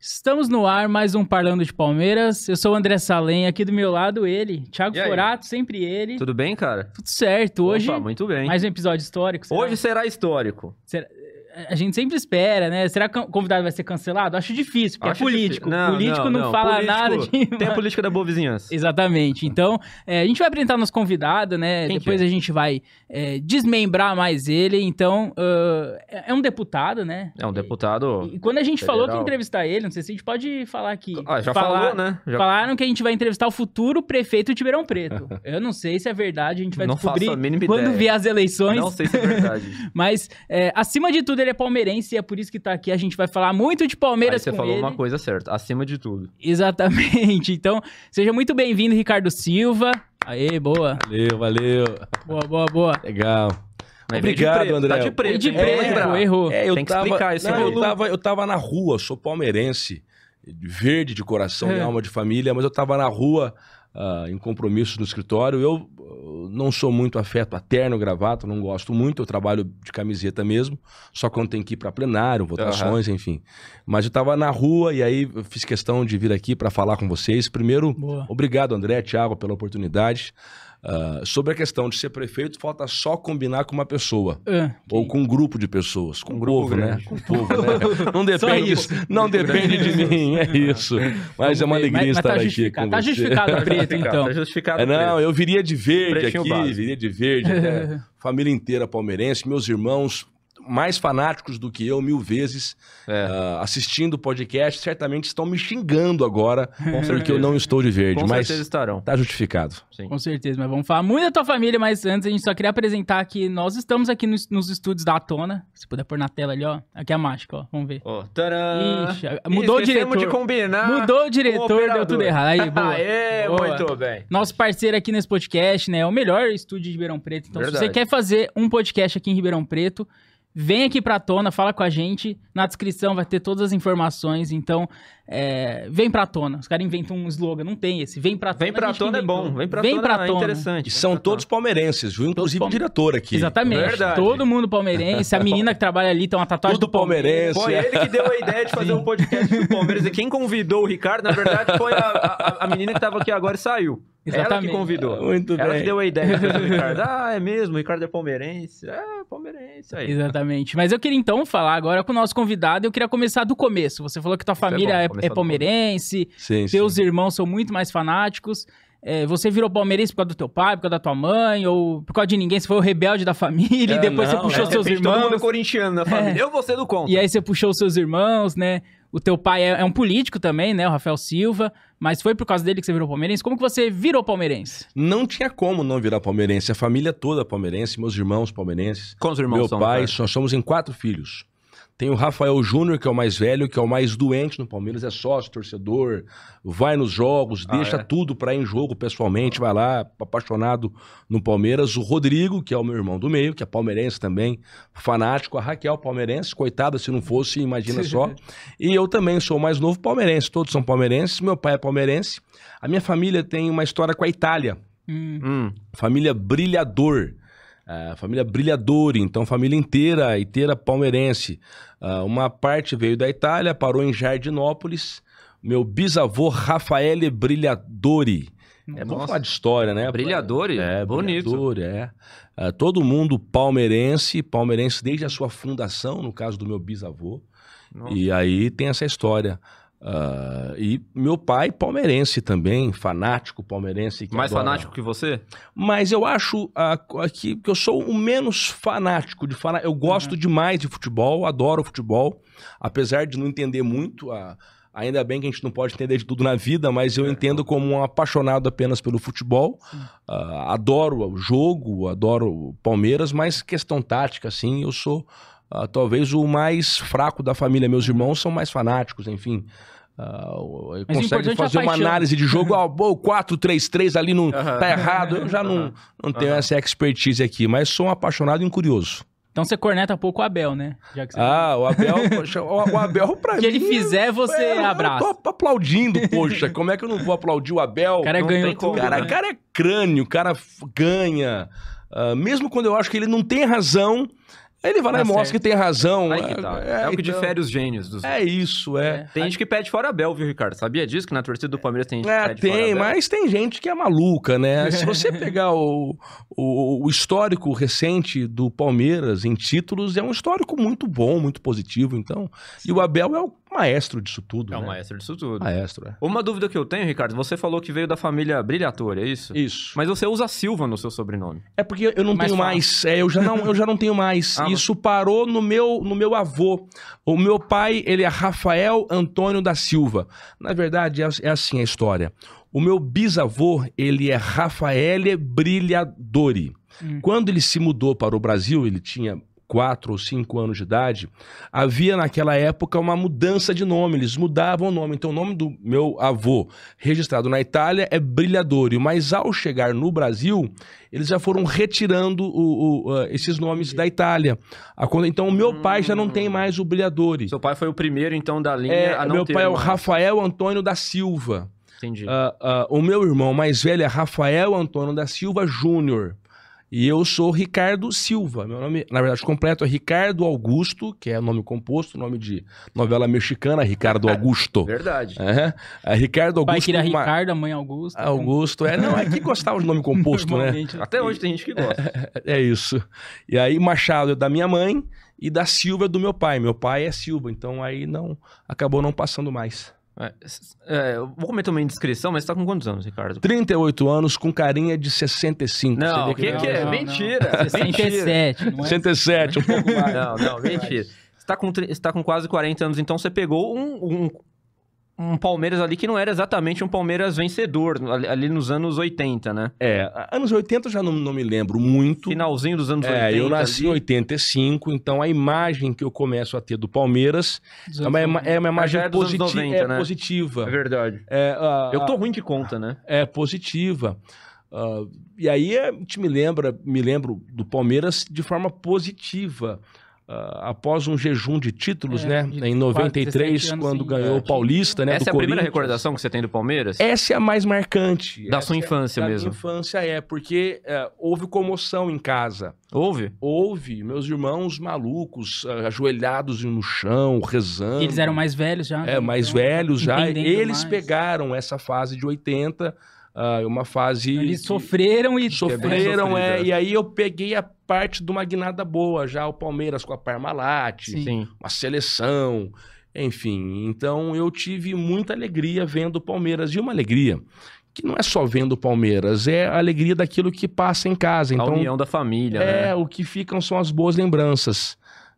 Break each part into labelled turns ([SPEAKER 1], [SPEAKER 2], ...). [SPEAKER 1] Estamos no ar, mais um Parlando de Palmeiras. Eu sou o André Salem, aqui do meu lado ele, Thiago
[SPEAKER 2] E aí?
[SPEAKER 1] Forato, sempre ele. Tudo,
[SPEAKER 2] Tudo bem, cara?
[SPEAKER 1] certo, hoje
[SPEAKER 2] Opa, muito bem.
[SPEAKER 1] mais um episódio histórico. será?
[SPEAKER 2] Hoje será histórico.
[SPEAKER 1] Será- a gente sempre espera, né? Será que o convidado vai ser cancelado? Acho difícil, porque
[SPEAKER 2] Acho
[SPEAKER 1] é político.
[SPEAKER 2] difícil. Não,
[SPEAKER 1] político não,
[SPEAKER 2] não, não.
[SPEAKER 1] fala
[SPEAKER 2] Político-
[SPEAKER 1] nada de...
[SPEAKER 2] Tem a política da boa vizinhança.
[SPEAKER 1] Exatamente. Então, é, a gente vai apresentar nosso convidado, né?
[SPEAKER 2] Quem que
[SPEAKER 1] Depois
[SPEAKER 2] é?
[SPEAKER 1] a gente vai é, desmembrar mais ele. Então, ah, é- é um deputado, né?
[SPEAKER 2] É um deputado.
[SPEAKER 1] E quando a gente
[SPEAKER 2] Federal.
[SPEAKER 1] falou que ia entrevistar ele, não sei se a gente pode falar aqui.
[SPEAKER 2] Ah, já
[SPEAKER 1] Falar-
[SPEAKER 2] falou, né? Já...
[SPEAKER 1] Falaram que a gente vai entrevistar o futuro prefeito de Ribeirão Preto. Eu não sei se é verdade, a gente vai
[SPEAKER 2] Não faço
[SPEAKER 1] descobrir
[SPEAKER 2] a mínima
[SPEAKER 1] quando
[SPEAKER 2] ideia.
[SPEAKER 1] vier as eleições.
[SPEAKER 2] Não sei se é verdade.
[SPEAKER 1] Mas, é, acima de tudo, ele é palmeirense e é por isso que tá aqui. A gente vai falar muito de Palmeiras
[SPEAKER 2] Aí você
[SPEAKER 1] com
[SPEAKER 2] falou
[SPEAKER 1] ele.
[SPEAKER 2] uma coisa certa, acima de tudo.
[SPEAKER 1] Exatamente. Então, seja muito bem-vindo, Ricardo Silva. Aê, boa.
[SPEAKER 3] Valeu, valeu.
[SPEAKER 1] Boa, boa, boa.
[SPEAKER 3] Legal.
[SPEAKER 2] Mas veio de
[SPEAKER 3] Obrigado,
[SPEAKER 2] preto,
[SPEAKER 3] André.
[SPEAKER 2] Tá de preto,
[SPEAKER 1] E de
[SPEAKER 2] hein? Vamos
[SPEAKER 1] preto,
[SPEAKER 2] lembrar.
[SPEAKER 1] errou.
[SPEAKER 3] É, eu
[SPEAKER 2] Tem que
[SPEAKER 3] tava,
[SPEAKER 2] explicar esse
[SPEAKER 3] não, eu
[SPEAKER 2] maluco.
[SPEAKER 3] tava, eu tava na rua, sou palmeirense, verde de coração
[SPEAKER 1] É.
[SPEAKER 3] e alma de família, mas eu tava na rua ah, em compromisso no escritório. Eu ah, não sou muito afeto a terno, gravata, não gosto muito, eu trabalho de camiseta mesmo, só quando tem que ir pra plenário, votações, enfim. Mas eu tava na rua e aí eu fiz questão de vir aqui pra falar com vocês. Primeiro,
[SPEAKER 1] Boa.
[SPEAKER 3] Obrigado, André, Thiago, pela oportunidade. Ah, sobre a questão de ser prefeito, falta só combinar com uma pessoa.
[SPEAKER 1] Ah,
[SPEAKER 3] Ou com um grupo de pessoas, com
[SPEAKER 2] Um
[SPEAKER 3] o
[SPEAKER 2] grupo
[SPEAKER 3] povo, né?
[SPEAKER 2] grande.
[SPEAKER 3] Com o povo, né? Não depende,
[SPEAKER 1] isso.
[SPEAKER 3] não depende de mim, é isso. Mas é uma
[SPEAKER 1] Vamos ver.
[SPEAKER 3] alegria
[SPEAKER 1] Mas- mas
[SPEAKER 3] estar
[SPEAKER 1] tá
[SPEAKER 3] aqui
[SPEAKER 1] justificado,
[SPEAKER 3] com
[SPEAKER 1] tá
[SPEAKER 3] você.
[SPEAKER 1] justificado o
[SPEAKER 2] Tá
[SPEAKER 1] preto,
[SPEAKER 2] justificado,
[SPEAKER 1] então.
[SPEAKER 2] Tá justificado.
[SPEAKER 3] É, não,
[SPEAKER 2] preto.
[SPEAKER 3] eu viria de verde
[SPEAKER 2] Pretinho
[SPEAKER 3] aqui,
[SPEAKER 2] básico.
[SPEAKER 3] viria de verde, até família inteira palmeirense, meus irmãos mais fanáticos do que eu mil vezes,
[SPEAKER 2] É.
[SPEAKER 3] ah, assistindo o podcast, certamente estão me xingando agora, porque
[SPEAKER 2] certeza.
[SPEAKER 3] eu não estou de verde,
[SPEAKER 2] Com
[SPEAKER 3] mas
[SPEAKER 2] certeza estarão.
[SPEAKER 3] tá justificado.
[SPEAKER 2] Sim.
[SPEAKER 1] Com certeza, mas vamos falar muito da tua família, mas antes a gente só queria apresentar que nós estamos aqui nos, nos estúdios da Atona. Se puder pôr na tela ali, ó. Aqui é a mágica, ó. Vamos ver.
[SPEAKER 2] Ó, tcharam.
[SPEAKER 1] Ixi, mudou o diretor.
[SPEAKER 2] Esquecemos de combinar.
[SPEAKER 1] Mudou o
[SPEAKER 2] com o
[SPEAKER 1] diretor, deu
[SPEAKER 2] operador.
[SPEAKER 1] tudo errado. Aí, boa.
[SPEAKER 2] Aê,
[SPEAKER 1] Boa.
[SPEAKER 2] muito bem.
[SPEAKER 1] Nosso parceiro aqui nesse podcast, né? É o melhor estúdio de Ribeirão Preto. Então, se
[SPEAKER 2] Verdade.
[SPEAKER 1] você quer fazer um podcast aqui em Ribeirão Preto, vem aqui pra tona, fala com a gente. Na descrição vai ter todas as informações. Então, é, vem pra tona. Os caras inventam um slogan, não tem esse. Vem pra tona.
[SPEAKER 2] Vem
[SPEAKER 1] a
[SPEAKER 2] pra
[SPEAKER 1] gente
[SPEAKER 2] tona é
[SPEAKER 1] inventou.
[SPEAKER 2] bom. Vem pra
[SPEAKER 1] vem
[SPEAKER 2] tona
[SPEAKER 1] pra
[SPEAKER 2] é
[SPEAKER 1] tona.
[SPEAKER 2] interessante.
[SPEAKER 3] E são
[SPEAKER 2] Vem pra
[SPEAKER 3] todos palmeirenses, viu? Inclusive o
[SPEAKER 1] palme-
[SPEAKER 3] diretor aqui.
[SPEAKER 1] Exatamente.
[SPEAKER 2] Verdade.
[SPEAKER 1] Todo mundo palmeirense. A menina que trabalha ali tem uma tatuagem
[SPEAKER 3] Tudo
[SPEAKER 1] do Palmeiras.
[SPEAKER 3] palmeirense. É.
[SPEAKER 2] Foi ele que deu a ideia de fazer um podcast do Palmeiras. E quem convidou o Ricardo, na verdade, foi a, a- a menina que estava aqui agora e saiu. Ela que
[SPEAKER 1] Exatamente.
[SPEAKER 2] convidou.
[SPEAKER 3] Muito
[SPEAKER 2] Ela
[SPEAKER 3] bem.
[SPEAKER 2] que deu a ideia de fazer o Ricardo. Ah, é mesmo, o Ricardo é palmeirense. É, palmeirense. Aí.
[SPEAKER 1] Exatamente. Mas eu queria então falar agora com o nosso convidado. Eu queria começar do começo. Você falou que tua
[SPEAKER 2] é bom,
[SPEAKER 1] família é-
[SPEAKER 2] começar
[SPEAKER 1] é
[SPEAKER 2] do
[SPEAKER 1] palmeirense.
[SPEAKER 3] Sim, sim.
[SPEAKER 1] Seus irmãos são muito mais fanáticos. É, você virou palmeirense por causa do teu pai, por causa da tua mãe, ou por causa de ninguém. Você foi o rebelde da família
[SPEAKER 3] É,
[SPEAKER 1] e depois
[SPEAKER 3] não,
[SPEAKER 1] você puxou
[SPEAKER 2] É,
[SPEAKER 1] seus
[SPEAKER 2] de repente, Todo mundo
[SPEAKER 1] irmãos.
[SPEAKER 2] é corintiano na família. Eu vou ser do contra.
[SPEAKER 1] E aí você puxou seus irmãos, né? O teu pai é, é um político também, né? O Rafael Silva. Mas foi por causa dele que você virou palmeirense. Como que você virou palmeirense?
[SPEAKER 3] Não tinha como não virar palmeirense. A família toda é palmeirense, meus irmãos palmeirenses.
[SPEAKER 2] Com os irmãos
[SPEAKER 3] meu
[SPEAKER 2] são,
[SPEAKER 3] pai,
[SPEAKER 2] cara.
[SPEAKER 3] nós somos em quatro filhos. Tem o Rafael Júnior, que é o mais velho, que é o mais doente no Palmeiras, é sócio, torcedor, vai nos jogos,
[SPEAKER 2] Ah,
[SPEAKER 3] deixa
[SPEAKER 2] é?
[SPEAKER 3] tudo pra ir em jogo pessoalmente, vai lá, apaixonado no Palmeiras. O Rodrigo, que é o meu irmão do meio, que é palmeirense também, fanático. A Raquel, palmeirense, coitada se não fosse, imagina só. E eu também sou o mais novo palmeirense, todos são palmeirenses, meu pai é palmeirense. A minha família tem uma história com a Itália.
[SPEAKER 1] Hum,
[SPEAKER 2] Hum,
[SPEAKER 3] Família Brilhador. Ah, família Brilhador, então família inteira, inteira palmeirense. Ah, uma parte veio da Itália, parou em Jardinópolis. Meu bisavô Rafaele Brilhadori. É bom
[SPEAKER 2] nossa.
[SPEAKER 3] falar de história, né?
[SPEAKER 2] Brilhadori?
[SPEAKER 3] É,
[SPEAKER 2] Bonito.
[SPEAKER 3] Brilhadori, é. Ah, todo mundo palmeirense, palmeirense desde a sua fundação, no caso do meu bisavô.
[SPEAKER 2] nossa.
[SPEAKER 3] E aí tem essa história. Ah, e meu pai, palmeirense também, fanático palmeirense. que
[SPEAKER 2] Mais
[SPEAKER 3] adora-
[SPEAKER 2] fanático que você?
[SPEAKER 3] mas eu acho ah, que, que eu sou o menos fanático de falar. Eu gosto
[SPEAKER 1] Uhum.
[SPEAKER 3] demais de futebol, adoro futebol, apesar de não entender muito. ah, ainda bem que a gente não pode entender de tudo na vida, mas
[SPEAKER 1] É.
[SPEAKER 3] eu entendo como um apaixonado apenas pelo futebol. Ah, adoro o jogo, adoro o Palmeiras, mas questão tática, assim, eu sou ah, talvez o mais fraco da família. Meus irmãos são mais fanáticos, enfim. Ah, o-
[SPEAKER 1] Mas o
[SPEAKER 3] consegue
[SPEAKER 1] importante é a
[SPEAKER 3] fazer uma
[SPEAKER 1] paixão.
[SPEAKER 3] análise de jogo, ah, ó, o 4-3-3 ali não
[SPEAKER 2] Aham.
[SPEAKER 3] tá errado. Eu já não,
[SPEAKER 2] Aham.
[SPEAKER 3] não tenho
[SPEAKER 2] Aham.
[SPEAKER 3] essa expertise aqui, mas sou um apaixonado e um curioso.
[SPEAKER 1] Então você corneta pouco o Abel, né? Já que você...
[SPEAKER 3] Ah, o Abel, poxa, o o Abel pra
[SPEAKER 1] o
[SPEAKER 3] mim.
[SPEAKER 1] que ele fizer, você
[SPEAKER 3] é,
[SPEAKER 1] abraça.
[SPEAKER 3] Eu tô aplaudindo, poxa. Como é que eu não vou aplaudir o Abel?
[SPEAKER 1] O cara
[SPEAKER 2] Não
[SPEAKER 1] ganhou
[SPEAKER 2] tem como,
[SPEAKER 1] tudo.
[SPEAKER 3] Cara,
[SPEAKER 1] né?
[SPEAKER 3] o cara é crânio, o cara f- ganha. Ah, mesmo quando eu acho que ele não tem razão, Aí ele vai lá
[SPEAKER 1] Tá
[SPEAKER 3] e mostra
[SPEAKER 1] certo.
[SPEAKER 3] que tem razão.
[SPEAKER 2] Aí que tá. É, o que
[SPEAKER 3] então-
[SPEAKER 2] difere os gênios dos.
[SPEAKER 3] É isso, é.
[SPEAKER 2] Tem gente que pede fora Bel, viu, Ricardo? Sabia disso? Que na torcida do Palmeiras tem gente que
[SPEAKER 1] É,
[SPEAKER 3] Ah,
[SPEAKER 2] pede fora
[SPEAKER 3] tem,
[SPEAKER 2] Bel?
[SPEAKER 3] mas tem gente que é maluca, né? Se você pegar o, o, o histórico recente do Palmeiras em títulos, é um histórico muito bom, muito positivo, então. E o Abel é o maestro disso tudo.
[SPEAKER 2] É o
[SPEAKER 3] né?
[SPEAKER 2] maestro disso tudo.
[SPEAKER 3] maestro. é.
[SPEAKER 2] Uma dúvida que eu tenho, Ricardo, você falou que veio da família Brilhator, é isso?
[SPEAKER 3] Isso.
[SPEAKER 2] Mas você usa Silva no seu sobrenome.
[SPEAKER 3] É porque eu não
[SPEAKER 1] Mais fácil.
[SPEAKER 3] tenho mais. é, eu, já não, eu já não tenho mais.
[SPEAKER 2] Ah, mas-
[SPEAKER 3] Isso parou no meu, no meu avô. O meu pai, ele é Rafael Antônio da Silva. Na verdade, é, é assim a história. O meu bisavô, ele é Rafael Brilhadori.
[SPEAKER 1] Hum.
[SPEAKER 3] Quando ele se mudou para o Brasil, ele tinha quatro ou cinco anos de idade, havia naquela época uma mudança de nome, eles mudavam o nome. Então o nome do meu avô, registrado na Itália, é Brilhadori, mas ao chegar no Brasil, eles já foram retirando o- o, ah, esses nomes da Itália. A quando- Então o meu pai já não tem mais o Brilhadori.
[SPEAKER 2] Seu pai foi o primeiro, então, da linha
[SPEAKER 3] É,
[SPEAKER 2] Hum. a não
[SPEAKER 3] meu
[SPEAKER 2] ter
[SPEAKER 3] pai é o
[SPEAKER 2] mais.
[SPEAKER 3] Rafael Antônio da Silva.
[SPEAKER 2] Entendi.
[SPEAKER 3] Ah, ah, o meu irmão mais velho é Rafael Antônio da Silva Júnior. E eu sou Ricardo Silva. Meu nome, na verdade, completo é Ricardo Augusto, que é nome composto, nome de novela mexicana, Ricardo Augusto.
[SPEAKER 2] Verdade.
[SPEAKER 3] É, é Ricardo
[SPEAKER 1] O pai
[SPEAKER 3] Augusto.
[SPEAKER 1] queria
[SPEAKER 3] Ma-
[SPEAKER 1] Ricardo, a mãe Augusto. né?
[SPEAKER 3] Augusto, é. Não, é que gostava de nome composto, né?
[SPEAKER 1] Normalmente.
[SPEAKER 2] Até hoje tem gente que gosta.
[SPEAKER 3] É isso. E aí, Machado é da minha mãe e da Silva é do meu pai. Meu pai é Silva, então aí não acabou não passando mais.
[SPEAKER 2] É, s- é, eu vou cometer uma indiscrição, mas você tá com quantos anos, Ricardo?
[SPEAKER 3] 38 anos com carinha de 65.
[SPEAKER 2] Não,
[SPEAKER 3] Você
[SPEAKER 2] o
[SPEAKER 3] vê
[SPEAKER 2] que,
[SPEAKER 1] não,
[SPEAKER 2] que é?
[SPEAKER 1] não, não.
[SPEAKER 2] mentira! Mentira!
[SPEAKER 1] 67, não é?
[SPEAKER 3] 67, um pouco mais.
[SPEAKER 2] Não, não, mentira. Você tá com, tri- você tá com quase 40 anos, então você pegou um, um, um Palmeiras ali que não era exatamente um Palmeiras vencedor, ali, ali nos anos 80, né?
[SPEAKER 3] É, anos 80 eu já não, não me lembro muito.
[SPEAKER 2] Finalzinho dos anos 80.
[SPEAKER 3] É, eu nasci em
[SPEAKER 2] ali.
[SPEAKER 3] 85, então a imagem que eu começo a ter do Palmeiras é uma,
[SPEAKER 1] né?
[SPEAKER 3] ima- é uma imagem
[SPEAKER 2] já é dos anos
[SPEAKER 3] positi
[SPEAKER 2] 90,
[SPEAKER 3] é
[SPEAKER 2] né?
[SPEAKER 3] positiva.
[SPEAKER 2] É verdade.
[SPEAKER 3] É, ah,
[SPEAKER 2] Eu tô ruim de conta, né?
[SPEAKER 3] é positiva. Ah, e aí a gente me lembra, me lembro do Palmeiras de forma positiva. Ah, após um jejum de títulos,
[SPEAKER 1] É,
[SPEAKER 3] né?
[SPEAKER 1] de
[SPEAKER 3] Em 93,
[SPEAKER 1] 17 anos
[SPEAKER 3] quando
[SPEAKER 1] sem
[SPEAKER 3] ganhou o
[SPEAKER 1] título.
[SPEAKER 3] Paulista, né?
[SPEAKER 2] Essa
[SPEAKER 3] do
[SPEAKER 2] é a primeira
[SPEAKER 3] Corinthians.
[SPEAKER 2] recordação que você tem do Palmeiras?
[SPEAKER 3] Essa é a mais marcante.
[SPEAKER 2] Da
[SPEAKER 3] Essa
[SPEAKER 2] sua
[SPEAKER 3] é-
[SPEAKER 2] infância
[SPEAKER 3] da
[SPEAKER 2] mesmo.
[SPEAKER 3] Minha infância é, porque é, houve comoção em casa
[SPEAKER 2] Houve?
[SPEAKER 3] houve meus irmãos malucos ah, ajoelhados no chão, rezando.
[SPEAKER 1] Eles eram mais velhos já.
[SPEAKER 3] é, mais
[SPEAKER 1] então,
[SPEAKER 3] velhos já.
[SPEAKER 1] entendendo mais.
[SPEAKER 3] Eles pegaram essa fase de 80, ah, uma fase
[SPEAKER 1] Então, Eles
[SPEAKER 3] que
[SPEAKER 1] sofreram e...
[SPEAKER 3] sofreram,
[SPEAKER 2] sofrida.
[SPEAKER 3] é, e aí eu peguei a parte de uma guinada boa, já o Palmeiras com a Parmalat,
[SPEAKER 1] Sim.
[SPEAKER 3] uma seleção, enfim. Então eu tive muita alegria vendo o Palmeiras e uma alegria que não é só vendo o Palmeiras, é a alegria daquilo que passa em casa.
[SPEAKER 2] a
[SPEAKER 3] Então
[SPEAKER 2] união da família,
[SPEAKER 3] é,
[SPEAKER 2] né?
[SPEAKER 3] o que ficam são as boas lembranças.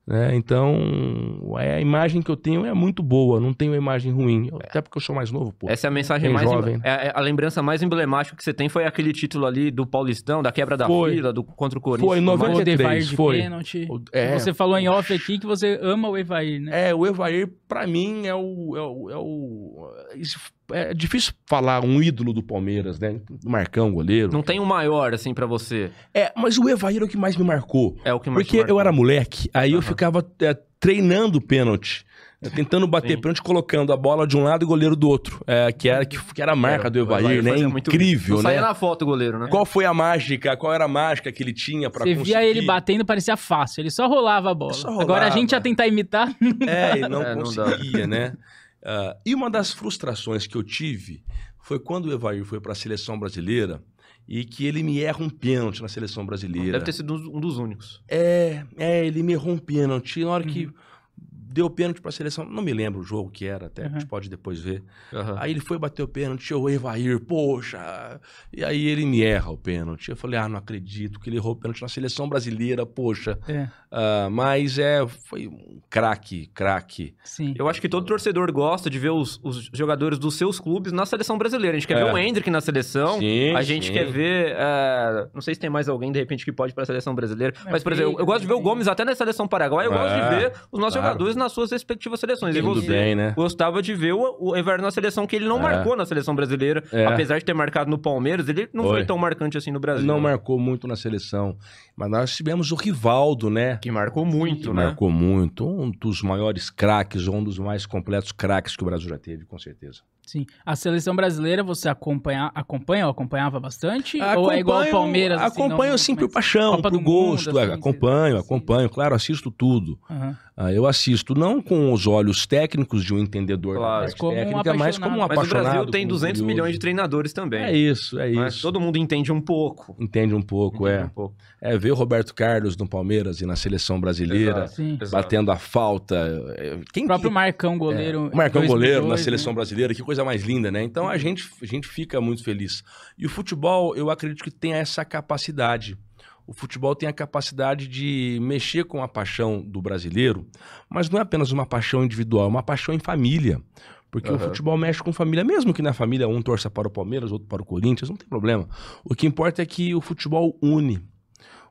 [SPEAKER 3] Né? Então, é, a imagem que eu tenho é muito boa, não tenho uma imagem ruim. Eu- Até porque eu sou mais novo, pô.
[SPEAKER 2] Essa é a mensagem
[SPEAKER 3] Bem
[SPEAKER 2] mais.
[SPEAKER 3] jovem, né?
[SPEAKER 2] é- é a lembrança mais emblemática que você tem foi aquele título ali do Paulistão, da quebra da
[SPEAKER 3] Foi.
[SPEAKER 2] fila, do contra o Corinthians.
[SPEAKER 3] Foi em
[SPEAKER 1] O Odevair
[SPEAKER 3] 93,
[SPEAKER 1] de
[SPEAKER 3] foi.
[SPEAKER 1] pênalti.
[SPEAKER 3] O- É,
[SPEAKER 1] Você falou em off aqui que você ama o Evair, né?
[SPEAKER 3] é, o Evair, pra mim, é o. É, o, é, o- esse- é difícil falar um ídolo do Palmeiras, né? Do Marcão, goleiro.
[SPEAKER 2] Não tem um maior, assim, pra você.
[SPEAKER 3] É, mas o Evair é o que mais me marcou.
[SPEAKER 2] É o que mais
[SPEAKER 3] Porque
[SPEAKER 2] te
[SPEAKER 3] eu era
[SPEAKER 2] marcou.
[SPEAKER 3] moleque, aí eu
[SPEAKER 2] Aham.
[SPEAKER 3] ficava é, treinando pênalti. é, Tentando bater
[SPEAKER 2] Sim.
[SPEAKER 3] pênalti, colocando a bola de um lado e o goleiro do outro. é, que, era, que, que era a marca
[SPEAKER 2] É,
[SPEAKER 3] do
[SPEAKER 2] o
[SPEAKER 3] Evair, né?
[SPEAKER 2] fazia muito
[SPEAKER 3] Incrível,
[SPEAKER 2] isso. Não
[SPEAKER 3] né?
[SPEAKER 2] Saía na foto o goleiro, né?
[SPEAKER 3] Qual foi a mágica? Qual era a mágica que ele tinha pra
[SPEAKER 1] Você
[SPEAKER 3] conseguir?
[SPEAKER 1] via ele batendo, parecia fácil. Ele só rolava a bola.
[SPEAKER 3] Só
[SPEAKER 1] Agora a
[SPEAKER 3] rolava.
[SPEAKER 1] gente ia tentar imitar.
[SPEAKER 3] É, e não
[SPEAKER 2] É, não dá.
[SPEAKER 3] conseguia, né? Ah, e uma das frustrações que eu tive foi quando o Evair foi pra seleção brasileira e que ele me erra um pênalti na seleção brasileira.
[SPEAKER 2] Deve ter sido um dos- um dos únicos.
[SPEAKER 3] É, é, ele me errou um pênalti. Na hora que deu pênalti pra seleção, não me lembro o jogo que era, até, a gente pode depois ver.
[SPEAKER 2] Aham.
[SPEAKER 3] Aí ele foi bater o pênalti, eu, Evair, poxa. E aí ele me erra o pênalti. Eu falei, ah, não acredito que ele errou o pênalti na seleção brasileira, poxa.
[SPEAKER 1] É,
[SPEAKER 3] Ah, mas é, foi um craque, craque.
[SPEAKER 1] sim.
[SPEAKER 2] Eu acho que todo torcedor gosta de ver os, os jogadores dos seus clubes na seleção brasileira. A gente quer
[SPEAKER 3] É.
[SPEAKER 2] ver o Hendrick na seleção.
[SPEAKER 3] Sim,
[SPEAKER 2] a gente
[SPEAKER 3] sim.
[SPEAKER 2] quer ver. é, não sei se tem mais alguém, de repente, que pode para a seleção brasileira.
[SPEAKER 1] É,
[SPEAKER 2] Mas, por exemplo, eu
[SPEAKER 1] Veiga
[SPEAKER 2] gosto de ver o
[SPEAKER 1] também.
[SPEAKER 2] Gomes até na seleção paraguaia. Eu
[SPEAKER 3] É,
[SPEAKER 2] gosto de ver os nossos
[SPEAKER 3] claro.
[SPEAKER 2] jogadores nas suas respectivas seleções. E
[SPEAKER 3] Tudo
[SPEAKER 2] você
[SPEAKER 3] bem, né?
[SPEAKER 2] gostava de ver o, o Ever na seleção que ele não
[SPEAKER 3] É.
[SPEAKER 2] marcou na seleção brasileira.
[SPEAKER 3] É.
[SPEAKER 2] Apesar de ter marcado no Palmeiras, ele não foi
[SPEAKER 3] Foi.
[SPEAKER 2] tão marcante assim no Brasil.
[SPEAKER 3] Não
[SPEAKER 2] né?
[SPEAKER 3] marcou muito na seleção. Mas nós tivemos o Rivaldo, né?
[SPEAKER 2] Que marcou muito, né?
[SPEAKER 3] Marcou muito. Um dos maiores craques, ou um dos mais completos craques que o Brasil já teve, com certeza.
[SPEAKER 1] Sim. A seleção brasileira você acompanha, acompanha ou acompanhava bastante? ou é igual o Palmeiras? assim, não-
[SPEAKER 3] Acompanho sim por paixão,
[SPEAKER 1] Copa do
[SPEAKER 3] por
[SPEAKER 1] Mundo,
[SPEAKER 3] gosto. é,
[SPEAKER 1] assim,
[SPEAKER 3] acompanho,
[SPEAKER 1] sim.
[SPEAKER 3] acompanho. Claro, assisto tudo.
[SPEAKER 1] Aham.
[SPEAKER 3] Ah, eu assisto não com os olhos técnicos de um entendedor
[SPEAKER 2] Claro.
[SPEAKER 3] da
[SPEAKER 1] Mas
[SPEAKER 3] parte
[SPEAKER 1] como um
[SPEAKER 3] técnica, mas como
[SPEAKER 1] apaixonado.
[SPEAKER 2] Mas
[SPEAKER 3] um
[SPEAKER 2] o
[SPEAKER 3] apaixonado.
[SPEAKER 2] Brasil tem
[SPEAKER 3] como
[SPEAKER 2] 200
[SPEAKER 3] curioso.
[SPEAKER 2] milhões de treinadores também.
[SPEAKER 3] É isso, é
[SPEAKER 2] né?
[SPEAKER 3] isso.
[SPEAKER 2] Todo mundo entende um pouco.
[SPEAKER 3] Entende um pouco,
[SPEAKER 2] Entende
[SPEAKER 3] é.
[SPEAKER 2] um pouco.
[SPEAKER 3] É ver o Roberto Carlos no Palmeiras e na seleção brasileira,
[SPEAKER 2] Exato.
[SPEAKER 1] Sim.
[SPEAKER 2] Exato.
[SPEAKER 3] batendo a falta. é, Quem
[SPEAKER 1] O próprio Marcão, goleiro.
[SPEAKER 3] O Marcão
[SPEAKER 1] 2002,
[SPEAKER 3] goleiro na
[SPEAKER 1] né?
[SPEAKER 3] seleção brasileira, que coisa mais linda, né? Então a gente, a gente fica muito feliz. E o futebol, eu acredito que tem essa capacidade. O futebol tem a capacidade de mexer com a paixão do brasileiro, mas não é apenas uma paixão individual, é uma paixão em família. Porque o
[SPEAKER 2] Aham.
[SPEAKER 3] futebol mexe com família, mesmo que na família um torça para o Palmeiras, outro para o Corinthians, não tem problema. O que importa é que o futebol une.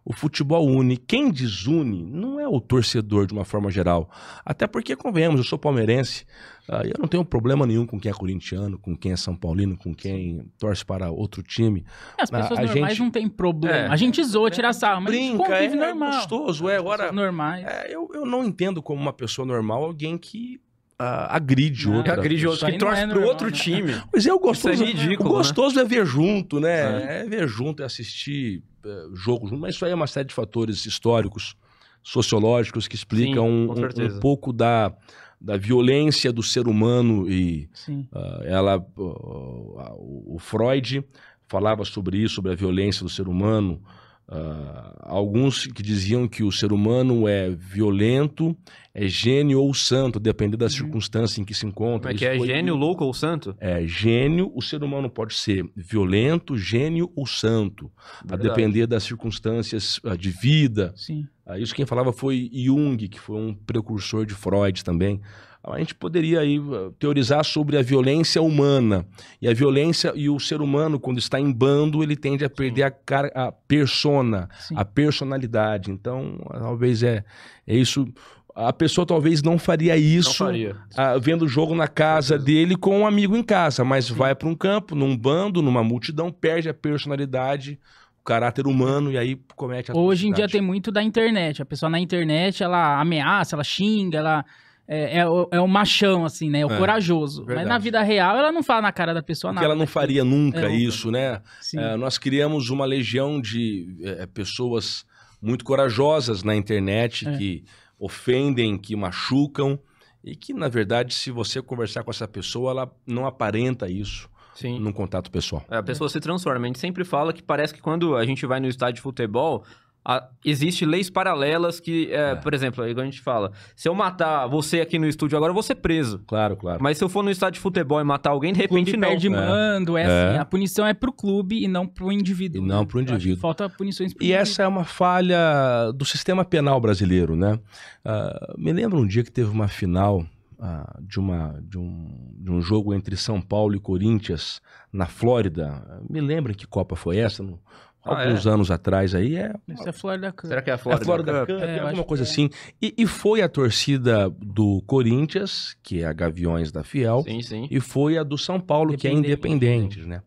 [SPEAKER 3] O futebol une. Quem desune não é o torcedor de uma forma geral. Até porque, convenhamos, eu sou palmeirense. ah, Eu não tenho problema nenhum com quem é corintiano, com quem é São Paulino, com quem torce para outro time.
[SPEAKER 1] É, As pessoas
[SPEAKER 3] A- a
[SPEAKER 1] normais
[SPEAKER 3] gente-
[SPEAKER 1] não tem problema.
[SPEAKER 2] É.
[SPEAKER 1] A gente zoa, tira sarro, mas a gente
[SPEAKER 3] Brinca, é,
[SPEAKER 1] convive normal.
[SPEAKER 3] gostoso. É,
[SPEAKER 1] Pessoas
[SPEAKER 3] agora,
[SPEAKER 1] normais.
[SPEAKER 3] é, eu, eu não entendo como uma pessoa normal alguém que ah, agride
[SPEAKER 1] Não.
[SPEAKER 3] outra.
[SPEAKER 2] Agride
[SPEAKER 3] pessoa.
[SPEAKER 2] outro
[SPEAKER 1] aí
[SPEAKER 2] que
[SPEAKER 1] não é
[SPEAKER 2] torce pro
[SPEAKER 1] normal,
[SPEAKER 2] outro
[SPEAKER 1] né?
[SPEAKER 2] time.
[SPEAKER 3] Mas é o gostoso.
[SPEAKER 2] Isso é ridículo,
[SPEAKER 3] o gostoso é ver junto, né? É, ver junto, é assistir é, jogo junto. Mas isso aí é uma série de fatores históricos, sociológicos, que explicam
[SPEAKER 2] Sim,
[SPEAKER 3] um,
[SPEAKER 2] com
[SPEAKER 3] um- um
[SPEAKER 2] certeza.
[SPEAKER 3] pouco da, da violência do ser humano e
[SPEAKER 1] Sim.
[SPEAKER 3] ah, ela o- a- o Freud falava sobre isso, sobre a violência do ser humano. Ah, alguns que diziam que o ser humano é violento, é gênio ou santo, dependendo da
[SPEAKER 1] Uhum.
[SPEAKER 3] circunstância em que se
[SPEAKER 2] Como
[SPEAKER 3] encontra.
[SPEAKER 2] é que
[SPEAKER 3] Isso
[SPEAKER 2] é?
[SPEAKER 3] foi-
[SPEAKER 2] Gênio, louco ou santo?
[SPEAKER 3] é, gênio, o ser humano pode ser violento, gênio ou santo, a
[SPEAKER 2] É Verdade.
[SPEAKER 3] depender das circunstâncias ah, de vida.
[SPEAKER 1] Sim.
[SPEAKER 3] Ah, Isso quem falava foi Jung, que foi um precursor de Freud também. A gente poderia aí ah, teorizar sobre a violência humana. E a violência e o ser humano, quando está em bando, ele tende a perder a, cara, a persona,
[SPEAKER 1] Sim.
[SPEAKER 3] a personalidade. Então, ah, talvez é, é isso. A pessoa talvez não faria
[SPEAKER 2] Não
[SPEAKER 3] isso
[SPEAKER 2] faria.
[SPEAKER 3] ah, vendo o jogo na casa
[SPEAKER 2] Certeza.
[SPEAKER 3] dele com um amigo em casa, mas vai para um campo, num bando, numa multidão, perde a personalidade, o caráter humano e aí comete a
[SPEAKER 1] Hoje em dia tem muito da internet. A pessoa na internet, ela ameaça, ela xinga, ela. É, é, o- é o machão, assim, né? O
[SPEAKER 3] É,
[SPEAKER 1] corajoso. Mas
[SPEAKER 3] verdade.
[SPEAKER 1] na vida real, ela não fala na cara da pessoa
[SPEAKER 3] Porque
[SPEAKER 1] nada.
[SPEAKER 3] ela não faria nunca
[SPEAKER 1] É,
[SPEAKER 3] isso, né?
[SPEAKER 1] Sim.
[SPEAKER 3] É, nós criamos uma legião de é, pessoas muito corajosas na internet
[SPEAKER 1] É.
[SPEAKER 3] que ofendem, que machucam e que, na verdade, se você conversar com essa pessoa, ela não aparenta isso
[SPEAKER 1] Hum.
[SPEAKER 2] Sim.
[SPEAKER 3] num contato pessoal.
[SPEAKER 2] É, A pessoa se transforma. A gente sempre fala que parece que quando a gente vai no estádio de futebol, a, existe leis paralelas que, é,
[SPEAKER 3] É.
[SPEAKER 2] por exemplo, aí quando a gente fala, se eu matar você aqui no estúdio agora, eu vou ser preso.
[SPEAKER 3] Claro, claro.
[SPEAKER 2] Mas se eu for no estádio de futebol e matar alguém, de
[SPEAKER 1] O clube
[SPEAKER 2] repente não.
[SPEAKER 1] perde mando, é, assim.
[SPEAKER 3] É.
[SPEAKER 1] A punição é pro clube e não pro indivíduo.
[SPEAKER 3] E não
[SPEAKER 1] né?
[SPEAKER 3] pro
[SPEAKER 1] Eu acho que
[SPEAKER 3] indivíduo.
[SPEAKER 1] Falta punições pro
[SPEAKER 3] E
[SPEAKER 2] Uhum.
[SPEAKER 3] essa é uma falha do sistema penal brasileiro, né? Ah, me lembro um dia que teve uma final ah, de, uma, de, um, de um jogo entre São Paulo e Corinthians na Flórida. Me lembra que Copa foi essa? no-
[SPEAKER 2] Ah,
[SPEAKER 3] alguns anos atrás aí. É,
[SPEAKER 1] indivíduo. Isso é Florida Cup.
[SPEAKER 2] Será que é a
[SPEAKER 3] é
[SPEAKER 2] Flórida?
[SPEAKER 3] Flórida
[SPEAKER 2] Cup?
[SPEAKER 3] Cup,
[SPEAKER 1] É, eu acho
[SPEAKER 3] alguma
[SPEAKER 1] que
[SPEAKER 3] coisa
[SPEAKER 1] é.
[SPEAKER 3] assim. E, e foi a torcida do Corinthians, que é a Gaviões da Fiel,
[SPEAKER 2] Sim, sim.
[SPEAKER 3] e foi a do São Paulo, que é
[SPEAKER 1] Independente.
[SPEAKER 3] independente, né?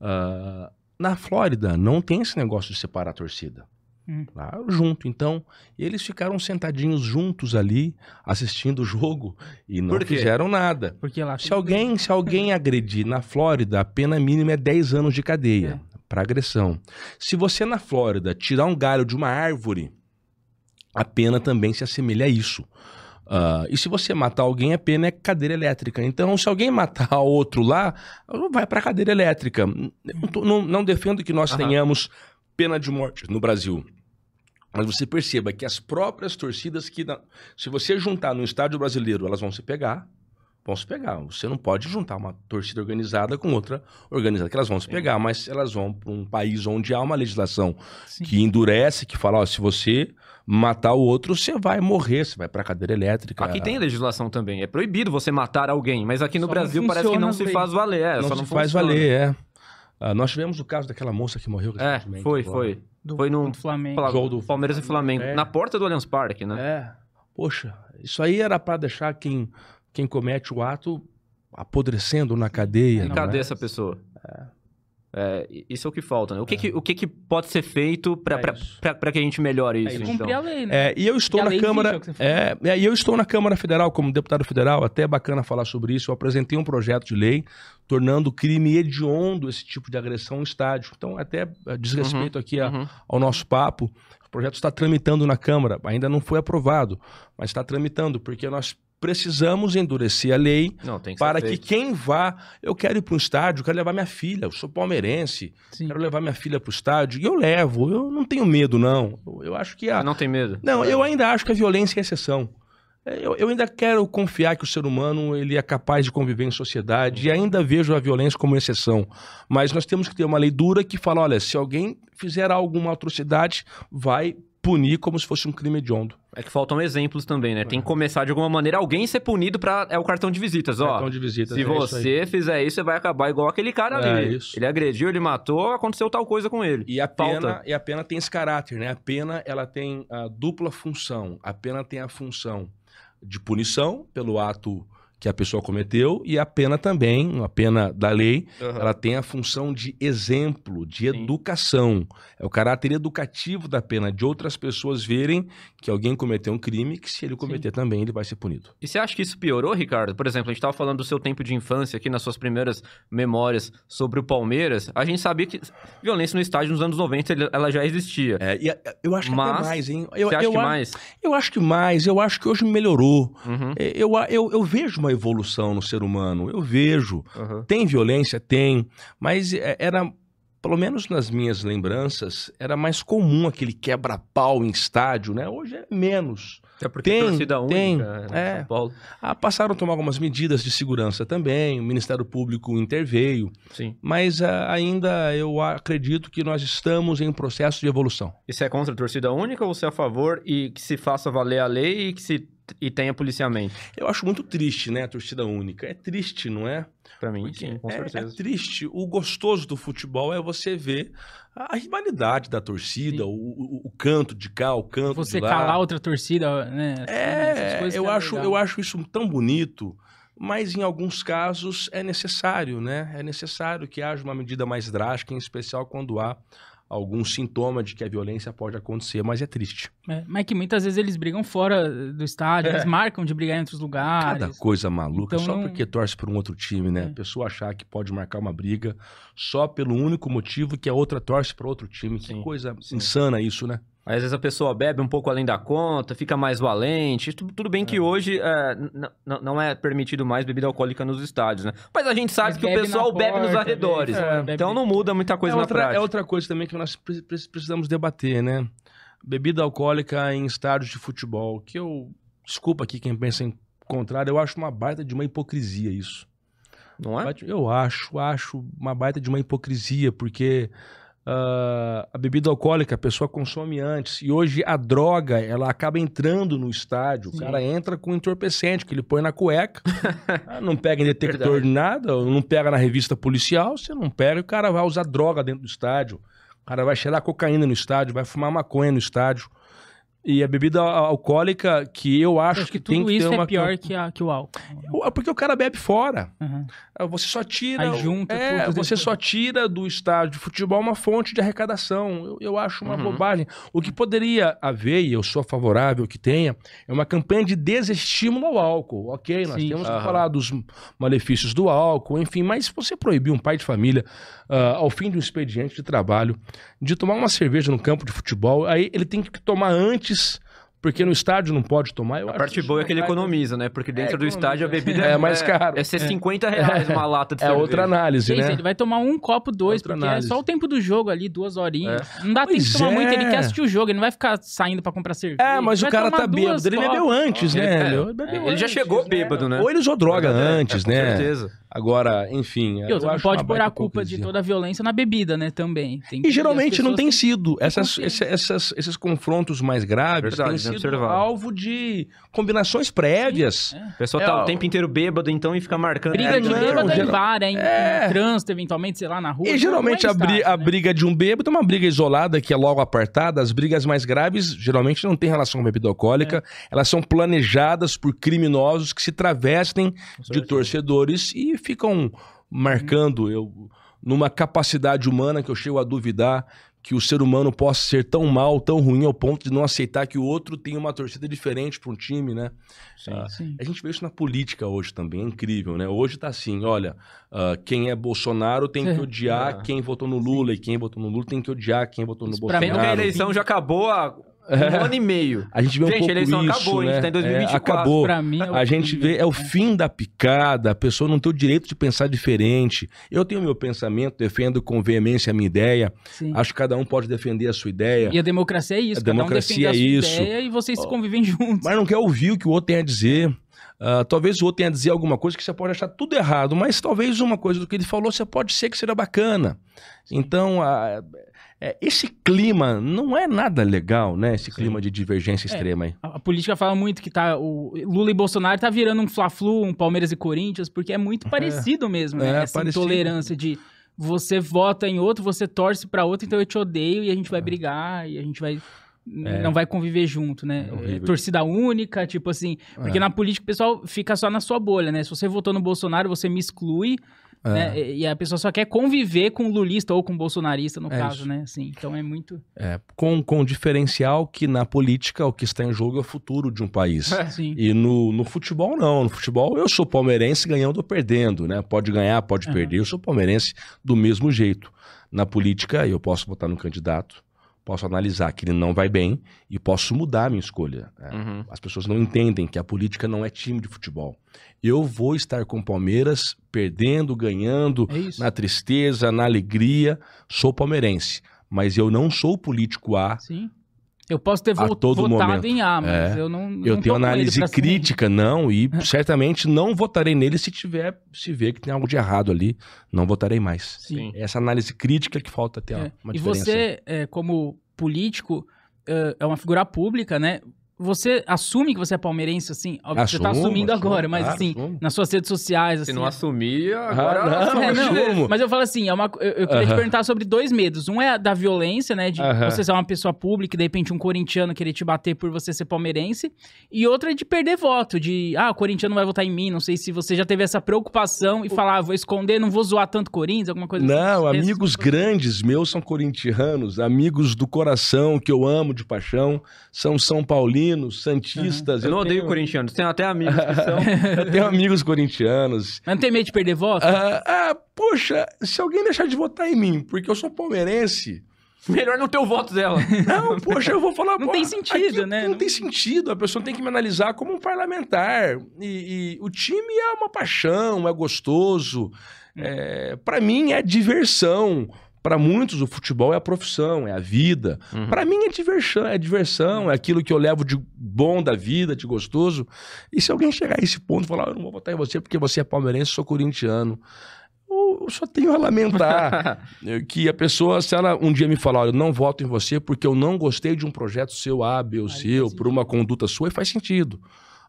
[SPEAKER 3] Ah, na Flórida não tem esse negócio de separar a torcida.
[SPEAKER 1] Hum.
[SPEAKER 3] Lá junto. Então, eles ficaram sentadinhos juntos ali, assistindo o jogo, e não
[SPEAKER 2] Por quê?
[SPEAKER 3] fizeram nada.
[SPEAKER 1] Porque lá.
[SPEAKER 3] Se alguém, se alguém agredir na Flórida, a pena mínima é 10 anos de cadeia para agressão. Se você na Flórida tirar um galho de uma árvore, a pena também se assemelha a isso. Ah, e se você matar alguém, a pena é cadeira elétrica. Então, se alguém matar outro lá, vai para cadeira elétrica. Não tô- Não, não defendo que nós
[SPEAKER 2] Aham.
[SPEAKER 3] tenhamos pena de morte no Brasil. Mas você perceba que as próprias torcidas que. na- Se você juntar no estádio brasileiro, elas vão se pegar. Vão se pegar. Você não pode juntar uma torcida organizada com outra organizada, que elas vão se
[SPEAKER 2] Sim.
[SPEAKER 3] pegar, mas elas vão para um país onde há uma legislação
[SPEAKER 1] Sim.
[SPEAKER 3] que endurece, que fala: ó, se você matar o outro, você vai morrer, você vai para cadeira elétrica.
[SPEAKER 2] Aqui tem legislação também. É proibido você matar alguém, mas aqui
[SPEAKER 1] Só
[SPEAKER 2] no
[SPEAKER 1] não
[SPEAKER 2] Brasil parece que
[SPEAKER 1] funciona
[SPEAKER 2] não
[SPEAKER 1] as
[SPEAKER 2] se
[SPEAKER 1] leis.
[SPEAKER 2] faz valer. É,
[SPEAKER 3] não
[SPEAKER 2] só
[SPEAKER 3] se
[SPEAKER 2] não
[SPEAKER 3] faz
[SPEAKER 2] funciona.
[SPEAKER 3] valer, é. Ah, nós tivemos o caso daquela moça que morreu
[SPEAKER 2] É,
[SPEAKER 3] recentemente.
[SPEAKER 2] foi,
[SPEAKER 3] agora.
[SPEAKER 2] foi.
[SPEAKER 1] Do,
[SPEAKER 2] Foi num-
[SPEAKER 1] do Flamengo.
[SPEAKER 2] Fala-
[SPEAKER 3] Jogo do-
[SPEAKER 2] Palmeiras e Flamengo.
[SPEAKER 3] É.
[SPEAKER 2] Na porta do Allianz Parque, né?
[SPEAKER 3] É. Poxa, isso aí era para deixar quem, quem comete o ato apodrecendo na cadeia.
[SPEAKER 1] É,
[SPEAKER 2] E
[SPEAKER 3] não
[SPEAKER 2] cadê
[SPEAKER 3] é?
[SPEAKER 2] essa pessoa? É, isso é o que falta, né? O que, que- o que, que pode ser feito pra, pra, pra, pra que a gente melhore
[SPEAKER 1] É
[SPEAKER 2] isso,
[SPEAKER 1] cumprir
[SPEAKER 2] então?
[SPEAKER 1] a lei, né?
[SPEAKER 3] É, e eu estou
[SPEAKER 1] E a
[SPEAKER 3] na
[SPEAKER 1] lei
[SPEAKER 3] Câmara.
[SPEAKER 1] existe, é o que você
[SPEAKER 3] É, é, e eu estou na Câmara Federal como deputado federal, até é bacana falar sobre isso. Eu apresentei um projeto de lei tornando crime hediondo esse tipo de agressão em estádio. Então, até eh, desrespeito aqui a,
[SPEAKER 2] Uhum.
[SPEAKER 3] ao nosso papo. O projeto está tramitando na Câmara, ainda não foi aprovado, mas está tramitando, porque nós precisamos endurecer a lei
[SPEAKER 2] Não, tem que ser
[SPEAKER 3] para que
[SPEAKER 2] feito.
[SPEAKER 3] quem vá. Eu quero ir para um estádio, eu quero levar minha filha, eu sou palmeirense,
[SPEAKER 1] Sim.
[SPEAKER 3] quero levar minha filha para o estádio, e eu levo, eu não tenho medo, não. Eu, eu acho que a.
[SPEAKER 2] Você não tem medo?
[SPEAKER 3] Não, eu ainda acho que a violência é exceção. É, Eu, eu ainda quero confiar que o ser humano ele é capaz de conviver em sociedade e ainda vejo a violência como exceção. Mas nós temos que ter uma lei dura que fala, olha, se alguém fizer alguma atrocidade, vai punir como se fosse um crime hediondo.
[SPEAKER 2] É que faltam exemplos também, né? Tem
[SPEAKER 3] É.
[SPEAKER 2] que começar de alguma maneira, alguém ser punido pra... É o cartão de visitas, ó.
[SPEAKER 3] Cartão de visita.
[SPEAKER 2] Se
[SPEAKER 3] é isso aí.
[SPEAKER 2] você fizer isso, você vai acabar igual aquele cara
[SPEAKER 3] É,
[SPEAKER 2] ali.
[SPEAKER 3] isso.
[SPEAKER 2] Ele agrediu, ele matou, aconteceu tal coisa com ele.
[SPEAKER 3] E a,
[SPEAKER 2] Falta.
[SPEAKER 3] pena, e a pena tem esse caráter, né? A pena ela tem a dupla função. A pena tem a função de punição pelo ato que a pessoa cometeu e a pena também, a pena da lei, ela tem a função de exemplo, de
[SPEAKER 2] Sim.
[SPEAKER 3] educação. É o caráter educativo da pena, de outras pessoas verem que alguém cometeu um crime, que se ele cometer também, ele vai ser punido.
[SPEAKER 2] E você acha que isso piorou, Ricardo? Por exemplo, a gente tava falando do seu tempo de infância aqui, nas suas primeiras memórias sobre o Palmeiras. A gente sabia que violência no estádio nos anos 90, ele- ela já existia.
[SPEAKER 3] É, e a- eu acho que até
[SPEAKER 2] Mas,
[SPEAKER 3] mais, hein? Eu,
[SPEAKER 2] você acha
[SPEAKER 3] eu
[SPEAKER 2] que
[SPEAKER 3] a-
[SPEAKER 2] mais?
[SPEAKER 3] eu acho que mais, eu acho que hoje melhorou.
[SPEAKER 2] Uhum,
[SPEAKER 3] É, Eu, a- eu, eu vejo uma evolução no ser humano, eu vejo.
[SPEAKER 2] uhum.
[SPEAKER 3] Tem violência? Tem. Mas é, era, pelo menos nas minhas lembranças, era mais comum aquele quebra-pau em estádio, né? Hoje é menos.
[SPEAKER 2] Até porque é
[SPEAKER 3] Tem,
[SPEAKER 2] torcida única
[SPEAKER 3] tem,
[SPEAKER 2] né,
[SPEAKER 3] é.
[SPEAKER 2] São Paulo.
[SPEAKER 3] Ah, passaram a tomar algumas medidas de segurança também, o Ministério Público interveio,
[SPEAKER 2] Sim.
[SPEAKER 3] mas ah, ainda eu acredito que nós estamos em um processo de evolução.
[SPEAKER 2] E você é contra a torcida única ou você é a favor e que se faça valer a lei e que se e tenha policiamento?
[SPEAKER 3] Eu acho muito triste, né, a torcida única. É triste, não é?
[SPEAKER 2] Pra mim,
[SPEAKER 3] Porque
[SPEAKER 2] sim, com
[SPEAKER 3] é-
[SPEAKER 2] certeza.
[SPEAKER 3] É, triste. O gostoso do futebol é você ver a a rivalidade da torcida, o, o- o canto de cá, o canto
[SPEAKER 1] Você
[SPEAKER 3] de lá.
[SPEAKER 1] calar outra torcida, né? Essas
[SPEAKER 3] É,
[SPEAKER 1] coisas
[SPEAKER 3] eu
[SPEAKER 1] que
[SPEAKER 3] acho,
[SPEAKER 1] legal.
[SPEAKER 3] eu acho isso tão bonito, mas em alguns casos é necessário, né? É necessário que haja uma medida mais drástica, em especial quando há algum sintoma de que a violência pode acontecer, mas é triste.
[SPEAKER 1] É, mas que muitas vezes eles brigam fora do estádio, eles marcam de brigar entre os lugares.
[SPEAKER 3] É. Cada coisa maluca,
[SPEAKER 1] Então
[SPEAKER 3] só
[SPEAKER 1] não-
[SPEAKER 3] porque torce para um outro time, né?
[SPEAKER 1] É.
[SPEAKER 3] A pessoa achar que pode marcar uma briga só pelo único motivo que a outra torce para outro time.
[SPEAKER 2] Sim,
[SPEAKER 3] que coisa
[SPEAKER 2] sim.
[SPEAKER 3] insana isso, né?
[SPEAKER 2] Aí, às vezes a pessoa bebe um pouco além da conta, fica mais valente. Tu- Tudo bem que hoje é, n- n- não é permitido mais bebida alcoólica nos estádios, né? Mas a gente sabe
[SPEAKER 1] Mas
[SPEAKER 2] que o
[SPEAKER 1] bebe na
[SPEAKER 2] pessoal bebe nos
[SPEAKER 1] porta, bebe-
[SPEAKER 2] arredores.
[SPEAKER 1] é, bebe-
[SPEAKER 2] Então não muda muita coisa
[SPEAKER 3] é
[SPEAKER 2] na
[SPEAKER 3] outra,
[SPEAKER 2] prática.
[SPEAKER 3] é outra coisa também que nós pre- pre- precisamos debater, né? Bebida alcoólica em estádios de futebol, que eu... Desculpa aqui quem pensa em contrário, eu acho uma baita de uma hipocrisia isso.
[SPEAKER 2] Não é?
[SPEAKER 3] Bate- Eu acho, acho uma baita de uma hipocrisia, porque ah, a bebida alcoólica a pessoa consome antes, e hoje a droga, ela acaba entrando no estádio,
[SPEAKER 1] Sim.
[SPEAKER 3] o cara entra com entorpecente, que ele põe na cueca, ah, não pega em detector
[SPEAKER 2] Verdade.
[SPEAKER 3] de nada, não pega na revista policial, você não pega, e o cara vai usar droga dentro do estádio, o cara vai cheirar cocaína no estádio, vai fumar maconha no estádio, e a bebida al- alcoólica, que eu acho,
[SPEAKER 1] Acho que
[SPEAKER 3] tem
[SPEAKER 1] tudo
[SPEAKER 3] que ter
[SPEAKER 1] isso
[SPEAKER 3] uma... É
[SPEAKER 1] é pior que, a, que o álcool.
[SPEAKER 3] Porque o cara bebe fora.
[SPEAKER 1] Uhum.
[SPEAKER 3] Ah, Você só tira.
[SPEAKER 1] Aí junta
[SPEAKER 3] é,
[SPEAKER 1] tudo,
[SPEAKER 3] você
[SPEAKER 1] depois-
[SPEAKER 3] só tira do estádio de futebol uma fonte de arrecadação. Eu, eu acho uma
[SPEAKER 2] Uhum.
[SPEAKER 3] bobagem. O que poderia haver, e eu sou favorável que tenha, é uma campanha de desestímulo ao álcool. Ok, nós
[SPEAKER 1] Sim.
[SPEAKER 3] temos
[SPEAKER 2] Aham.
[SPEAKER 3] que falar dos malefícios do álcool, enfim, mas se você proibir um pai de família, ah, ao fim de um expediente de trabalho, de tomar uma cerveja no campo de futebol, aí ele tem que tomar antes. Porque no estádio não pode tomar. Eu
[SPEAKER 2] A
[SPEAKER 3] acho
[SPEAKER 2] parte
[SPEAKER 3] isso
[SPEAKER 2] boa é
[SPEAKER 3] uma
[SPEAKER 2] que ele
[SPEAKER 3] baita-
[SPEAKER 2] economiza, né?
[SPEAKER 1] É
[SPEAKER 2] Porque dentro do
[SPEAKER 3] economiza.
[SPEAKER 2] estádio a bebida
[SPEAKER 3] É mais caro.
[SPEAKER 2] É, ser 50 reais uma lata de
[SPEAKER 3] É
[SPEAKER 2] cerveja.
[SPEAKER 3] outra análise,
[SPEAKER 1] Gente,
[SPEAKER 3] né?
[SPEAKER 1] Ele vai tomar um copo, dois,
[SPEAKER 3] Outra
[SPEAKER 1] porque
[SPEAKER 3] análise.
[SPEAKER 1] é só o tempo do jogo ali, duas horinhas. Não dá tempo
[SPEAKER 3] Pois
[SPEAKER 1] de tomar muito,
[SPEAKER 3] é.
[SPEAKER 1] ele quer assistir o jogo, ele não vai ficar saindo pra comprar cerveja.
[SPEAKER 3] É, mas o
[SPEAKER 1] Vai
[SPEAKER 3] cara
[SPEAKER 1] tomar
[SPEAKER 3] tá
[SPEAKER 1] duas
[SPEAKER 3] bêbado. Ele
[SPEAKER 1] copas.
[SPEAKER 3] bebeu antes,
[SPEAKER 2] Ele-
[SPEAKER 3] né?
[SPEAKER 2] é,
[SPEAKER 3] Ele bebeu
[SPEAKER 2] É, Ele já
[SPEAKER 3] antes,
[SPEAKER 2] chegou
[SPEAKER 3] né?
[SPEAKER 2] bêbado, né?
[SPEAKER 3] Ou ele usou droga
[SPEAKER 2] É,
[SPEAKER 3] antes,
[SPEAKER 2] com
[SPEAKER 3] né?
[SPEAKER 2] certeza.
[SPEAKER 3] Agora, enfim.
[SPEAKER 1] E outra, não
[SPEAKER 3] acho
[SPEAKER 1] pode
[SPEAKER 3] uma
[SPEAKER 1] pôr
[SPEAKER 3] baita
[SPEAKER 1] a culpa de
[SPEAKER 3] hipocrisia.
[SPEAKER 1] toda a violência na bebida, né? Também. Tem que-
[SPEAKER 3] E
[SPEAKER 1] as
[SPEAKER 3] geralmente não
[SPEAKER 1] pessoas
[SPEAKER 3] tem sido. Essas,
[SPEAKER 1] consciência.
[SPEAKER 3] esse- essas- esses confrontos mais
[SPEAKER 2] Verdade,
[SPEAKER 3] graves têm
[SPEAKER 2] bem
[SPEAKER 3] sido
[SPEAKER 2] observado.
[SPEAKER 3] alvo de combinações prévias.
[SPEAKER 1] é.
[SPEAKER 2] A pessoa
[SPEAKER 3] É,
[SPEAKER 2] tá
[SPEAKER 3] ó.
[SPEAKER 2] o tempo inteiro bêbado, então, e fica marcando.
[SPEAKER 1] Briga de
[SPEAKER 3] não,
[SPEAKER 1] bêbado em
[SPEAKER 3] geral-
[SPEAKER 1] bar, em,
[SPEAKER 3] É.
[SPEAKER 1] em trânsito, eventualmente, sei lá, na rua. é
[SPEAKER 3] E geralmente a, bri-
[SPEAKER 1] né?
[SPEAKER 3] a briga de um bêbado é uma briga isolada, que é logo apartada. As brigas mais graves geralmente não têm relação com bebida alcoólica. Elas são planejadas por criminosos que se travestem de torcedores e ficam marcando. Eu numa capacidade humana que eu chego a duvidar que o ser humano possa ser tão mal, tão ruim, ao ponto de não aceitar que o outro tenha uma torcida diferente para um time, né? Ah,
[SPEAKER 1] Sim.
[SPEAKER 3] A gente vê isso na política hoje também, é incrível, né? Hoje tá assim, olha, ah, quem é Bolsonaro tem que
[SPEAKER 1] Sim.
[SPEAKER 3] odiar
[SPEAKER 2] Ah.
[SPEAKER 3] quem votou no Lula, e quem votou no Lula tem que odiar quem votou no
[SPEAKER 1] Isso pra mim
[SPEAKER 2] Sendo que Então, a
[SPEAKER 1] Claro.
[SPEAKER 3] Bolsonaro.
[SPEAKER 2] é um eleição já acabou há
[SPEAKER 3] É.
[SPEAKER 2] um ano e meio.
[SPEAKER 3] A gente vê um
[SPEAKER 2] Gente, a
[SPEAKER 3] pouco
[SPEAKER 2] eleição
[SPEAKER 3] isso,
[SPEAKER 2] acabou, a gente
[SPEAKER 3] né?
[SPEAKER 2] tá em 2024.
[SPEAKER 3] É, acabou.
[SPEAKER 1] Pra mim, é o
[SPEAKER 3] A gente
[SPEAKER 1] fim,
[SPEAKER 3] vê, é o
[SPEAKER 1] né?
[SPEAKER 3] fim da picada, a pessoa não tem o direito de pensar diferente. Eu tenho meu pensamento, defendo com veemência a minha ideia,
[SPEAKER 1] Sim.
[SPEAKER 3] acho que cada um pode defender a sua ideia.
[SPEAKER 1] E a democracia é isso.
[SPEAKER 3] A
[SPEAKER 1] cada um
[SPEAKER 3] democracia
[SPEAKER 1] defende a
[SPEAKER 3] é
[SPEAKER 1] sua
[SPEAKER 3] isso.
[SPEAKER 1] ideia e vocês convivem juntos.
[SPEAKER 3] Mas não quer ouvir o que o outro tem a dizer. Ah, talvez o outro tenha a dizer alguma coisa que você pode achar tudo errado, mas talvez uma coisa do que ele falou você pode ser que seja bacana. Então, ah, é, esse clima não é nada legal, né? Esse clima de divergência extrema aí.
[SPEAKER 1] A a política fala muito que tá. O Lula e Bolsonaro tá virando um Fla-Flu, um Palmeiras e Corinthians, porque é muito parecido mesmo, né?
[SPEAKER 3] É,
[SPEAKER 1] Essa
[SPEAKER 3] parecido.
[SPEAKER 1] intolerância de você vota em outro, você torce pra outro, então eu te odeio e a
[SPEAKER 3] É.
[SPEAKER 1] gente vai brigar e a gente vai. Não vai conviver junto, né?
[SPEAKER 3] É horrível.
[SPEAKER 1] Torcida única, tipo assim. Porque
[SPEAKER 3] É.
[SPEAKER 1] na política o pessoal fica só na sua bolha, né? Se você votou no Bolsonaro, você me exclui,
[SPEAKER 3] É.
[SPEAKER 1] né? E e a pessoa só quer conviver com o lulista ou com o bolsonarista, no
[SPEAKER 3] É
[SPEAKER 1] caso,
[SPEAKER 3] isso.
[SPEAKER 1] né? Assim, então é muito.
[SPEAKER 3] É, com, com o diferencial que na política o que está em jogo é o futuro de um país.
[SPEAKER 1] Assim.
[SPEAKER 3] E no, no futebol, não. No futebol, eu sou palmeirense ganhando ou perdendo, né? Pode ganhar, pode
[SPEAKER 1] Aham.
[SPEAKER 3] perder. Eu sou palmeirense do mesmo jeito. Na política, eu posso votar no candidato, posso analisar que ele não vai bem e posso mudar a minha escolha. né?
[SPEAKER 2] Uhum.
[SPEAKER 3] As pessoas não entendem que a política não é time de futebol. Eu vou estar com o Palmeiras perdendo, ganhando,
[SPEAKER 1] É isso.
[SPEAKER 3] na tristeza, na alegria. Sou palmeirense, mas eu não sou político A
[SPEAKER 1] Sim. Eu posso ter
[SPEAKER 3] A
[SPEAKER 1] vo-
[SPEAKER 3] todo
[SPEAKER 1] votado
[SPEAKER 3] momento.
[SPEAKER 1] em A, mas
[SPEAKER 3] É.
[SPEAKER 1] eu não. não
[SPEAKER 3] Eu
[SPEAKER 1] tô
[SPEAKER 3] tenho
[SPEAKER 1] Um com ele
[SPEAKER 3] análise
[SPEAKER 1] pra ser-
[SPEAKER 3] crítica, não, e certamente não votarei nele se tiver, se ver que tem algo de errado ali, não votarei mais.
[SPEAKER 1] Sim.
[SPEAKER 2] Sim.
[SPEAKER 3] É Essa análise crítica que falta ter
[SPEAKER 1] É.
[SPEAKER 3] uma
[SPEAKER 1] E
[SPEAKER 3] diferença.
[SPEAKER 1] você, é, como político, é é uma figura pública, né? Você assume que você é palmeirense, assim? Óbvio que você tá
[SPEAKER 3] Assumo,
[SPEAKER 1] assumindo
[SPEAKER 3] assumo,
[SPEAKER 1] agora, mas
[SPEAKER 3] claro,
[SPEAKER 1] assim,
[SPEAKER 3] assumo.
[SPEAKER 1] nas suas redes sociais, assim.
[SPEAKER 2] Se não
[SPEAKER 1] é-
[SPEAKER 2] assumir, agora...
[SPEAKER 3] agora Ah, não,
[SPEAKER 1] É, não,
[SPEAKER 3] assumo.
[SPEAKER 1] Mas eu falo assim, é uma, co- eu, eu queria te
[SPEAKER 3] Aham.
[SPEAKER 1] perguntar sobre dois medos. Um é a da violência, né? De
[SPEAKER 3] Aham.
[SPEAKER 1] você ser uma pessoa pública e de repente um corintiano querer te bater por você ser palmeirense. E outra é de perder voto, de ah, o corintiano vai votar em mim. Não sei se você já teve essa preocupação e falar, ah, vou esconder, não vou zoar tanto Corinthians, alguma coisa
[SPEAKER 3] Não,
[SPEAKER 1] assim.
[SPEAKER 3] amigos grandes meus são corintianos, amigos do coração que eu amo de paixão, são São Paulinos, Santistas.
[SPEAKER 2] Eu não odeio
[SPEAKER 3] tenho-
[SPEAKER 2] corintianos, tenho até amigos que são.
[SPEAKER 3] Eu tenho amigos corintianos,
[SPEAKER 1] Mas não tem medo de perder voto?
[SPEAKER 3] Ah, ah, poxa, se alguém deixar de votar em mim, porque eu sou palmeirense.
[SPEAKER 2] Melhor não ter o voto dela.
[SPEAKER 3] Não, poxa, eu vou falar.
[SPEAKER 1] Não
[SPEAKER 3] pô,
[SPEAKER 1] tem sentido,
[SPEAKER 3] aqui
[SPEAKER 1] né?
[SPEAKER 3] Não, tem sentido. A pessoa tem que me analisar como um parlamentar. E, e o time é uma paixão, é
[SPEAKER 1] Hum.
[SPEAKER 3] gostoso. É, para mim é diversão. Para muitos, o futebol é a profissão, é a vida.
[SPEAKER 2] Uhum.
[SPEAKER 3] Para mim é diversão, é diversão, é aquilo que eu levo de bom da vida, de gostoso. E se alguém chegar a esse ponto e falar, "Ah, eu não vou votar em você porque você é palmeirense, eu sou corintiano. Eu eu só tenho a lamentar eh, que a pessoa, se ela um dia me falar, olha, eu não voto em você porque eu não gostei de um projeto seu, A, B ou
[SPEAKER 1] faz
[SPEAKER 3] seu, por uma conduta sua, e faz sentido.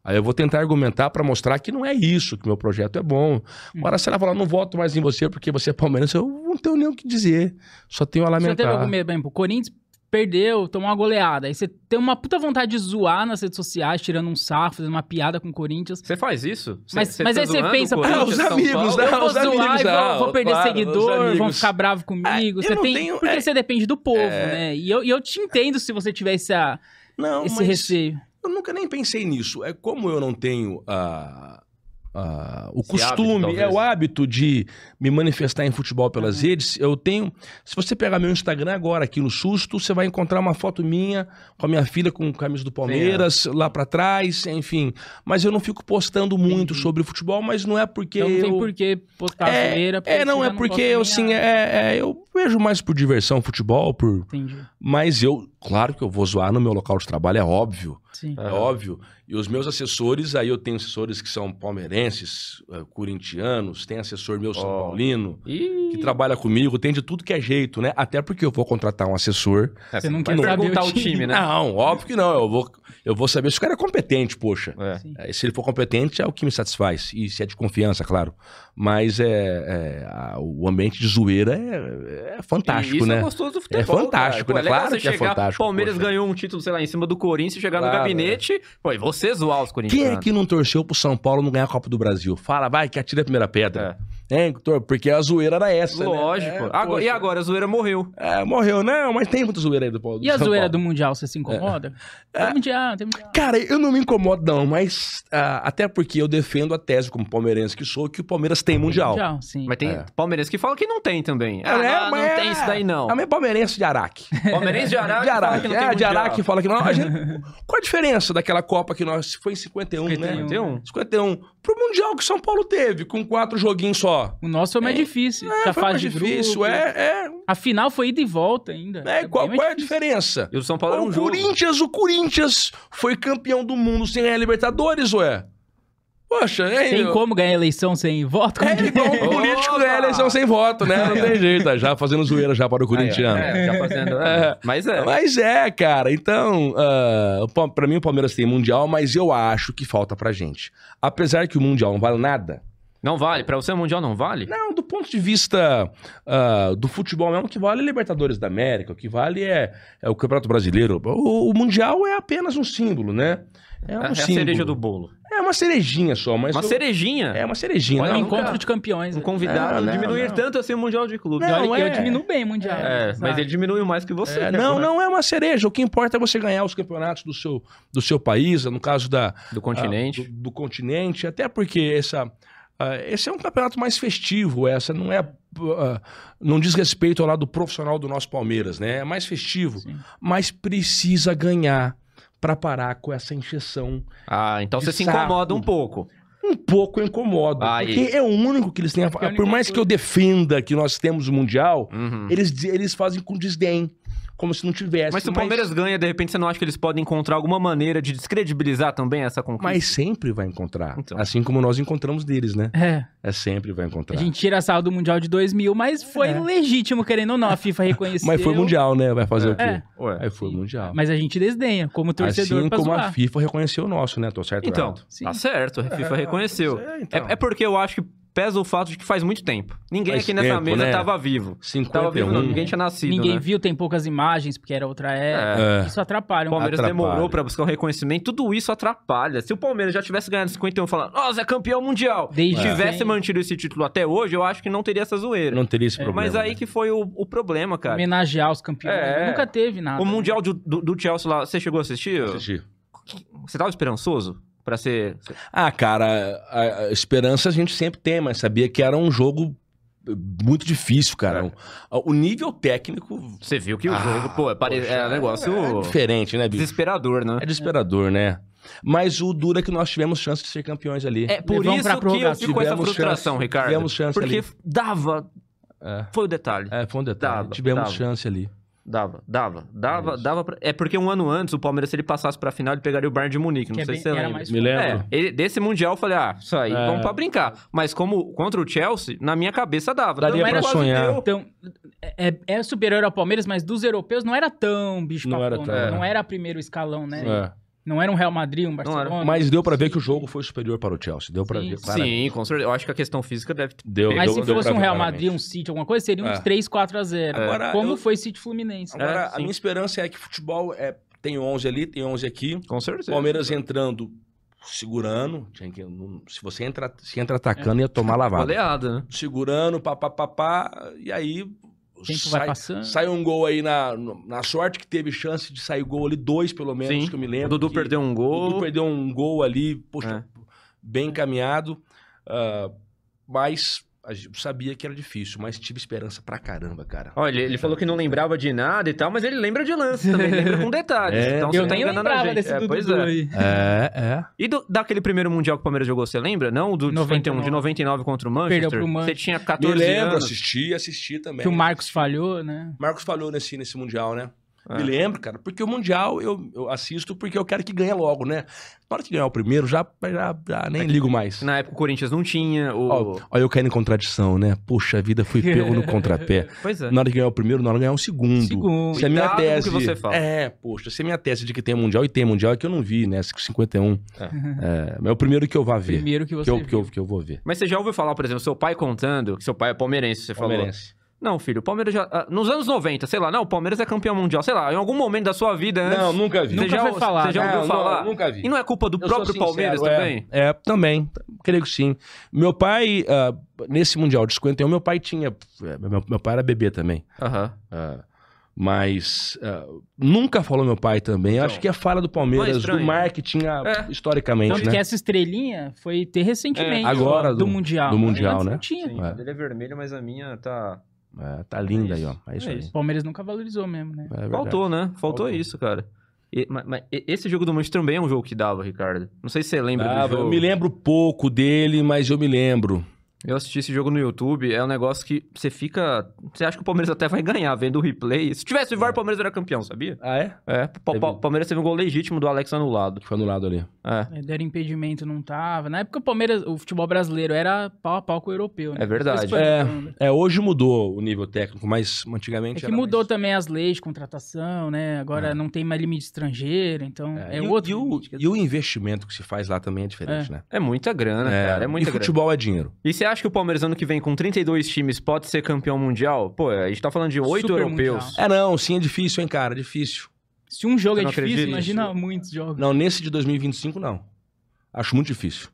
[SPEAKER 3] Aí eu vou tentar argumentar para mostrar que não é isso, que meu projeto é bom.
[SPEAKER 1] Uhum.
[SPEAKER 3] Agora, se ela falar, não voto mais em você porque você é palmeirense, eu não tenho nem o que dizer. Só tenho a
[SPEAKER 1] Você teve
[SPEAKER 3] lamentar.
[SPEAKER 1] algum medo, por exemplo, o Corinthians perdeu, tomou uma goleada. Aí você tem uma puta vontade de zoar nas redes sociais, tirando um sarro, fazendo uma piada com o Corinthians.
[SPEAKER 2] Você faz isso? tá
[SPEAKER 1] Mas- mas aí você
[SPEAKER 2] zoando
[SPEAKER 1] pensa,
[SPEAKER 2] o Corinthians,
[SPEAKER 3] Ah, os
[SPEAKER 2] São
[SPEAKER 3] amigos,
[SPEAKER 2] Paulo?
[SPEAKER 3] né?
[SPEAKER 1] Eu vou
[SPEAKER 3] os amigos,
[SPEAKER 1] zoar e
[SPEAKER 3] ah,
[SPEAKER 1] vou, vou perder
[SPEAKER 3] claro, os
[SPEAKER 1] seguidor, vão
[SPEAKER 3] amigos.
[SPEAKER 1] ficar bravos comigo.
[SPEAKER 3] eu
[SPEAKER 1] você
[SPEAKER 3] não
[SPEAKER 1] tem,
[SPEAKER 3] tenho-
[SPEAKER 1] porque
[SPEAKER 3] é.
[SPEAKER 1] você depende do povo, né? E eu, e eu te entendo se você tiver essa,
[SPEAKER 3] Não,
[SPEAKER 1] esse
[SPEAKER 3] mas
[SPEAKER 1] receio.
[SPEAKER 3] eu nunca nem pensei nisso. É como eu não tenho ah, ah, o
[SPEAKER 2] Esse
[SPEAKER 3] costume,
[SPEAKER 2] hábito,
[SPEAKER 3] é
[SPEAKER 2] talvez.
[SPEAKER 3] o hábito de me manifestar em futebol
[SPEAKER 1] Uhum.
[SPEAKER 3] pelas redes. Eu tenho. Se você pegar meu Instagram agora aqui no susto, você vai encontrar uma foto minha com a minha filha com camisa do Palmeiras
[SPEAKER 1] é.
[SPEAKER 3] lá pra trás, enfim. Mas eu não fico postando muito sobre futebol, mas não é porque
[SPEAKER 1] Uhum. Então não tem
[SPEAKER 3] eu
[SPEAKER 1] por que postar
[SPEAKER 3] É,
[SPEAKER 1] zoeira. porque
[SPEAKER 3] é,
[SPEAKER 1] você
[SPEAKER 3] não,
[SPEAKER 1] já
[SPEAKER 3] é
[SPEAKER 1] gosta
[SPEAKER 3] porque eu,
[SPEAKER 1] nem
[SPEAKER 3] assim,
[SPEAKER 1] a-
[SPEAKER 3] é, é, eu vejo mais por diversão futebol, por...
[SPEAKER 1] Entendi.
[SPEAKER 3] Mas eu, claro que eu vou zoar no meu local de trabalho, é óbvio.
[SPEAKER 1] Sim.
[SPEAKER 3] É
[SPEAKER 2] Aham.
[SPEAKER 3] óbvio. E os meus assessores, aí eu tenho assessores que são palmeirenses, eh, corintianos, tem assessor meu São
[SPEAKER 2] Ó.
[SPEAKER 3] Paulino,
[SPEAKER 2] Ih,
[SPEAKER 3] que trabalha comigo, tem de tudo que é jeito, né? Até porque eu vou contratar um assessor.
[SPEAKER 1] Você não
[SPEAKER 2] vai
[SPEAKER 1] quer saber
[SPEAKER 2] perguntar
[SPEAKER 1] o
[SPEAKER 2] o time, né?
[SPEAKER 3] Não, óbvio que não. Eu vou, eu vou saber se o cara é competente, poxa.
[SPEAKER 2] É.
[SPEAKER 1] Sim.
[SPEAKER 3] Eh, Se ele for competente, é o que me satisfaz. E se é de confiança, claro. Mas é, é, a- o ambiente de zoeira é, é fantástico,
[SPEAKER 2] E isso
[SPEAKER 3] né?
[SPEAKER 2] é gostoso do futebol.
[SPEAKER 3] É
[SPEAKER 2] cara.
[SPEAKER 3] fantástico,
[SPEAKER 2] Pô,
[SPEAKER 3] né?
[SPEAKER 2] legal
[SPEAKER 3] Claro
[SPEAKER 2] você
[SPEAKER 3] que é
[SPEAKER 2] chegar,
[SPEAKER 3] fantástico,
[SPEAKER 2] O Palmeiras
[SPEAKER 3] poxa.
[SPEAKER 2] ganhou um título, sei lá, em cima do Corinthians, chegar no
[SPEAKER 3] Claro, é.
[SPEAKER 2] gabinete. Pô, e você zoar os
[SPEAKER 3] Quem
[SPEAKER 2] corintianos.
[SPEAKER 3] é que não torceu pro São Paulo não ganhar a Copa do Brasil? Fala, vai, que atira a primeira pedra. Tem, Coutor, porque a zoeira era essa,
[SPEAKER 2] Lógico.
[SPEAKER 3] né? É,
[SPEAKER 2] Agora-
[SPEAKER 3] poxa.
[SPEAKER 2] e agora? A zoeira morreu.
[SPEAKER 3] É, morreu. Não, mas tem muita zoeira aí do Paulo.
[SPEAKER 1] E a
[SPEAKER 3] São
[SPEAKER 1] zoeira
[SPEAKER 3] Paulo.
[SPEAKER 1] do Mundial, você se incomoda?
[SPEAKER 3] É.
[SPEAKER 1] Tem Mundial, tem Mundial.
[SPEAKER 3] Cara, eu não me incomodo não, mas... ah, até porque eu defendo a tese, como palmeirense que sou, que o Palmeiras tem Mundial.
[SPEAKER 1] Mundial, sim.
[SPEAKER 2] Mas tem
[SPEAKER 3] É.
[SPEAKER 2] palmeirense que fala que não tem também. Ah,
[SPEAKER 3] É,
[SPEAKER 2] não, não
[SPEAKER 3] Ah, mas-
[SPEAKER 2] tem isso daí, não.
[SPEAKER 3] A minha palmeirense de Araque.
[SPEAKER 2] Palmeirense de Araque
[SPEAKER 3] De
[SPEAKER 2] fala
[SPEAKER 3] Araque,
[SPEAKER 2] que não tem
[SPEAKER 3] é, de
[SPEAKER 2] mundial.
[SPEAKER 3] Araque fala que não. A gente- qual a diferença daquela Copa que nós. Foi em 51, né?
[SPEAKER 2] 51.
[SPEAKER 3] 51. Pro Mundial que São Paulo teve, com quatro joguinhos só.
[SPEAKER 1] O nosso foi mais difícil.
[SPEAKER 3] É,
[SPEAKER 1] Já
[SPEAKER 3] foi mais
[SPEAKER 1] faz de
[SPEAKER 3] difícil,
[SPEAKER 1] grupo.
[SPEAKER 3] é, é,
[SPEAKER 1] A final foi ida e volta ainda.
[SPEAKER 3] é.
[SPEAKER 1] Tá
[SPEAKER 3] qual
[SPEAKER 1] bem
[SPEAKER 3] qual é a
[SPEAKER 1] mais difícil.
[SPEAKER 3] diferença?
[SPEAKER 2] E o São Paulo era um
[SPEAKER 3] o
[SPEAKER 2] jogo.
[SPEAKER 3] Corinthians, o Corinthians foi campeão do mundo sem ganhar Libertadores, ué. Poxa, é
[SPEAKER 1] Tem
[SPEAKER 3] eu-
[SPEAKER 1] como ganhar eleição sem voto?
[SPEAKER 3] É igual um
[SPEAKER 2] Opa!
[SPEAKER 3] político ganhar eleição sem voto, né? Não tem jeito, tá já fazendo zoeira já para o corintiano.
[SPEAKER 2] É, já fazendo.
[SPEAKER 3] É.
[SPEAKER 2] é. Mas é.
[SPEAKER 3] Mas é, cara. Então, ah, o Pa- pra mim o Palmeiras tem Mundial, mas eu acho que falta pra gente. Apesar que o Mundial não vale nada.
[SPEAKER 2] Não vale. Pra você, Mundial não vale?
[SPEAKER 3] Não, do ponto de vista ah, do futebol mesmo, o que vale é Libertadores da América, o que vale é, é o Campeonato Brasileiro. O, o Mundial é apenas um símbolo, né? É um
[SPEAKER 2] é a
[SPEAKER 3] símbolo.
[SPEAKER 2] cereja do bolo.
[SPEAKER 3] É uma cerejinha só, mas...
[SPEAKER 2] Uma
[SPEAKER 3] eu-
[SPEAKER 2] cerejinha.
[SPEAKER 3] É uma cerejinha.
[SPEAKER 1] Olha
[SPEAKER 3] não,
[SPEAKER 1] o
[SPEAKER 2] um
[SPEAKER 3] nunca-
[SPEAKER 1] encontro de campeões.
[SPEAKER 2] Um
[SPEAKER 1] né?
[SPEAKER 2] convidado
[SPEAKER 3] Não, não,
[SPEAKER 2] diminuir
[SPEAKER 3] não.
[SPEAKER 2] tanto assim o Mundial de Clube.
[SPEAKER 3] Não,
[SPEAKER 1] E olha que
[SPEAKER 3] é.
[SPEAKER 1] Eu diminuo bem o Mundial.
[SPEAKER 2] é,
[SPEAKER 1] sabe?
[SPEAKER 2] mas ele diminuiu mais que você.
[SPEAKER 3] É,
[SPEAKER 2] né,
[SPEAKER 3] não,
[SPEAKER 2] cara?
[SPEAKER 3] não é uma cereja. O que importa é você ganhar os campeonatos do seu, do seu país, no caso da,
[SPEAKER 2] Do continente.
[SPEAKER 3] Ah, do, do continente, até porque essa, ah, esse é um campeonato mais festivo, essa não é. ah, não diz respeito ao lado profissional do nosso Palmeiras, né? É mais festivo,
[SPEAKER 1] Sim.
[SPEAKER 3] mas precisa ganhar para parar com essa injeção.
[SPEAKER 2] Ah, então
[SPEAKER 3] De
[SPEAKER 2] você se
[SPEAKER 3] saco.
[SPEAKER 2] incomoda um pouco.
[SPEAKER 3] Um pouco eu incomodo,
[SPEAKER 2] Aí.
[SPEAKER 3] porque é o único que eles têm. A...
[SPEAKER 1] Porque é a única
[SPEAKER 3] Por mais que eu defenda que nós temos o Mundial,
[SPEAKER 2] Uhum.
[SPEAKER 3] eles, di- eles fazem com desdém, como se não tivesse.
[SPEAKER 2] Mas se o Palmeiras ganha, de repente você não acha que eles podem encontrar alguma maneira de descredibilizar também essa conquista?
[SPEAKER 3] Mas sempre vai encontrar.
[SPEAKER 2] Então.
[SPEAKER 3] Assim como nós encontramos deles, né?
[SPEAKER 1] É,
[SPEAKER 3] É sempre vai
[SPEAKER 1] a
[SPEAKER 3] encontrar.
[SPEAKER 1] gente tira a sala do Mundial de 2000, mas foi
[SPEAKER 3] É.
[SPEAKER 1] legítimo, querendo ou não, a FIFA reconheceu.
[SPEAKER 3] Mas foi mundial, né? Vai fazer o quê?
[SPEAKER 1] É.
[SPEAKER 2] Ué.
[SPEAKER 3] Aí foi mundial.
[SPEAKER 1] Mas a gente desdenha, como torcedor,
[SPEAKER 3] assim
[SPEAKER 1] pra
[SPEAKER 3] como
[SPEAKER 1] zoar.
[SPEAKER 3] a FIFA reconheceu o nosso, né? Tô certo ou
[SPEAKER 2] Então,
[SPEAKER 3] errado?
[SPEAKER 1] Sim.
[SPEAKER 2] tá certo, a FIFA reconheceu.
[SPEAKER 3] É,
[SPEAKER 2] É,
[SPEAKER 3] então.
[SPEAKER 2] é porque eu acho que pesa o fato de que faz muito tempo. Ninguém
[SPEAKER 3] Faz
[SPEAKER 2] aqui nessa
[SPEAKER 3] tempo,
[SPEAKER 2] mesa
[SPEAKER 3] né?
[SPEAKER 2] tava vivo. Tava
[SPEAKER 3] 51.
[SPEAKER 2] vivo, não. Ninguém tinha nascido,
[SPEAKER 1] Ninguém
[SPEAKER 2] né?
[SPEAKER 1] viu, tem poucas imagens, porque era outra era.
[SPEAKER 3] É.
[SPEAKER 1] Isso
[SPEAKER 2] O
[SPEAKER 1] atrapalha um
[SPEAKER 2] Palmeiras
[SPEAKER 3] Atrapalha.
[SPEAKER 2] demorou pra buscar o reconhecimento, tudo isso atrapalha. Se o Palmeiras já tivesse ganhado 51 e falando, nossa, é campeão mundial,
[SPEAKER 1] Desde
[SPEAKER 2] e tivesse
[SPEAKER 1] sempre.
[SPEAKER 2] mantido esse título até hoje, eu acho que não né? teria essa zoeira.
[SPEAKER 3] Não teria esse problema.
[SPEAKER 2] É,
[SPEAKER 3] né?
[SPEAKER 2] Mas aí que foi o, o problema,
[SPEAKER 1] pouco.
[SPEAKER 2] cara.
[SPEAKER 1] Homenagear os campeões.
[SPEAKER 2] É.
[SPEAKER 1] Nunca teve nada.
[SPEAKER 2] O Mundial do, do- do Chelsea lá, você chegou a assistir?
[SPEAKER 3] Entendi.
[SPEAKER 2] Você tava esperançoso pra ser.
[SPEAKER 3] Ah, cara, a, a esperança a gente sempre tem, mas sabia que era um jogo muito difícil, cara.
[SPEAKER 2] É.
[SPEAKER 3] O, o nível técnico
[SPEAKER 2] Você viu que o
[SPEAKER 3] Ah,
[SPEAKER 2] jogo, pô, é pare...
[SPEAKER 3] poxa,
[SPEAKER 2] é um negócio
[SPEAKER 3] é diferente, né, bicho?
[SPEAKER 2] desesperador, né?
[SPEAKER 3] É desesperador, né? Mas o duro é que nós tivemos chance de ser campeões ali.
[SPEAKER 2] É por
[SPEAKER 1] Levamos
[SPEAKER 2] isso
[SPEAKER 1] pra
[SPEAKER 2] que eu
[SPEAKER 1] prorrogação.
[SPEAKER 2] fico com essa
[SPEAKER 3] Tivemos
[SPEAKER 2] frustração,
[SPEAKER 3] chance,
[SPEAKER 2] Ricardo.
[SPEAKER 3] tivemos chance
[SPEAKER 2] Porque
[SPEAKER 3] ali.
[SPEAKER 2] dava,
[SPEAKER 3] É,
[SPEAKER 2] foi o detalhe.
[SPEAKER 3] é, foi um detalhe.
[SPEAKER 2] Dava,
[SPEAKER 3] tivemos
[SPEAKER 2] dava.
[SPEAKER 3] chance ali.
[SPEAKER 2] Dava, dava, dava,
[SPEAKER 3] Isso.
[SPEAKER 2] dava. pra- É porque um ano antes, o Palmeiras, se ele passasse pra final, ele pegaria o Bayern de Munique. Não
[SPEAKER 1] Que é
[SPEAKER 2] sei
[SPEAKER 1] bem-
[SPEAKER 2] se você
[SPEAKER 1] era
[SPEAKER 2] lembra.
[SPEAKER 1] mais
[SPEAKER 3] Me
[SPEAKER 2] É,
[SPEAKER 3] lembro.
[SPEAKER 2] ele- desse Mundial eu falei, ah, isso aí,
[SPEAKER 3] É.
[SPEAKER 2] vamos pra brincar. Mas como contra o Chelsea, na minha cabeça dava.
[SPEAKER 3] Daria
[SPEAKER 2] Tanto é que
[SPEAKER 1] pra
[SPEAKER 2] quase
[SPEAKER 3] sonhar.
[SPEAKER 2] deu.
[SPEAKER 1] Então, é, é- é superior ao Palmeiras, mas dos europeus não era tão bicho
[SPEAKER 3] Não
[SPEAKER 1] papão,
[SPEAKER 3] era tão, é.
[SPEAKER 1] Não era primeiro escalão, né?
[SPEAKER 3] É.
[SPEAKER 1] Não era um Real Madrid, um
[SPEAKER 2] Não era.
[SPEAKER 1] Barcelona.
[SPEAKER 3] Mas deu pra ver que o jogo foi superior para o Chelsea. Deu pra
[SPEAKER 1] Sim.
[SPEAKER 3] ver. claramente.
[SPEAKER 2] Sim, com certeza. Eu acho que a questão física deve ter.
[SPEAKER 3] Deu,
[SPEAKER 1] Mas
[SPEAKER 3] deu-
[SPEAKER 1] se
[SPEAKER 3] deu
[SPEAKER 1] fosse
[SPEAKER 3] pra
[SPEAKER 1] um
[SPEAKER 3] ver
[SPEAKER 1] Real
[SPEAKER 3] claramente.
[SPEAKER 1] Madrid, um City, alguma coisa, seria uns
[SPEAKER 3] É.
[SPEAKER 1] 3, 4 a 0.
[SPEAKER 3] Agora,
[SPEAKER 1] Como
[SPEAKER 3] eu-
[SPEAKER 1] foi City e Fluminense.
[SPEAKER 3] Agora,
[SPEAKER 2] É,
[SPEAKER 3] a
[SPEAKER 2] sim.
[SPEAKER 3] minha esperança é que futebol é, tem 11 ali, tem 11 aqui.
[SPEAKER 2] Com certeza.
[SPEAKER 3] Palmeiras entrando, segurando. tinha que- não- se você entra, se entra atacando,
[SPEAKER 1] É.
[SPEAKER 3] ia tomar lavada.
[SPEAKER 2] Goleada, né?
[SPEAKER 3] Segurando, papapá, e aí
[SPEAKER 1] O tempo vai
[SPEAKER 3] sai,
[SPEAKER 1] passando.
[SPEAKER 3] sai um gol aí na, na sorte que teve chance de sair gol ali, dois pelo menos,
[SPEAKER 2] Sim.
[SPEAKER 3] que eu me
[SPEAKER 2] O
[SPEAKER 3] lembro.
[SPEAKER 2] Dudu
[SPEAKER 3] que-
[SPEAKER 2] perdeu um
[SPEAKER 3] O
[SPEAKER 2] gol.
[SPEAKER 3] Dudu perdeu um gol ali, poxa,
[SPEAKER 2] É.
[SPEAKER 3] bem encaminhado. ah, mas a gente sabia que era difícil, mas tive esperança pra caramba, cara.
[SPEAKER 2] Olha, ele, ele falou que não lembrava de nada e tal, mas ele lembra de lance também, lembra com detalhes.
[SPEAKER 3] É.
[SPEAKER 2] então
[SPEAKER 3] Eu
[SPEAKER 2] você
[SPEAKER 1] Eu
[SPEAKER 2] tá
[SPEAKER 1] nem
[SPEAKER 2] enganando a
[SPEAKER 1] lembrava
[SPEAKER 2] gente.
[SPEAKER 1] desse
[SPEAKER 2] É,
[SPEAKER 1] Dudu
[SPEAKER 2] pois é.
[SPEAKER 1] aí.
[SPEAKER 3] É, é.
[SPEAKER 2] E do- daquele primeiro Mundial que o Palmeiras jogou, você lembra? Não? O Do 51 de 99 contra o Manchester?
[SPEAKER 1] Perdeu pro Manchester.
[SPEAKER 2] Você tinha
[SPEAKER 3] Me
[SPEAKER 2] 14
[SPEAKER 3] lembro, assim,
[SPEAKER 2] anos.
[SPEAKER 3] assisti, assisti também.
[SPEAKER 1] Que o Marcos falhou, né?
[SPEAKER 3] Marcos falou nesse, nesse Mundial, né?
[SPEAKER 2] É.
[SPEAKER 3] Me lembro, cara, porque o Mundial eu, eu assisto porque eu quero que ganhe logo, né? Na hora que ganhar o primeiro, já, já, já nem ligo mais.
[SPEAKER 2] Na época o Corinthians não tinha. O...
[SPEAKER 3] Ó, ó, eu caí em contradição, né? Poxa vida, fui pego no contrapé.
[SPEAKER 2] Pois é.
[SPEAKER 3] Na hora de ganhar o primeiro, na hora de ganhar o segundo.
[SPEAKER 1] Segundo.
[SPEAKER 3] Se a é minha
[SPEAKER 2] Cuidado com o que
[SPEAKER 3] tese.
[SPEAKER 2] você fala.
[SPEAKER 3] É, poxa, se a minha tese de que tem mundial e tem mundial é que eu não vi, né? 51.
[SPEAKER 2] É.
[SPEAKER 3] É, mas é o primeiro que eu vá ver.
[SPEAKER 1] Primeiro que
[SPEAKER 3] que,
[SPEAKER 1] você
[SPEAKER 3] eu, que, eu,
[SPEAKER 1] viu.
[SPEAKER 3] que eu vou ver.
[SPEAKER 2] Mas você já ouviu falar, por exemplo, seu pai contando, que seu pai é palmeirense, você falou.
[SPEAKER 3] Palmeirense.
[SPEAKER 2] Não, filho, o Palmeiras já. ah, Nos anos 90, sei lá, não, o Palmeiras é campeão mundial, sei lá, em algum momento da sua vida antes.
[SPEAKER 3] Não, nunca vi.
[SPEAKER 2] Você
[SPEAKER 1] Nunca
[SPEAKER 2] já,
[SPEAKER 1] foi falado.
[SPEAKER 2] Você já
[SPEAKER 3] Não,
[SPEAKER 2] ouviu
[SPEAKER 3] não,
[SPEAKER 2] falar?
[SPEAKER 3] nunca vi.
[SPEAKER 2] E não é culpa do
[SPEAKER 3] Eu sou
[SPEAKER 2] próprio
[SPEAKER 3] sincero,
[SPEAKER 2] Palmeiras
[SPEAKER 3] é.
[SPEAKER 2] também?
[SPEAKER 3] É, também. Creio que sim. Meu pai, ah, nesse Mundial de 51, meu pai tinha. é, Meu, meu pai era bebê também.
[SPEAKER 2] Aham.
[SPEAKER 3] Ah, mas ah, nunca falou meu pai também.
[SPEAKER 2] Então,
[SPEAKER 3] Acho que é falha do
[SPEAKER 2] não é
[SPEAKER 3] Palmeiras,
[SPEAKER 2] estranho.
[SPEAKER 3] do marketing, ah,
[SPEAKER 2] É.
[SPEAKER 3] historicamente,
[SPEAKER 1] Tanto
[SPEAKER 3] né?
[SPEAKER 1] que essa estrelinha foi ter recentemente
[SPEAKER 3] É, agora
[SPEAKER 1] do,
[SPEAKER 3] do-
[SPEAKER 1] Mundial.
[SPEAKER 3] do Mundial,
[SPEAKER 1] Antes
[SPEAKER 3] né?
[SPEAKER 1] Não tinha.
[SPEAKER 3] Sim, a
[SPEAKER 2] dele é vermelho, mas a minha tá.
[SPEAKER 3] É, tá linda
[SPEAKER 2] É
[SPEAKER 3] aí, ó.
[SPEAKER 2] isso,
[SPEAKER 3] É isso
[SPEAKER 2] é
[SPEAKER 3] aí.
[SPEAKER 2] isso.
[SPEAKER 1] O Palmeiras nunca valorizou mesmo, né?
[SPEAKER 3] É verdade.
[SPEAKER 2] Faltou, né? Faltou,
[SPEAKER 3] Faltou.
[SPEAKER 2] isso, cara. E- mas, mas e- esse jogo do Monstro também é um jogo que dava, Ricardo. Não sei se você lembra
[SPEAKER 3] Ah,
[SPEAKER 2] do jogo.
[SPEAKER 3] eu me lembro pouco dele, mas eu me lembro.
[SPEAKER 2] Eu assisti esse jogo no YouTube, é um negócio que você fica. Você acha que o Palmeiras até vai ganhar vendo o replay. Se tivesse o VAR, o Palmeiras era campeão, sabia?
[SPEAKER 3] Ah, é?
[SPEAKER 2] É, o Pa- Palmeiras teve um gol legítimo do Alex anulado.
[SPEAKER 3] Que foi anulado ali.
[SPEAKER 2] É,
[SPEAKER 1] É, Deram impedimento, não tava. Na época o Palmeiras, o futebol brasileiro era pau a pau com o europeu, né?
[SPEAKER 2] é verdade.
[SPEAKER 1] Depois foi
[SPEAKER 3] É.
[SPEAKER 1] mudando.
[SPEAKER 3] É, hoje mudou o nível técnico, mas antigamente
[SPEAKER 1] É que
[SPEAKER 3] era
[SPEAKER 1] mudou
[SPEAKER 3] mais-
[SPEAKER 1] também as leis de contratação, né? Agora não tem mais limite estrangeiro, então é,
[SPEAKER 3] É, e, o-
[SPEAKER 1] outro.
[SPEAKER 3] e o,
[SPEAKER 1] limite, quer
[SPEAKER 3] e o investimento que se faz lá também é diferente, né?
[SPEAKER 2] É muita grana, cara. É
[SPEAKER 3] e
[SPEAKER 2] muita grana.
[SPEAKER 3] futebol é dinheiro.
[SPEAKER 2] E você acha que o Palmeiras ano que vem, com 32 times, pode ser campeão mundial? Pô, a gente tá falando de oito
[SPEAKER 1] Super
[SPEAKER 2] europeus.
[SPEAKER 1] mundial.
[SPEAKER 3] É não, sim, é difícil, hein, cara? É difícil.
[SPEAKER 1] Se um jogo
[SPEAKER 2] Você
[SPEAKER 1] é
[SPEAKER 2] não
[SPEAKER 1] difícil,
[SPEAKER 2] acredita
[SPEAKER 1] imagina muitos jogos.
[SPEAKER 3] Não, nesse de 2025, não. Acho muito difícil.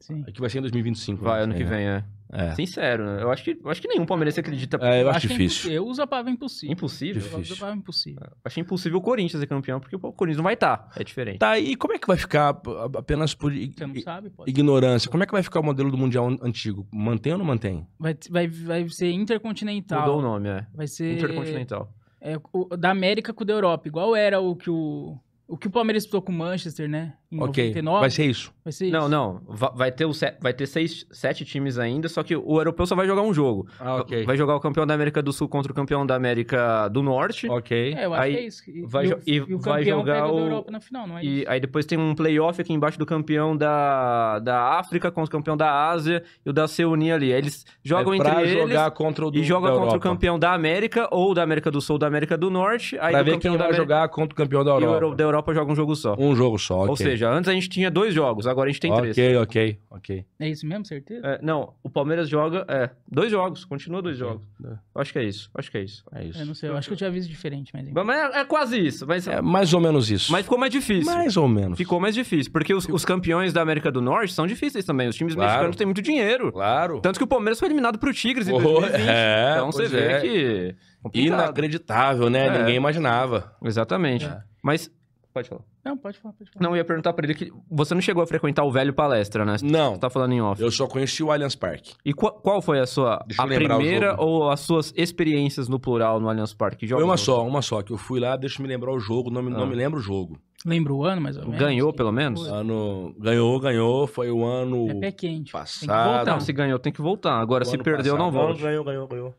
[SPEAKER 1] Sim.
[SPEAKER 3] Aqui É vai ser em 2025.
[SPEAKER 2] Vai, ano
[SPEAKER 3] É,
[SPEAKER 2] que vem, é.
[SPEAKER 3] É.
[SPEAKER 2] Sincero, né? Eu acho que, eu acho que nenhum palmeirense acredita.
[SPEAKER 3] É, eu acho
[SPEAKER 1] que é
[SPEAKER 3] difícil.
[SPEAKER 1] impossível. Eu uso a palavra impossível.
[SPEAKER 2] Impossível?
[SPEAKER 1] Eu uso a
[SPEAKER 3] Difícil.
[SPEAKER 1] palavra impossível.
[SPEAKER 2] Acho impossível o Corinthians ser campeão, porque pô, o Corinthians não vai estar. É diferente.
[SPEAKER 3] Tá, e como é que vai ficar, a- apenas por i-
[SPEAKER 1] Você não sabe? Pode.
[SPEAKER 3] ignorância, como é que vai ficar o modelo do Mundial an- antigo? Mantém ou não mantém?
[SPEAKER 1] Vai, vai, vai ser
[SPEAKER 3] Tá.
[SPEAKER 1] intercontinental.
[SPEAKER 2] Mudou o nome, é.
[SPEAKER 1] Vai ser
[SPEAKER 2] Intercontinental.
[SPEAKER 1] é, o- da América com o da Europa. Igual era o que o, o, que o Palmeiras disputou com o Manchester, né? Em
[SPEAKER 3] ok,
[SPEAKER 1] 99.
[SPEAKER 3] vai ser isso.
[SPEAKER 1] Vai ser
[SPEAKER 2] Não,
[SPEAKER 1] isso.
[SPEAKER 2] não. Va- Vai ter, o se- vai ter seis, sete times ainda, só que o europeu só vai jogar um jogo.
[SPEAKER 3] Ah,
[SPEAKER 2] Vai jogar o campeão da América do Sul contra o campeão da América do Norte.
[SPEAKER 3] Ok.
[SPEAKER 1] É, eu acho
[SPEAKER 2] Aí
[SPEAKER 1] que é isso. E,
[SPEAKER 2] vai
[SPEAKER 1] e
[SPEAKER 2] jo-
[SPEAKER 1] o,
[SPEAKER 2] e
[SPEAKER 1] e o
[SPEAKER 2] vai
[SPEAKER 1] campeão
[SPEAKER 2] jogar
[SPEAKER 1] pega o
[SPEAKER 2] o-
[SPEAKER 1] da Europa na final, não é
[SPEAKER 2] E
[SPEAKER 1] isso?
[SPEAKER 2] aí depois tem um playoff aqui embaixo do campeão da, da África contra o campeão da Ásia e o da Seunia ali. Aí Eles jogam
[SPEAKER 3] é
[SPEAKER 2] entre
[SPEAKER 3] pra
[SPEAKER 2] eles
[SPEAKER 3] jogar contra o do,
[SPEAKER 2] e joga
[SPEAKER 3] da
[SPEAKER 2] contra o
[SPEAKER 3] Europa.
[SPEAKER 2] campeão da América ou da América do Sul ou da América do Norte. Aí
[SPEAKER 3] Pra
[SPEAKER 2] do
[SPEAKER 3] ver
[SPEAKER 2] campeão
[SPEAKER 3] quem
[SPEAKER 2] da
[SPEAKER 3] vai
[SPEAKER 2] América-
[SPEAKER 3] jogar contra o campeão da
[SPEAKER 2] E o
[SPEAKER 3] Europa.
[SPEAKER 2] Euro- da Europa joga um jogo só.
[SPEAKER 3] Um jogo só, ok.
[SPEAKER 2] Ou seja, antes a gente tinha dois jogos, agora a gente tem três.
[SPEAKER 3] ok, ok, ok.
[SPEAKER 1] É isso mesmo, certeza?
[SPEAKER 2] É, não, o Palmeiras joga é, dois jogos, continua dois jogos.
[SPEAKER 3] É.
[SPEAKER 2] Eu Acho que é isso, acho que é isso.
[SPEAKER 3] É
[SPEAKER 1] Eu não
[SPEAKER 3] isso.
[SPEAKER 1] sei, eu acho que eu tinha visto diferente, mas... enfim.
[SPEAKER 2] Mas é, é quase isso, mas,
[SPEAKER 3] É mais ou menos isso.
[SPEAKER 2] mas ficou mais difícil.
[SPEAKER 3] mais ou menos.
[SPEAKER 2] Ficou mais difícil, porque os, os campeões da América do Norte são difíceis também. Os times
[SPEAKER 3] Claro.
[SPEAKER 2] mexicanos têm muito dinheiro.
[SPEAKER 3] Claro.
[SPEAKER 2] Tanto que o Palmeiras foi eliminado pro Tigres em
[SPEAKER 3] Oh,
[SPEAKER 2] 2020.
[SPEAKER 3] é,
[SPEAKER 2] então você
[SPEAKER 3] pois
[SPEAKER 2] vê
[SPEAKER 3] é.
[SPEAKER 2] que... complicado.
[SPEAKER 3] Inacreditável, né?
[SPEAKER 2] É.
[SPEAKER 3] Ninguém imaginava.
[SPEAKER 2] Exatamente.
[SPEAKER 3] É.
[SPEAKER 2] Mas... Pode falar.
[SPEAKER 1] Não, pode falar, pode falar.
[SPEAKER 2] Não, eu ia perguntar pra ele que você não chegou a frequentar o velho palestra, né? Você
[SPEAKER 3] Não,
[SPEAKER 2] tá falando em off.
[SPEAKER 3] eu só conheci o Allianz Parque.
[SPEAKER 2] E qual, qual foi a sua
[SPEAKER 3] Deixa
[SPEAKER 2] a
[SPEAKER 3] eu lembrar o
[SPEAKER 2] primeira
[SPEAKER 3] jogo.
[SPEAKER 2] ou as suas experiências no plural no Allianz Parque?
[SPEAKER 3] Foi uma só, uma só, que eu fui lá, deixa eu me lembrar o jogo, não, me- não
[SPEAKER 2] Ah.
[SPEAKER 3] me lembro o jogo.
[SPEAKER 1] Lembra o ano, mais ou menos?
[SPEAKER 2] Ganhou,
[SPEAKER 1] Sim.
[SPEAKER 2] pelo menos?
[SPEAKER 1] Foi.
[SPEAKER 3] Ano... Ganhou, ganhou, foi o ano...
[SPEAKER 1] É pé quente. Tem que
[SPEAKER 3] passado.
[SPEAKER 1] voltar. né?
[SPEAKER 2] Não, Então, se ganhou tem que voltar. Agora,
[SPEAKER 3] o
[SPEAKER 2] se
[SPEAKER 3] ano
[SPEAKER 2] perdeu, não
[SPEAKER 3] passado.
[SPEAKER 2] volta.
[SPEAKER 3] Ganhou, ganhou, ganhou.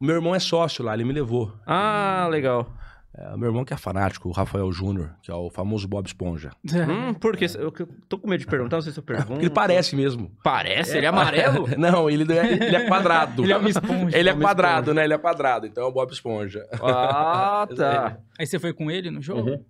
[SPEAKER 3] O meu irmão é sócio lá, ele me levou.
[SPEAKER 2] Ah, legal.
[SPEAKER 3] É, o meu irmão que é fanático, o Rafael Júnior, que é o famoso Bob Esponja.
[SPEAKER 2] Hum, por quê? Eu eu tô com medo de perguntar, não sei se eu pergunto.
[SPEAKER 3] Porque ele parece mesmo.
[SPEAKER 2] Parece? Ele é amarelo?
[SPEAKER 3] Não, ele é, ele é quadrado.
[SPEAKER 1] Ele é uma esponja.
[SPEAKER 3] Ele é
[SPEAKER 2] Uma
[SPEAKER 3] quadrado, né? Ele é quadrado, então é o Bob Esponja.
[SPEAKER 2] ah, tá.
[SPEAKER 3] é.
[SPEAKER 1] Aí você foi com ele no jogo?
[SPEAKER 2] Uhum.
[SPEAKER 1] Tá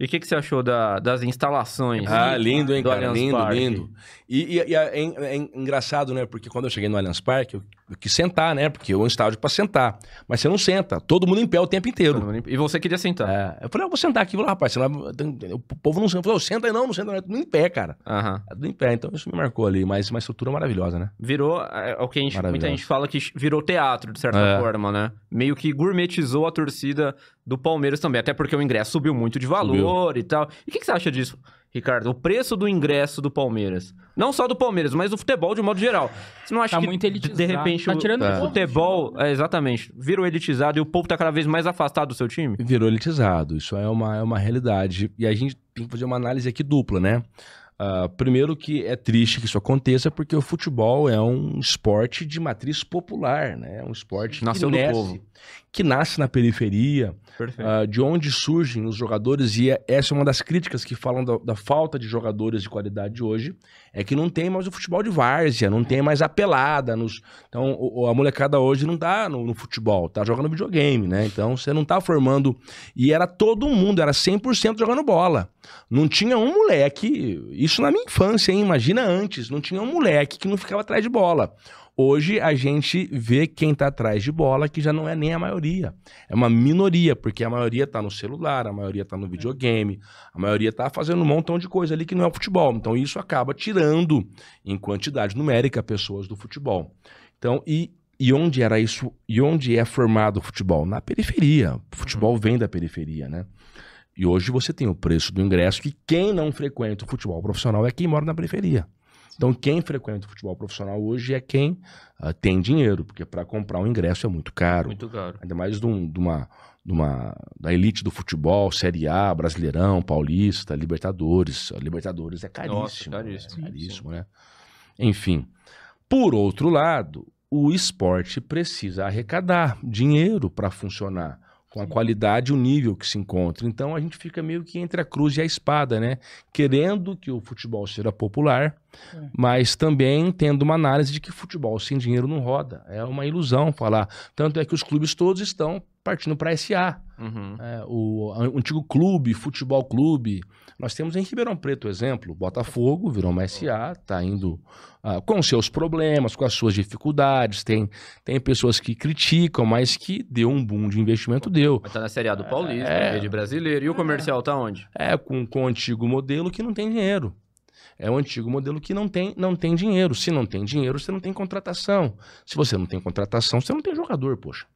[SPEAKER 2] E o que, que você achou da- das instalações?
[SPEAKER 3] Ah, lindo, hein,
[SPEAKER 2] Do
[SPEAKER 3] cara?
[SPEAKER 2] Allianz
[SPEAKER 3] Lindo,
[SPEAKER 2] Parque.
[SPEAKER 3] lindo. E, e- e é, é- é engraçado, né? Porque quando eu cheguei no Allianz Parque, eu, eu quis sentar, né? Porque é um estádio pra sentar. Mas você não senta. Todo mundo em pé o tempo inteiro.
[SPEAKER 2] E você queria sentar?
[SPEAKER 3] É, eu falei, ah, eu vou sentar aqui. Eu falei, rapaz, senão tem- tem- o povo não senta. Eu falei, "Ô, senta aí não, não senta não. É tudo em pé, cara.
[SPEAKER 2] Aham.
[SPEAKER 3] É tudo em pé. Então isso me marcou ali. Mas uma estrutura maravilhosa, né?
[SPEAKER 2] Virou, é, é o que a gente, muita
[SPEAKER 3] Maravilhoso.
[SPEAKER 2] gente fala que virou teatro, de certa
[SPEAKER 3] É.
[SPEAKER 2] forma, né? Meio que gourmetizou a torcida do Palmeiras também, até porque o ingresso subiu muito de valor e tal. E o que, que você acha disso, Ricardo? O preço do ingresso do Palmeiras. Não só do Palmeiras, mas do futebol de modo geral. Você não acha
[SPEAKER 1] Tá
[SPEAKER 2] que,
[SPEAKER 1] muito elitizado.
[SPEAKER 2] de repente,
[SPEAKER 1] Tá
[SPEAKER 2] o-
[SPEAKER 1] tirando o
[SPEAKER 2] o
[SPEAKER 1] povo do
[SPEAKER 2] futebol... É, exatamente. Virou elitizado e o povo tá cada vez mais afastado do seu time?
[SPEAKER 3] Virou elitizado, isso é uma, é uma realidade. E a gente tem que fazer uma análise aqui dupla, né? Ah, primeiro que é triste que isso aconteça, porque o futebol é um esporte de matriz popular, né? É um esporte
[SPEAKER 2] Nasceu do
[SPEAKER 3] que, nasce,
[SPEAKER 2] povo.
[SPEAKER 3] que nasce na periferia,
[SPEAKER 2] Perfeito.
[SPEAKER 3] ah, de onde surgem os jogadores, e é- essa é uma das críticas que falam da, da falta de jogadores de qualidade de hoje, é que não tem mais o futebol de várzea, não tem mais a pelada. Nos... Então, o- o- a molecada hoje não tá no, no futebol, tá jogando videogame, né? Então, você não tá formando. E era todo mundo, era 100% jogando bola. Não tinha um moleque, isso na minha infância, hein? Imagina antes, não tinha um moleque que não ficava atrás de bola. Hoje a gente vê quem tá atrás de bola, que já não é nem a maioria. É uma minoria, porque a maioria tá no celular, a maioria tá no videogame, a maioria tá fazendo um montão de coisa ali que não é o futebol. Então isso acaba tirando, em quantidade numérica, pessoas do futebol. Então, e, e onde era isso? E onde é formado o futebol? Na periferia. O futebol vem da periferia, né? E hoje você tem o preço do ingresso que quem não frequenta o futebol profissional é quem mora na periferia. Então, quem frequenta o futebol profissional hoje é quem ah, tem dinheiro, porque para comprar um ingresso é muito caro.
[SPEAKER 2] Muito caro.
[SPEAKER 3] Ainda mais de, um- de uma, de uma- da elite do futebol, Série A, Brasileirão, Paulista, Libertadores. A Libertadores é caríssimo.
[SPEAKER 2] Nossa, caríssimo.
[SPEAKER 3] né? Caríssimo, né? Enfim. Por outro lado, o esporte precisa arrecadar dinheiro para funcionar. Com a qualidade e o nível que se encontra. Então a gente fica meio que entre a cruz e a espada, né? Querendo que o futebol seja popular, mas também tendo uma análise de que futebol sem dinheiro não roda. É uma ilusão falar. Tanto é que os clubes todos estão partindo para SA.
[SPEAKER 2] Uhum.
[SPEAKER 3] É, o an- antigo clube, futebol clube. Nós temos em Ribeirão Preto, exemplo, Botafogo virou uma SA, está indo ah, com seus problemas, com as suas dificuldades. Tem, tem pessoas que criticam, mas que deu um boom de investimento, deu.
[SPEAKER 2] Mas tá na Série A do Paulista,
[SPEAKER 3] É.
[SPEAKER 2] na rede brasileira. E o comercial tá onde?
[SPEAKER 3] É, com, com o antigo modelo que não tem dinheiro. É o antigo modelo que não tem, não tem dinheiro. Se não tem dinheiro, você não tem contratação. Se você não tem contratação, você não tem jogador, poxa.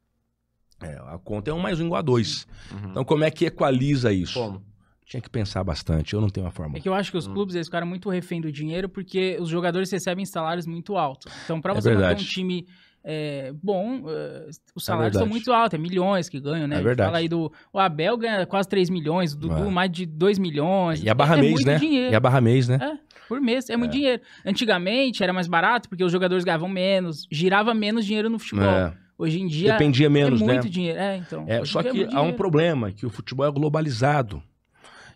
[SPEAKER 3] É, a conta é um mais um igual a dois.
[SPEAKER 2] Uhum.
[SPEAKER 3] Então, como é que equaliza isso?
[SPEAKER 2] Como?
[SPEAKER 3] Tinha que pensar bastante. Eu não tenho uma
[SPEAKER 1] É
[SPEAKER 3] fórmula.
[SPEAKER 1] que eu acho que os
[SPEAKER 2] Hum.
[SPEAKER 1] clubes eles ficaram muito refém do dinheiro porque os jogadores recebem salários muito altos. Então, pra
[SPEAKER 3] É
[SPEAKER 1] você manter um
[SPEAKER 3] verdade.
[SPEAKER 1] time é, bom, é, os salários são
[SPEAKER 3] verdade.
[SPEAKER 1] muito altos, é milhões que ganham, né? A
[SPEAKER 3] É
[SPEAKER 1] gente
[SPEAKER 3] verdade.
[SPEAKER 1] Fala aí do o Abel ganha quase 3 milhões, o Dudu
[SPEAKER 3] É.
[SPEAKER 1] mais de 2 milhões.
[SPEAKER 3] E a barra
[SPEAKER 1] é
[SPEAKER 3] mês,
[SPEAKER 1] muito
[SPEAKER 3] né?
[SPEAKER 1] dinheiro.
[SPEAKER 3] E a barra mês, né?
[SPEAKER 1] Por mês, é, muito dinheiro. Antigamente era mais barato porque os jogadores ganhavam menos, girava menos dinheiro no futebol.
[SPEAKER 3] É,
[SPEAKER 1] Hoje em dia
[SPEAKER 3] dependia menos,
[SPEAKER 1] é muito
[SPEAKER 3] né?
[SPEAKER 1] dinheiro. É, então.
[SPEAKER 3] É,
[SPEAKER 1] hoje em
[SPEAKER 3] só
[SPEAKER 1] dia é
[SPEAKER 3] que
[SPEAKER 1] muito
[SPEAKER 3] há um
[SPEAKER 1] dinheiro.
[SPEAKER 3] problema, que o futebol é globalizado.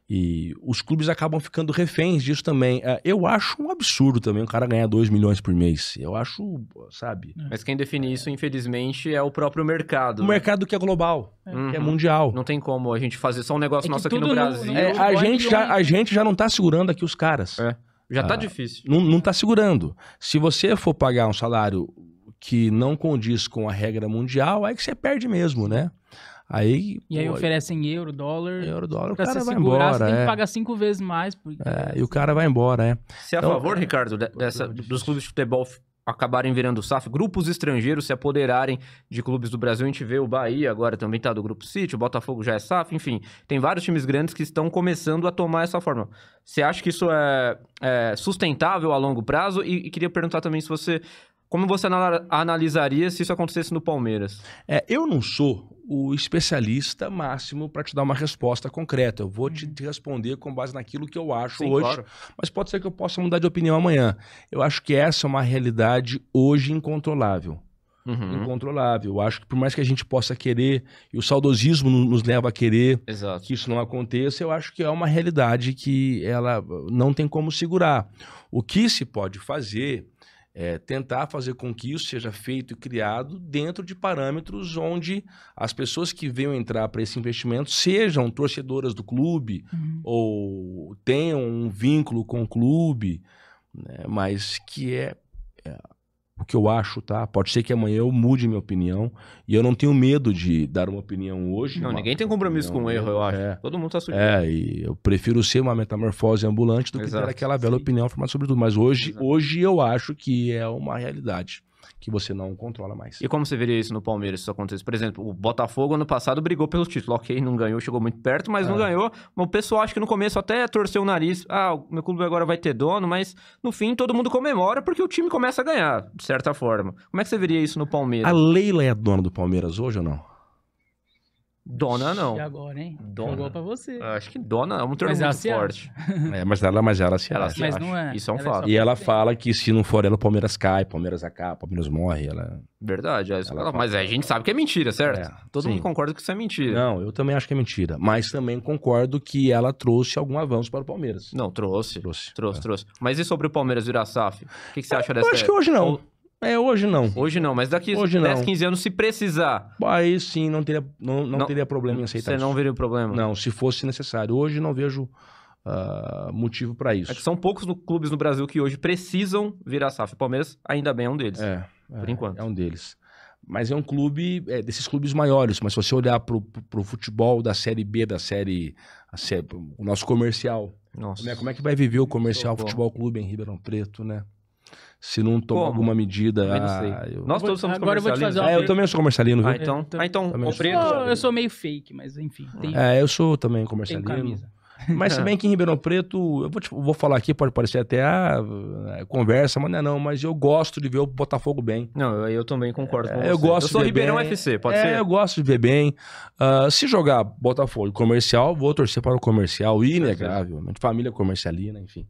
[SPEAKER 3] E os clubes acabam ficando reféns disso também. É, Eu acho um absurdo também o cara ganhar 2 milhões por mês. Eu acho, sabe?
[SPEAKER 1] É.
[SPEAKER 2] Mas quem define isso, infelizmente, é o próprio mercado. né?
[SPEAKER 3] Um mercado que é global,
[SPEAKER 2] Uhum.
[SPEAKER 3] que é mundial.
[SPEAKER 2] Não tem como a gente fazer só um negócio
[SPEAKER 1] É que
[SPEAKER 2] nosso aqui
[SPEAKER 1] tudo no-
[SPEAKER 2] no Brasil.
[SPEAKER 1] no-
[SPEAKER 3] É,
[SPEAKER 1] Eu
[SPEAKER 3] a,
[SPEAKER 1] gosto
[SPEAKER 3] gente
[SPEAKER 1] de
[SPEAKER 3] já,
[SPEAKER 1] um-
[SPEAKER 3] a gente já não tá segurando aqui os caras.
[SPEAKER 2] É. Já tá
[SPEAKER 3] Ah.
[SPEAKER 2] difícil.
[SPEAKER 3] Não, não tá segurando. Se você for pagar um salário que não condiz com a regra mundial, aí que você perde mesmo, né? Aí,
[SPEAKER 1] E aí
[SPEAKER 3] pô,
[SPEAKER 1] oferecem euro, dólar.
[SPEAKER 3] euro, dólar, É, o
[SPEAKER 1] Pra
[SPEAKER 3] cara
[SPEAKER 1] se
[SPEAKER 3] vai
[SPEAKER 1] segurar, você
[SPEAKER 3] embora.
[SPEAKER 1] tem
[SPEAKER 3] é.
[SPEAKER 1] que pagar cinco vezes mais. Porque...
[SPEAKER 3] É, e o cara vai embora, é.
[SPEAKER 2] Você é a
[SPEAKER 3] Então,
[SPEAKER 2] favor, Ricardo, de- dessa, dos clubes de futebol f- acabarem virando SAF, grupos estrangeiros se apoderarem de clubes do Brasil? A gente vê o Bahia agora também tá do Grupo City, o Botafogo já é SAF, enfim. Tem vários times grandes que estão começando a tomar essa forma. Você acha que isso é, é sustentável a longo prazo? E, e queria perguntar também se você... Como você anala- analisaria se isso acontecesse no Palmeiras?
[SPEAKER 3] É, eu não sou o especialista máximo para te dar uma resposta concreta. Eu vou
[SPEAKER 1] Uhum.
[SPEAKER 3] te, te responder com base naquilo que eu acho
[SPEAKER 2] Sim,
[SPEAKER 3] hoje,
[SPEAKER 2] claro.
[SPEAKER 3] mas pode ser que eu possa mudar de opinião amanhã. Eu acho que essa é uma realidade hoje incontrolável.
[SPEAKER 2] Uhum,
[SPEAKER 3] Incontrolável. Eu acho que por mais que a gente possa querer, e o saudosismo no- nos leva a querer
[SPEAKER 2] Exato.
[SPEAKER 3] que isso não aconteça, eu acho que é uma realidade que ela não tem como segurar. O que se pode fazer é tentar fazer com que isso seja feito e criado dentro de parâmetros onde as pessoas que venham entrar para esse investimento sejam torcedoras do clube
[SPEAKER 1] Uhum.
[SPEAKER 3] ou tenham um vínculo com o clube, né, mas que é, é o que eu acho, tá? Pode ser que amanhã eu mude minha opinião e eu não tenho medo de dar uma opinião hoje.
[SPEAKER 2] Não,
[SPEAKER 3] uma
[SPEAKER 2] ninguém tem compromisso com o
[SPEAKER 3] opinião-
[SPEAKER 2] erro, eu acho.
[SPEAKER 3] É.
[SPEAKER 2] Todo mundo tá sujeito.
[SPEAKER 3] É, e eu prefiro ser uma metamorfose ambulante do que
[SPEAKER 2] Exato,
[SPEAKER 3] ter aquela velha
[SPEAKER 1] sim.
[SPEAKER 3] opinião formada sobre tudo. Mas hoje,
[SPEAKER 2] Exato.
[SPEAKER 3] hoje eu acho que é uma realidade que você não controla mais.
[SPEAKER 2] E como você veria isso no Palmeiras se isso acontecesse? Por exemplo, o Botafogo ano passado brigou pelo título. Ok, não ganhou, chegou muito perto, mas não
[SPEAKER 3] É.
[SPEAKER 2] ganhou. Mas o pessoal acho que no começo até torceu o nariz. Ah, o meu clube agora vai ter dono, mas no fim todo mundo comemora porque o time começa a ganhar, de certa forma. Como é que você veria isso no
[SPEAKER 3] A
[SPEAKER 2] Palmeiras?
[SPEAKER 3] Leila é a dona do Palmeiras hoje ou não?
[SPEAKER 2] Dona não. é.
[SPEAKER 1] E agora, hein?
[SPEAKER 2] Dona.
[SPEAKER 1] Jogou pra você.
[SPEAKER 2] Acho que dona é um termo
[SPEAKER 1] Mas ela
[SPEAKER 2] muito
[SPEAKER 1] se acha.
[SPEAKER 2] forte.
[SPEAKER 3] É, mas ela, mas ela se
[SPEAKER 2] Ela
[SPEAKER 3] acha.
[SPEAKER 2] se
[SPEAKER 1] Mas
[SPEAKER 2] acha.
[SPEAKER 1] não é.
[SPEAKER 2] Isso é um
[SPEAKER 1] Ela é
[SPEAKER 2] fato.
[SPEAKER 3] E ela fala que se não for ela, o Palmeiras cai, Palmeiras acaba, Palmeiras morre. Ela...
[SPEAKER 2] Verdade. é isso que
[SPEAKER 3] Ela
[SPEAKER 2] ela-
[SPEAKER 3] fala.
[SPEAKER 2] Mas a gente sabe que é mentira, certo?
[SPEAKER 3] É,
[SPEAKER 2] todo
[SPEAKER 3] sim.
[SPEAKER 2] mundo concorda que isso é mentira.
[SPEAKER 3] Não, eu também acho que é mentira. Mas também concordo que ela trouxe algum avanço para o Palmeiras.
[SPEAKER 2] Não, trouxe.
[SPEAKER 3] Trouxe.
[SPEAKER 2] Trouxe, trouxe. Mas e sobre o Palmeiras virar SAF? O que, que você acha
[SPEAKER 3] É. Eu
[SPEAKER 2] dessa
[SPEAKER 3] acho que hoje não. É, hoje não.
[SPEAKER 2] Hoje não, mas daqui
[SPEAKER 3] Hoje
[SPEAKER 2] 10,
[SPEAKER 3] não.
[SPEAKER 2] 15 anos, se precisar,
[SPEAKER 3] Aí sim, não teria, não, não
[SPEAKER 2] Não,
[SPEAKER 3] teria problema em aceitar
[SPEAKER 2] você não
[SPEAKER 3] isso.
[SPEAKER 2] veria o problema.
[SPEAKER 3] Não, se fosse necessário. Hoje não vejo ah, motivo para
[SPEAKER 2] É que
[SPEAKER 3] isso.
[SPEAKER 2] são poucos no- clubes no Brasil que hoje precisam virar SAF. O Palmeiras ainda bem é um deles.
[SPEAKER 3] É,
[SPEAKER 2] Por enquanto.
[SPEAKER 3] É um deles. Mas é um clube, é, desses clubes maiores, mas se você olhar pro, pro, pro futebol da Série B, da série, a série- o nosso comercial,
[SPEAKER 2] Nossa.
[SPEAKER 3] né? como é que vai viver o comercial
[SPEAKER 2] Socorro.
[SPEAKER 3] futebol clube em Ribeirão Preto, né? Se não tomar
[SPEAKER 2] Como?
[SPEAKER 3] alguma medida...
[SPEAKER 2] Também não sei. é
[SPEAKER 3] ah, eu...
[SPEAKER 2] Nós todos somos
[SPEAKER 1] Agora eu vou te fazer
[SPEAKER 2] comercialistas.
[SPEAKER 1] uma
[SPEAKER 3] Ah, eu também sou comercialino, viu?
[SPEAKER 2] Ah, então,
[SPEAKER 1] Eu
[SPEAKER 2] ah, então
[SPEAKER 3] também
[SPEAKER 2] o
[SPEAKER 3] sou.
[SPEAKER 2] preto...
[SPEAKER 1] Eu, sou- eu sou meio fake, mas enfim. Tem,
[SPEAKER 3] É, eu sou também
[SPEAKER 1] tem
[SPEAKER 3] comercialino.
[SPEAKER 1] camisa.
[SPEAKER 3] Mas se bem que em Ribeirão Preto, eu vou, te- vou falar aqui, pode parecer até ah, conversa, mas não é não, mas eu gosto de ver o Botafogo bem.
[SPEAKER 2] Não, eu, eu também concordo com
[SPEAKER 3] É,
[SPEAKER 2] você.
[SPEAKER 3] eu gosto
[SPEAKER 2] Eu sou
[SPEAKER 3] de
[SPEAKER 2] Ribeirão
[SPEAKER 3] beber.
[SPEAKER 2] FC, pode
[SPEAKER 3] é,
[SPEAKER 2] ser?
[SPEAKER 3] eu gosto de ver bem. Ah, se jogar Botafogo e comercial, vou torcer para o comercial, inegável. Minha família é comercialina, enfim.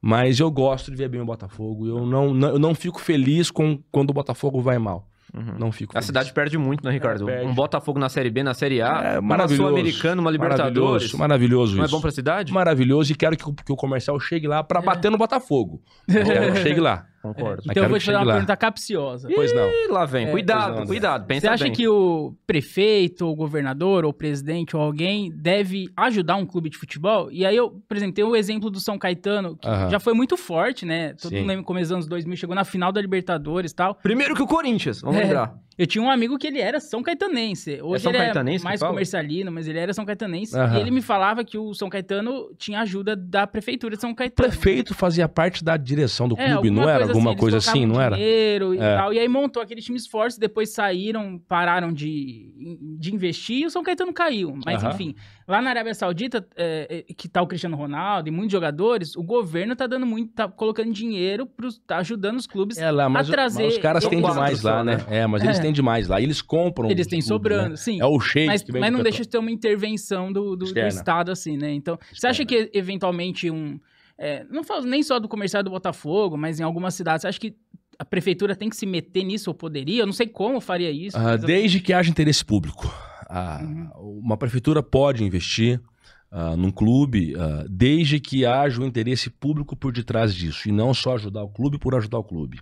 [SPEAKER 3] Mas eu gosto de ver bem o Botafogo. Eu não, não- eu não fico feliz com quando o Botafogo vai mal.
[SPEAKER 2] Uhum.
[SPEAKER 3] Não fico
[SPEAKER 2] A
[SPEAKER 3] feliz.
[SPEAKER 2] cidade perde muito, né, Ricardo?
[SPEAKER 3] É, perde.
[SPEAKER 2] um Botafogo na Série B, na Série
[SPEAKER 3] É,
[SPEAKER 2] A, uma
[SPEAKER 3] maravilhoso.
[SPEAKER 2] Sul-Americana, uma Libertadores.
[SPEAKER 3] Maravilhoso, maravilhoso
[SPEAKER 2] Não é
[SPEAKER 3] isso.
[SPEAKER 2] bom pra É. cidade?
[SPEAKER 3] Maravilhoso e quero que, o- que o comercial chegue lá para bater no Botafogo. Eu quero que chegue lá.
[SPEAKER 2] Concordo.
[SPEAKER 3] Mas
[SPEAKER 1] Então eu
[SPEAKER 3] quero
[SPEAKER 1] vou
[SPEAKER 3] que
[SPEAKER 1] te fazer
[SPEAKER 3] chegue
[SPEAKER 1] uma
[SPEAKER 3] lá.
[SPEAKER 1] pergunta capciosa.
[SPEAKER 3] Pois não.
[SPEAKER 2] Ih, lá vem.
[SPEAKER 1] É,
[SPEAKER 2] cuidado,
[SPEAKER 3] pois não, né?
[SPEAKER 2] cuidado. Pensa
[SPEAKER 1] Você acha
[SPEAKER 2] bem.
[SPEAKER 1] que o prefeito, ou governador, ou presidente, ou alguém deve ajudar um clube de futebol? E aí eu apresentei o exemplo do São Caetano, que
[SPEAKER 3] Aham.
[SPEAKER 1] já foi muito forte, né? Todo
[SPEAKER 3] Sim.
[SPEAKER 1] mundo lembra no começo dos anos 2000, chegou na final da Libertadores e tal.
[SPEAKER 2] Primeiro que o Corinthians, vamos
[SPEAKER 1] É.
[SPEAKER 2] lembrar.
[SPEAKER 1] Eu tinha um amigo que ele era São Caetanense. Hoje
[SPEAKER 2] São
[SPEAKER 1] ele
[SPEAKER 2] Caetanense
[SPEAKER 1] é
[SPEAKER 2] que
[SPEAKER 1] mais
[SPEAKER 2] fala?
[SPEAKER 1] comercialino, mas ele era São Caetanense.
[SPEAKER 3] Aham.
[SPEAKER 1] E ele me falava que o São Caetano tinha ajuda da prefeitura de São
[SPEAKER 3] O
[SPEAKER 1] Caetano.
[SPEAKER 3] prefeito fazia parte da direção do
[SPEAKER 1] É,
[SPEAKER 3] clube, não era? alguma
[SPEAKER 1] eles
[SPEAKER 3] coisa assim,
[SPEAKER 1] colocavam
[SPEAKER 3] não era?
[SPEAKER 1] Dinheiro e,
[SPEAKER 3] É.
[SPEAKER 1] tal, e aí montou aquele time esforço, depois saíram, pararam de, de investir e o São Caetano caiu. Mas
[SPEAKER 3] Aham.
[SPEAKER 1] enfim, lá na Arábia Saudita, é, é, que tá o Cristiano Ronaldo e muitos jogadores, o governo tá dando muito, tá colocando dinheiro, pros, tá ajudando os clubes.
[SPEAKER 3] É lá, mas,
[SPEAKER 1] a trazer-
[SPEAKER 3] mas os caras
[SPEAKER 1] Eu
[SPEAKER 3] têm
[SPEAKER 1] quatro
[SPEAKER 3] demais
[SPEAKER 2] só,
[SPEAKER 3] lá, né? É, mas eles têm demais lá. Eles compram.
[SPEAKER 1] Eles
[SPEAKER 3] os
[SPEAKER 1] têm
[SPEAKER 3] clubes,
[SPEAKER 1] sobrando,
[SPEAKER 3] né?
[SPEAKER 1] sim.
[SPEAKER 3] É o shake
[SPEAKER 1] Mas,
[SPEAKER 3] que vem
[SPEAKER 1] mas
[SPEAKER 3] do
[SPEAKER 1] não
[SPEAKER 3] petróleo.
[SPEAKER 1] deixa de ter uma intervenção do, do- do
[SPEAKER 3] Externa.
[SPEAKER 1] Estado, assim, né? Então, você acha que, eventualmente, um... é, não falo nem só do comercial do Botafogo, mas em algumas cidades, você acha que a prefeitura tem que se meter nisso, ou poderia? Eu não sei como faria isso.
[SPEAKER 3] Ah,
[SPEAKER 1] mas eu- Uhum.
[SPEAKER 3] desde que haja interesse público. Ah, Uma prefeitura pode investir ah, num clube, ah, desde que haja um interesse público por detrás disso. E não só ajudar o clube por ajudar o clube.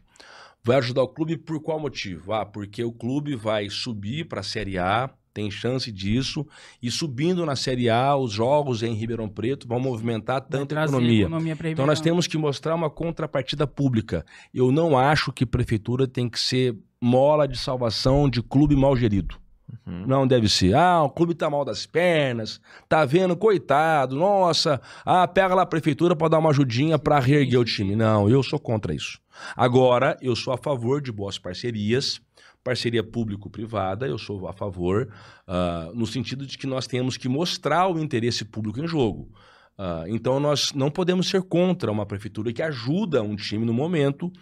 [SPEAKER 3] Vai ajudar o clube por qual motivo? Ah, porque o clube vai subir para a Série A, tem chance disso, e subindo na Série A, os jogos em Ribeirão Preto vão movimentar tanto a
[SPEAKER 1] trazer
[SPEAKER 3] economia.
[SPEAKER 1] pra
[SPEAKER 3] Então
[SPEAKER 1] Ribeirão.
[SPEAKER 3] nós temos que mostrar uma contrapartida pública. Eu não acho que prefeitura tem que ser mola de salvação de clube mal gerido.
[SPEAKER 2] Uhum.
[SPEAKER 3] Não deve ser. Ah, o clube tá mal das pernas, tá vendo, coitado, nossa. Ah, pega lá a prefeitura para dar uma ajudinha para reerguer o time. Não, eu sou contra isso. Agora, eu sou a favor de boas parcerias, parceria público-privada, eu sou a favor, ah, no sentido de que nós temos que mostrar o interesse público em jogo. Ah, então, nós não podemos ser contra uma prefeitura que ajuda um time no momento,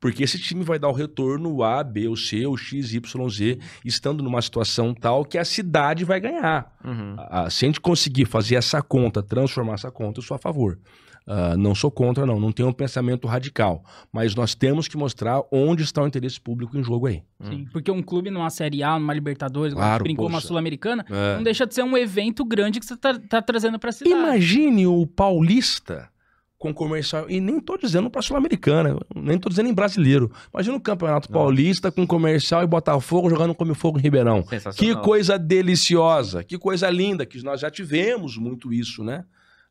[SPEAKER 3] porque esse time vai dar o retorno A, B, ou C, ou X, Y, Z, estando numa situação tal que a cidade vai ganhar.
[SPEAKER 2] Uhum.
[SPEAKER 3] Ah, se a gente conseguir fazer essa conta, transformar essa conta, eu sou a favor. Ah, não sou contra, não. Não tenho um pensamento radical. Mas nós temos que mostrar onde está o interesse público em jogo aí.
[SPEAKER 1] Sim, porque um clube numa Série A, numa Libertadores, como
[SPEAKER 3] Claro,
[SPEAKER 1] brincou uma
[SPEAKER 3] poxa. É.
[SPEAKER 1] Sul-Americana, não deixa de ser um evento grande que você tá, tá trazendo pra cidade.
[SPEAKER 3] Imagine o paulista com comercial. E nem tô dizendo para sul-americana, nem tô dizendo em brasileiro. Imagina o campeonato
[SPEAKER 2] Nossa.
[SPEAKER 3] paulista com comercial e Botafogo jogando Come Fogo em Ribeirão. Que
[SPEAKER 2] Sensacional.
[SPEAKER 3] coisa deliciosa, que coisa linda, que nós já tivemos muito isso, né?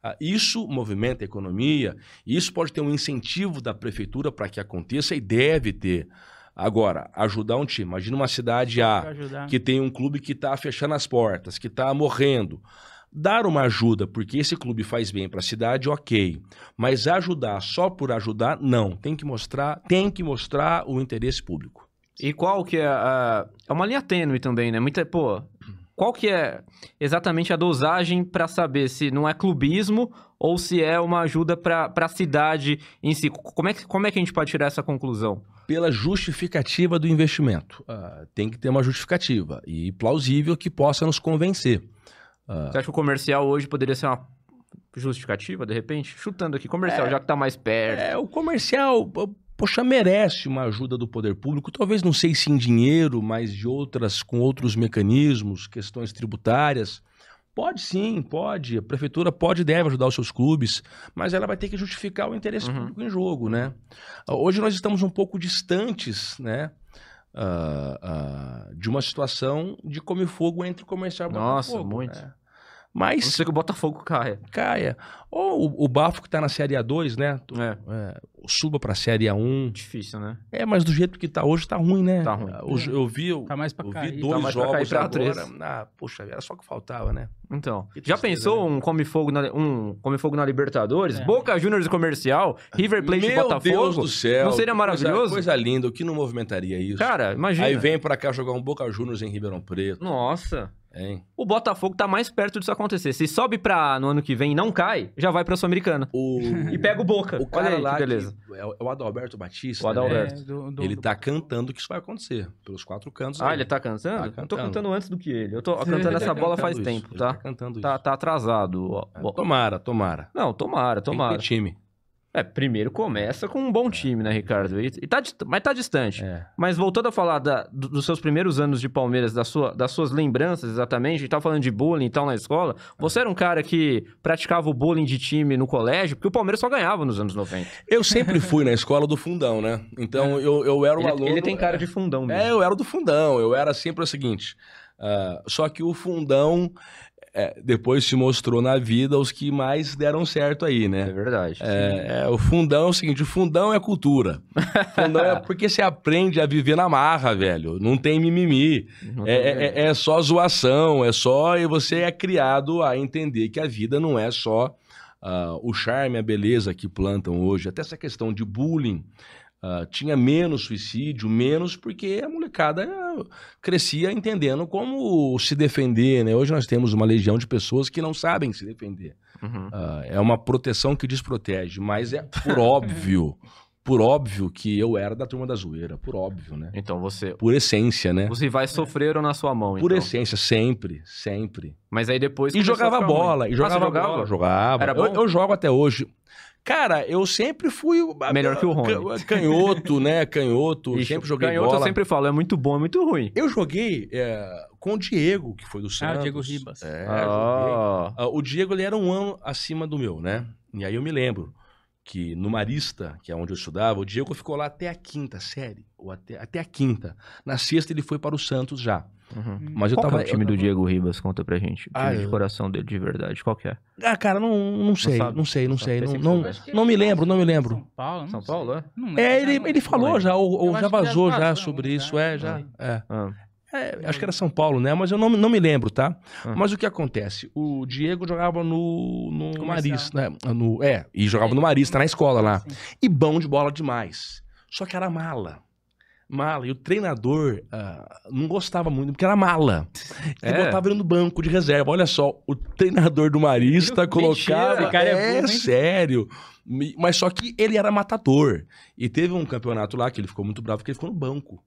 [SPEAKER 3] Ah, Isso movimenta a economia, isso pode ter um incentivo da prefeitura para que aconteça e deve ter. Agora, ajudar um time. Imagina uma cidade
[SPEAKER 1] Pra
[SPEAKER 3] A
[SPEAKER 1] ajudar.
[SPEAKER 3] que tem um clube que está fechando as portas, que está morrendo. Dar uma ajuda porque esse clube faz bem para a cidade, ok. Mas ajudar só por ajudar, não. Tem que mostrar, tem que mostrar o interesse público.
[SPEAKER 2] E qual que é a... É uma linha tênue também, né? Muita... Pô, qual que é exatamente a dosagem pra saber se não é clubismo ou se é uma ajuda pra pra cidade em si? Como é, que, como é que a gente pode tirar essa conclusão?
[SPEAKER 3] pela justificativa do investimento. Ah, tem que ter uma justificativa e plausível que possa nos convencer.
[SPEAKER 2] Você acha que o comercial hoje poderia ser uma justificativa, de repente? Chutando aqui, comercial, já que tá mais perto.
[SPEAKER 3] É, o comercial, poxa, merece uma ajuda do poder público, talvez não sei se em dinheiro, mas de outras, com outros mecanismos, questões tributárias. Pode sim, pode. A prefeitura pode e deve ajudar os seus clubes, mas ela vai ter que justificar o interesse
[SPEAKER 2] Uhum.
[SPEAKER 3] público em jogo, né? Ah, Hoje nós estamos um pouco distantes, né? ah, ah, de uma situação de come fogo entre o comercial e o
[SPEAKER 2] Nossa,
[SPEAKER 3] Botafogo,
[SPEAKER 2] muito.
[SPEAKER 3] né?
[SPEAKER 2] A não
[SPEAKER 3] mas
[SPEAKER 2] ser que o Botafogo caia.
[SPEAKER 3] caia. Ou o, o Bafo que tá na Série A2, né? Tu-
[SPEAKER 2] É,
[SPEAKER 3] é, suba pra Série A1.
[SPEAKER 2] difícil, né?
[SPEAKER 3] É, mas do jeito que tá hoje, tá ruim, né?
[SPEAKER 2] Tá ruim.
[SPEAKER 3] Hoje, eu vi, eu,
[SPEAKER 1] Tá mais pra
[SPEAKER 3] eu
[SPEAKER 1] cá.
[SPEAKER 3] vi dois
[SPEAKER 2] mais pra
[SPEAKER 3] jogos
[SPEAKER 2] cair pra
[SPEAKER 3] agora.
[SPEAKER 2] três.
[SPEAKER 3] Ah, poxa, era só o que faltava, né?
[SPEAKER 2] Então,
[SPEAKER 3] Que
[SPEAKER 2] já
[SPEAKER 3] tristeza, né?
[SPEAKER 2] pensou um come fogo na um come fogo na Libertadores,
[SPEAKER 1] É.
[SPEAKER 2] Boca Juniors e Comercial, River Plate e
[SPEAKER 3] Meu
[SPEAKER 2] Botafogo?
[SPEAKER 3] Deus do céu.
[SPEAKER 2] Não seria
[SPEAKER 3] que coisa-
[SPEAKER 2] maravilhoso?
[SPEAKER 3] Coisa, linda, o que não movimentaria isso?
[SPEAKER 2] Cara, imagina.
[SPEAKER 3] Aí vem pra cá jogar um Boca Juniors em Ribeirão Preto,
[SPEAKER 2] Nossa.
[SPEAKER 3] hein?
[SPEAKER 2] O Botafogo tá mais perto disso acontecer. Se sobe pra no ano que vem e não cai, já vai pra Sul-Americana.
[SPEAKER 3] O,
[SPEAKER 2] E pega o Boca.
[SPEAKER 3] o cara
[SPEAKER 2] Olha aí,
[SPEAKER 3] lá,
[SPEAKER 2] que beleza.
[SPEAKER 3] que é o é o Adalberto Batista,
[SPEAKER 2] O
[SPEAKER 3] né?
[SPEAKER 2] Adalberto. Alberto.
[SPEAKER 1] é, do- do-
[SPEAKER 3] Ele
[SPEAKER 1] do-
[SPEAKER 3] tá cantando que isso vai acontecer, pelos quatro cantos.
[SPEAKER 2] Ah,
[SPEAKER 3] aí.
[SPEAKER 2] ele tá cansando?
[SPEAKER 3] Tá
[SPEAKER 2] Eu tô
[SPEAKER 3] cantando.
[SPEAKER 2] cantando antes do que ele. Eu tô
[SPEAKER 1] Sim,
[SPEAKER 2] cantando
[SPEAKER 1] ele tá
[SPEAKER 2] essa bola faz
[SPEAKER 3] cantando isso,
[SPEAKER 2] tempo,
[SPEAKER 3] ele
[SPEAKER 2] tá?
[SPEAKER 3] Tá cantando
[SPEAKER 2] Tá,
[SPEAKER 3] isso.
[SPEAKER 2] tá atrasado. ó,
[SPEAKER 3] É,
[SPEAKER 2] ó.
[SPEAKER 3] Tomara, tomara.
[SPEAKER 2] Não, tomara,
[SPEAKER 3] Tem que
[SPEAKER 2] tomara.
[SPEAKER 3] ter time.
[SPEAKER 2] É, primeiro começa com um bom time, né, Ricardo? E, e tá, dist- mas tá distante.
[SPEAKER 3] É.
[SPEAKER 2] Mas voltando a falar da- do- dos seus primeiros anos de Palmeiras, da sua- das suas lembranças exatamente, a gente tava falando de bullying e tal na escola. Você era um cara que praticava o bullying de time no colégio, porque o Palmeiras só ganhava nos anos 90.
[SPEAKER 3] Eu sempre fui na escola do fundão, né? Então eu, eu era o
[SPEAKER 2] É. Ele,
[SPEAKER 3] aluno.
[SPEAKER 2] ele tem cara de fundão mesmo.
[SPEAKER 3] É, eu era do fundão, eu era sempre o seguinte. ah, só que o fundão é, depois se mostrou na vida os que mais deram certo aí,
[SPEAKER 2] É
[SPEAKER 3] né?
[SPEAKER 2] verdade.
[SPEAKER 3] É, é, o fundão é o seguinte: o fundão é cultura. Fundão é porque você aprende a viver na marra, velho. Não tem mimimi.
[SPEAKER 2] Não tem-
[SPEAKER 3] É, é- é só zoação, é só. E você é criado a entender que a vida não é só ah, o charme, a beleza que plantam hoje. Até essa questão de bullying. ah, tinha menos suicídio, menos porque a molecada ah, crescia entendendo como se defender, né? Hoje nós temos uma legião de pessoas que não sabem se defender.
[SPEAKER 2] Uhum.
[SPEAKER 3] Ah, é uma proteção que desprotege, mas é por óbvio, por óbvio que eu era da turma da zoeira, por óbvio, né?
[SPEAKER 2] Então você.
[SPEAKER 3] Por essência, né?
[SPEAKER 2] Os rivais sofreram na sua mão.
[SPEAKER 3] Por
[SPEAKER 2] então.
[SPEAKER 3] essência, sempre, sempre.
[SPEAKER 2] Mas aí depois.
[SPEAKER 3] E
[SPEAKER 2] começou a
[SPEAKER 3] jogava
[SPEAKER 2] ficar ruim.
[SPEAKER 3] bola, e
[SPEAKER 2] Ah,
[SPEAKER 3] jogava,
[SPEAKER 2] você jogava?
[SPEAKER 3] bola, jogava.
[SPEAKER 2] Era bom?
[SPEAKER 3] Eu, eu jogo até hoje. Cara, eu sempre fui o-
[SPEAKER 2] Melhor que o Rony.
[SPEAKER 3] can- Canhoto, né? Canhoto,
[SPEAKER 2] Ixi,
[SPEAKER 3] sempre joguei
[SPEAKER 2] canhoto,
[SPEAKER 3] bola.
[SPEAKER 2] eu sempre falo, é muito bom, é muito ruim.
[SPEAKER 3] Eu joguei é, com o Diego, que foi do
[SPEAKER 1] Ah,
[SPEAKER 3] Santos.
[SPEAKER 1] o Diego Ribas.
[SPEAKER 3] É, joguei.
[SPEAKER 2] Ah,
[SPEAKER 3] Ah, o Diego ele era um ano acima do meu, né? E aí eu me lembro que no Marista, que é onde eu estudava, o Diego ficou lá até a quinta série, ou até, até a quinta. Na sexta ele foi para o Santos já.
[SPEAKER 2] uhum.
[SPEAKER 3] Mas eu
[SPEAKER 2] Qual que
[SPEAKER 3] tava
[SPEAKER 2] é o time do Diego Ribas? Conta pra gente. O time
[SPEAKER 3] Ah,
[SPEAKER 2] de
[SPEAKER 3] eu-
[SPEAKER 2] coração dele de verdade, qual que é?
[SPEAKER 3] Ah, cara, não, não sei,
[SPEAKER 2] sabe?
[SPEAKER 3] não sei, não sei,
[SPEAKER 2] Pensei
[SPEAKER 3] não,
[SPEAKER 1] Hum.
[SPEAKER 2] que
[SPEAKER 3] não,
[SPEAKER 2] soubesse.
[SPEAKER 3] não me lembro, não me lembro.
[SPEAKER 1] tá São Paulo? não
[SPEAKER 2] São
[SPEAKER 1] sei.
[SPEAKER 2] Paulo, é?
[SPEAKER 1] Não lembro.
[SPEAKER 3] É, ele, ele
[SPEAKER 2] lembro.
[SPEAKER 3] falou já, ou, ou
[SPEAKER 1] Eu acho
[SPEAKER 3] já
[SPEAKER 1] que é já
[SPEAKER 3] vazou já
[SPEAKER 1] vazou né? em
[SPEAKER 3] sobre
[SPEAKER 1] algum
[SPEAKER 3] isso,
[SPEAKER 1] lugar,
[SPEAKER 3] é, já.
[SPEAKER 1] não
[SPEAKER 3] é.
[SPEAKER 2] Ah.
[SPEAKER 3] É, acho que era São Paulo, né? Mas eu não, não me lembro, tá?
[SPEAKER 2] Ah.
[SPEAKER 3] Mas o que acontece? O Diego jogava no, no
[SPEAKER 1] Comercial.
[SPEAKER 3] Marista, né? No, é, e jogava no Marista, na escola lá.
[SPEAKER 1] Sim.
[SPEAKER 3] e bom de bola demais. Só que era mala. Mala. E o treinador ah, não gostava muito, porque era mala. E
[SPEAKER 2] É?
[SPEAKER 3] botava ele no banco de reserva. Olha só, o treinador do Marista
[SPEAKER 2] Mentira,
[SPEAKER 3] colocava.
[SPEAKER 1] esse cara é burro, hein?
[SPEAKER 3] sério. Me- Mas só que ele era matador. E teve um campeonato lá que ele ficou muito bravo, porque ele ficou no banco.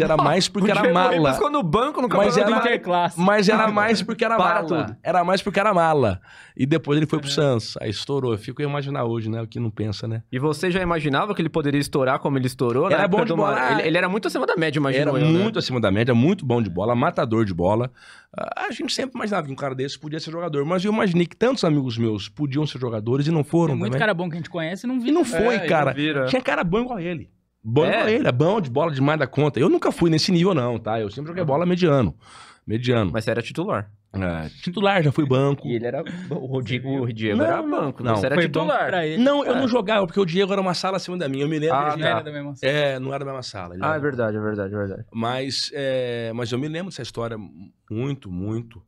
[SPEAKER 3] era mais porque era
[SPEAKER 2] Diego Ribas
[SPEAKER 3] mala.
[SPEAKER 2] ficou no banco no
[SPEAKER 3] Mas
[SPEAKER 2] campeonato
[SPEAKER 3] era-
[SPEAKER 2] do Inter-
[SPEAKER 1] Interclasse.
[SPEAKER 3] Mas era mais porque era
[SPEAKER 2] Para
[SPEAKER 3] mala.
[SPEAKER 2] tudo. É.
[SPEAKER 3] Era mais porque era mala. E depois ele foi pro Santos. Aí estourou. Eu fico a imaginar hoje, né? O que não pensa, né?
[SPEAKER 2] E você já imaginava que ele poderia estourar como ele estourou? na
[SPEAKER 3] Era
[SPEAKER 2] época
[SPEAKER 3] bom de
[SPEAKER 2] do
[SPEAKER 3] bola.
[SPEAKER 2] Mar- Ele, ele era muito acima da média, imagina.
[SPEAKER 3] Era
[SPEAKER 2] eu, né?
[SPEAKER 3] muito acima da média, muito bom de bola, matador de bola. Ah, A gente sempre imaginava que um cara desse podia ser jogador, mas eu imaginei que tantos amigos meus podiam ser jogadores e não foram
[SPEAKER 1] Tem muito
[SPEAKER 3] também.
[SPEAKER 1] cara bom que a gente conhece e não
[SPEAKER 3] né?
[SPEAKER 1] né?
[SPEAKER 3] E
[SPEAKER 1] vi.
[SPEAKER 3] não foi,
[SPEAKER 2] É, e
[SPEAKER 3] cara.
[SPEAKER 2] não vira.
[SPEAKER 3] Tinha cara bom igual ele. Bom
[SPEAKER 2] É?
[SPEAKER 3] igual ele, é bom de bola demais da conta. Eu nunca fui nesse nível, não, tá? Eu sempre joguei bola mediano. Mediano.
[SPEAKER 2] Mas você era titular.
[SPEAKER 3] É, titular, já fui banco.
[SPEAKER 2] E ele era. O Rodrigo, o Diego
[SPEAKER 3] Não,
[SPEAKER 2] era
[SPEAKER 3] não.
[SPEAKER 2] banco.
[SPEAKER 3] Não,
[SPEAKER 2] Você era
[SPEAKER 1] Foi bom
[SPEAKER 2] titular.
[SPEAKER 1] pra ele.
[SPEAKER 3] Não, eu não jogava, porque o Diego era uma sala acima da minha. Eu me lembro.
[SPEAKER 2] É. Ah,
[SPEAKER 3] dele.
[SPEAKER 1] Não
[SPEAKER 2] tá.
[SPEAKER 1] era da mesma série.
[SPEAKER 3] É, não era da mesma sala. ele
[SPEAKER 2] Ah,
[SPEAKER 3] era-
[SPEAKER 2] é verdade, é verdade, é verdade.
[SPEAKER 3] Mas, é, mas eu me lembro dessa história muito, muito.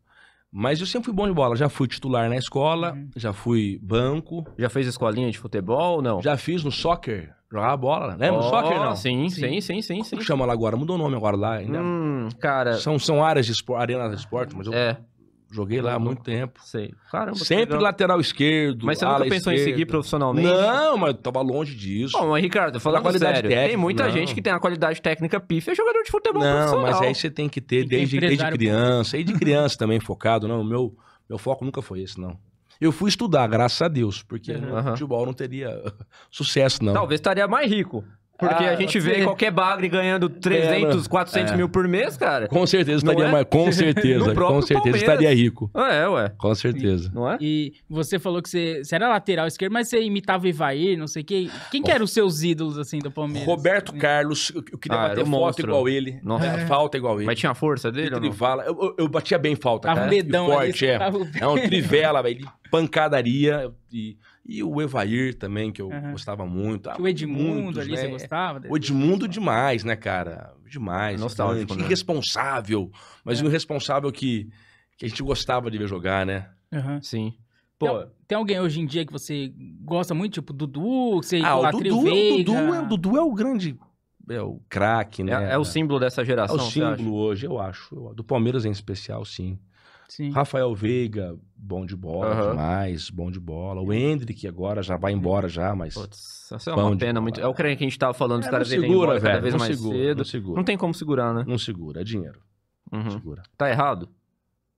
[SPEAKER 3] Mas eu sempre fui bom de bola. Já fui titular na escola,
[SPEAKER 1] Uhum.
[SPEAKER 3] já fui banco,
[SPEAKER 2] Já fez escolinha de futebol ou não?
[SPEAKER 3] já fiz no soccer, jogava bola. Lembra do
[SPEAKER 2] Oh,
[SPEAKER 3] soccer, não?
[SPEAKER 2] Sim, sim, sim, sim, sim.
[SPEAKER 3] Como que chama lá agora? Mudou o nome agora lá. ainda.
[SPEAKER 2] Hum, cara.
[SPEAKER 3] São, são áreas de esporte, arenas de esporte, mas eu
[SPEAKER 2] É,
[SPEAKER 3] joguei lá há muito tempo.
[SPEAKER 2] sei. Caramba. que
[SPEAKER 3] Sempre
[SPEAKER 2] legal.
[SPEAKER 3] lateral esquerdo,
[SPEAKER 2] Mas você
[SPEAKER 3] ala
[SPEAKER 2] nunca pensou em
[SPEAKER 3] esquerda.
[SPEAKER 2] seguir profissionalmente?
[SPEAKER 3] Não, mas eu tava longe disso.
[SPEAKER 2] Bom, mas Ricardo,
[SPEAKER 3] Da
[SPEAKER 2] falando
[SPEAKER 3] qualidade
[SPEAKER 2] sério, tem
[SPEAKER 3] técnica,
[SPEAKER 2] muita
[SPEAKER 3] não.
[SPEAKER 2] gente que tem a qualidade técnica pífia é jogador de futebol
[SPEAKER 3] Não,
[SPEAKER 2] profissional.
[SPEAKER 3] mas é aí você tem que
[SPEAKER 1] Tem
[SPEAKER 3] ter
[SPEAKER 1] que ter
[SPEAKER 3] desde, desde
[SPEAKER 1] empresário
[SPEAKER 3] criança. E de criança também focado. Não, o meu, meu foco nunca foi esse, não. Eu fui estudar, graças a Deus, porque
[SPEAKER 2] Uhum.
[SPEAKER 3] no futebol não teria sucesso, não.
[SPEAKER 2] Talvez estaria mais rico. Porque
[SPEAKER 3] Ah,
[SPEAKER 2] a gente vê
[SPEAKER 1] sim.
[SPEAKER 2] qualquer bagre ganhando 300,
[SPEAKER 3] É,
[SPEAKER 2] 400
[SPEAKER 3] é.
[SPEAKER 2] mil por mês, cara.
[SPEAKER 3] Com certeza
[SPEAKER 2] Não
[SPEAKER 3] estaria
[SPEAKER 2] é?
[SPEAKER 3] mais. Com certeza.
[SPEAKER 2] No
[SPEAKER 3] com
[SPEAKER 2] próprio
[SPEAKER 3] certeza
[SPEAKER 2] Palmeiras.
[SPEAKER 3] estaria rico.
[SPEAKER 2] Ah, É, ué.
[SPEAKER 3] Com certeza.
[SPEAKER 2] Não é?
[SPEAKER 1] E você falou que você, você era lateral esquerdo, mas você imitava o Ivair, não sei o quê. Quem que eram os seus ídolos, assim, do Palmeiras?
[SPEAKER 3] Roberto Carlos, eu, eu queria
[SPEAKER 2] Ah, era
[SPEAKER 3] bater
[SPEAKER 2] um
[SPEAKER 3] foto
[SPEAKER 2] monstro.
[SPEAKER 3] igual ele.
[SPEAKER 2] Nossa.
[SPEAKER 3] É, Falta igual ele.
[SPEAKER 2] Mas tinha a força dele?
[SPEAKER 3] Ele
[SPEAKER 2] ou não?
[SPEAKER 3] trivela. Eu, eu- eu batia bem falta,
[SPEAKER 1] Tava
[SPEAKER 3] cara.
[SPEAKER 1] um dedão
[SPEAKER 3] E
[SPEAKER 1] ali,
[SPEAKER 3] forte, é.
[SPEAKER 1] tava o-
[SPEAKER 3] É um trivela, velho. de Pancadaria. E, e o Evair também, que eu
[SPEAKER 1] Aham.
[SPEAKER 3] gostava muito. Ah,
[SPEAKER 1] O Edmundo
[SPEAKER 3] muitos,
[SPEAKER 1] ali,
[SPEAKER 3] né?
[SPEAKER 1] você gostava? dele?
[SPEAKER 3] O Edmundo demais, né, cara? Demais.
[SPEAKER 2] Nostálgico,
[SPEAKER 3] Nostálgico.
[SPEAKER 2] né?
[SPEAKER 3] Irresponsável. Mas
[SPEAKER 1] É.
[SPEAKER 3] um irresponsável que, que a gente gostava de ver jogar, né?
[SPEAKER 1] Aham.
[SPEAKER 2] Sim. Pô,
[SPEAKER 1] Tem alguém hoje em dia que você gosta muito? Tipo, Dudu, que você
[SPEAKER 3] Ah, o
[SPEAKER 1] idolatra,
[SPEAKER 3] Dudu, o
[SPEAKER 1] Veiga.
[SPEAKER 3] Dudu, é, o Dudu é o grande. É o craque, né?
[SPEAKER 2] é, é o símbolo dessa
[SPEAKER 3] É
[SPEAKER 2] geração,
[SPEAKER 3] o
[SPEAKER 2] você acha?
[SPEAKER 3] símbolo hoje, eu acho. Eu- Do Palmeiras em especial, sim.
[SPEAKER 1] Sim.
[SPEAKER 3] Rafael Veiga, bom de bola
[SPEAKER 2] Aham.
[SPEAKER 3] demais, bom de bola. O Hendrick agora já vai embora já, mas...
[SPEAKER 2] Putz, essa é
[SPEAKER 3] Pão
[SPEAKER 2] uma
[SPEAKER 3] de
[SPEAKER 2] pena
[SPEAKER 3] bola.
[SPEAKER 2] muito. É o crânio que a gente tava falando, os
[SPEAKER 3] É,
[SPEAKER 2] caras
[SPEAKER 3] não
[SPEAKER 2] irem
[SPEAKER 3] segura,
[SPEAKER 2] embora cada
[SPEAKER 3] velho,
[SPEAKER 2] vez
[SPEAKER 3] não
[SPEAKER 2] mais
[SPEAKER 3] segura,
[SPEAKER 2] cedo.
[SPEAKER 3] não segura.
[SPEAKER 2] Não tem como segurar, né?
[SPEAKER 3] Não segura, é dinheiro. Não
[SPEAKER 2] Uhum.
[SPEAKER 3] segura.
[SPEAKER 2] Tá errado?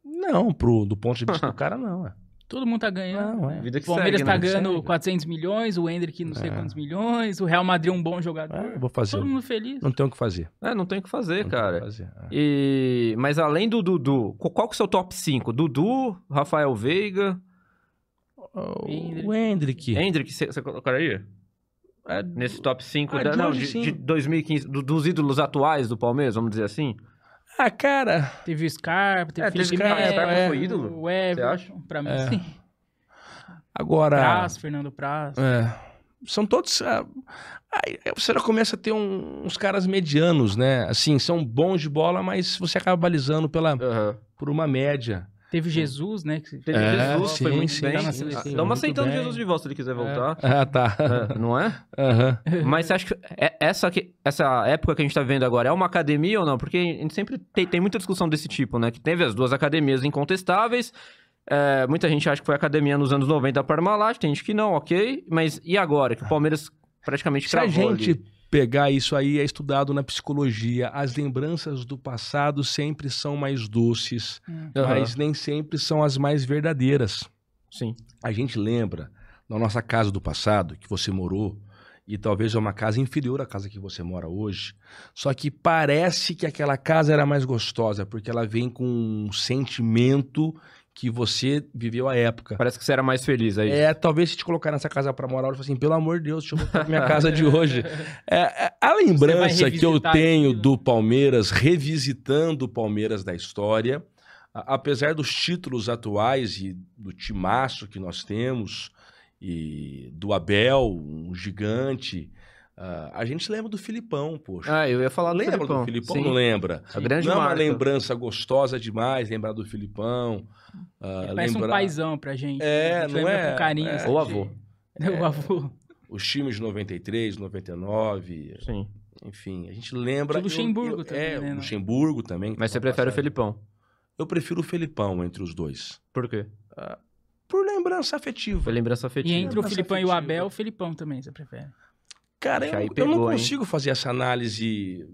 [SPEAKER 3] Não, pro, do ponto de vista do cara, não. É.
[SPEAKER 1] Todo mundo tá ganhando.
[SPEAKER 3] Não, é.
[SPEAKER 2] Vida
[SPEAKER 1] o
[SPEAKER 2] que
[SPEAKER 1] Palmeiras
[SPEAKER 2] segue,
[SPEAKER 1] tá
[SPEAKER 2] né?
[SPEAKER 1] ganhando
[SPEAKER 3] Segue.
[SPEAKER 1] 400 milhões, o Hendrick não sei
[SPEAKER 3] É.
[SPEAKER 1] quantos milhões, o Real Madrid é um bom jogador.
[SPEAKER 3] É, eu vou fazer.
[SPEAKER 1] Todo mundo feliz.
[SPEAKER 3] Não tem o que fazer.
[SPEAKER 2] É, não tem o que fazer,
[SPEAKER 3] Não tem o que
[SPEAKER 2] cara.
[SPEAKER 3] fazer, é.
[SPEAKER 2] E... Mas além do Dudu, qu- qual que é o seu top 5? Dudu, Rafael Veiga,
[SPEAKER 1] Hendrick.
[SPEAKER 3] O Hendrick.
[SPEAKER 2] Hendrick, você você colocaria?
[SPEAKER 3] É,
[SPEAKER 2] Nesse top 5
[SPEAKER 3] Ah,
[SPEAKER 2] da,
[SPEAKER 3] de
[SPEAKER 2] não,
[SPEAKER 3] hoje,
[SPEAKER 2] de,
[SPEAKER 3] sim.
[SPEAKER 2] de 2015, do- dos ídolos atuais do Palmeiras, vamos dizer assim?
[SPEAKER 3] Ah, cara.
[SPEAKER 1] Teve o Scarpa, teve
[SPEAKER 2] É,
[SPEAKER 1] o
[SPEAKER 2] teve
[SPEAKER 1] Felipe
[SPEAKER 2] Scarpa,
[SPEAKER 1] Melo,
[SPEAKER 2] Scarpa foi ídolo,
[SPEAKER 1] o
[SPEAKER 2] você
[SPEAKER 1] Everton, pra mim
[SPEAKER 3] É.
[SPEAKER 1] sim.
[SPEAKER 3] Agora.
[SPEAKER 1] Praz, Fernando Praz.
[SPEAKER 3] É. São todos. ah, aí você já começa a ter um- uns caras medianos, né? Assim, são bons de bola, mas você acaba balizando pela,
[SPEAKER 2] Aham.
[SPEAKER 3] por uma média.
[SPEAKER 1] Teve Jesus, né? que-
[SPEAKER 2] Teve
[SPEAKER 3] É,
[SPEAKER 2] Jesus, foi
[SPEAKER 3] sim,
[SPEAKER 2] muito
[SPEAKER 3] sim,
[SPEAKER 2] bem.
[SPEAKER 1] tá na seleção,
[SPEAKER 2] Estamos
[SPEAKER 3] muito
[SPEAKER 2] aceitando
[SPEAKER 3] bem.
[SPEAKER 2] Jesus de volta se ele quiser voltar.
[SPEAKER 3] Ah, tá.
[SPEAKER 2] É, não é?
[SPEAKER 3] Aham.
[SPEAKER 2] Mas você acha que é- essa, que- essa época que a gente tá vivendo agora é uma academia ou não? Porque a gente sempre tem, tem muita discussão desse tipo, né? Que teve as duas academias incontestáveis. É, muita gente acha que foi a academia nos anos 90 da Parmalat, tem gente que não, ok. Mas e agora? Que o Palmeiras praticamente
[SPEAKER 3] Se a
[SPEAKER 2] cravou
[SPEAKER 3] gente
[SPEAKER 2] ali.
[SPEAKER 3] pegar isso aí, é estudado na psicologia. As lembranças do passado sempre são mais doces,
[SPEAKER 1] Hum.
[SPEAKER 2] Aham.
[SPEAKER 3] mas nem sempre são as mais verdadeiras.
[SPEAKER 2] Sim.
[SPEAKER 3] A gente lembra na nossa casa do passado que você morou e talvez é uma casa inferior à casa que você mora hoje, só que parece que aquela casa era mais gostosa porque ela vem com um sentimento que você viveu a época.
[SPEAKER 2] Parece que você era mais feliz aí.
[SPEAKER 3] É, talvez se te colocar nessa casa pra morar hoje, você fala assim, pelo amor de Deus, deixa eu voltar pra minha casa de hoje. É, é, a lembrança que eu
[SPEAKER 1] revisitar
[SPEAKER 3] tenho
[SPEAKER 1] aquilo.
[SPEAKER 3] do Palmeiras, revisitando o Palmeiras da história, a- apesar dos títulos atuais e do timaço que nós temos, e do Abel, um gigante, ah, a gente lembra do Filipão, poxa.
[SPEAKER 2] Ah, eu ia falar do
[SPEAKER 3] lembra
[SPEAKER 2] Filipão.
[SPEAKER 3] do Filipão?
[SPEAKER 2] Sim.
[SPEAKER 3] Não lembra?
[SPEAKER 2] A grande
[SPEAKER 3] não é uma
[SPEAKER 2] marca.
[SPEAKER 3] lembrança gostosa demais, lembrar do Filipão. ah,
[SPEAKER 1] Ele parece um
[SPEAKER 3] lembrar-
[SPEAKER 1] paizão pra gente.
[SPEAKER 3] É,
[SPEAKER 1] A gente
[SPEAKER 3] não
[SPEAKER 1] lembra
[SPEAKER 3] é?
[SPEAKER 1] Com carinho,
[SPEAKER 3] É.
[SPEAKER 1] assim,
[SPEAKER 2] Ou
[SPEAKER 1] de-
[SPEAKER 2] avô.
[SPEAKER 1] O avô.
[SPEAKER 3] os times de 93, 99,
[SPEAKER 2] Sim.
[SPEAKER 3] enfim, a gente lembra.
[SPEAKER 1] Do Luxemburgo também,
[SPEAKER 3] É,
[SPEAKER 1] né,
[SPEAKER 3] o
[SPEAKER 1] não?
[SPEAKER 3] Luxemburgo também. que
[SPEAKER 2] Mas você
[SPEAKER 3] tem uma
[SPEAKER 2] prefere o
[SPEAKER 3] passagem.
[SPEAKER 2] Felipão.
[SPEAKER 3] Eu prefiro o Felipão entre os dois.
[SPEAKER 2] Por quê?
[SPEAKER 3] Por lembrança afetiva.
[SPEAKER 2] Foi lembrança
[SPEAKER 3] É.
[SPEAKER 1] E
[SPEAKER 2] afetiva.
[SPEAKER 1] entre o
[SPEAKER 3] Lembrança
[SPEAKER 1] Filipão e o
[SPEAKER 3] afetiva.
[SPEAKER 1] Abel, o Filipão também, você prefere.
[SPEAKER 3] Cara,
[SPEAKER 2] Ixi, aí
[SPEAKER 3] eu, eu não
[SPEAKER 2] pegou, hein?
[SPEAKER 3] consigo fazer essa análise.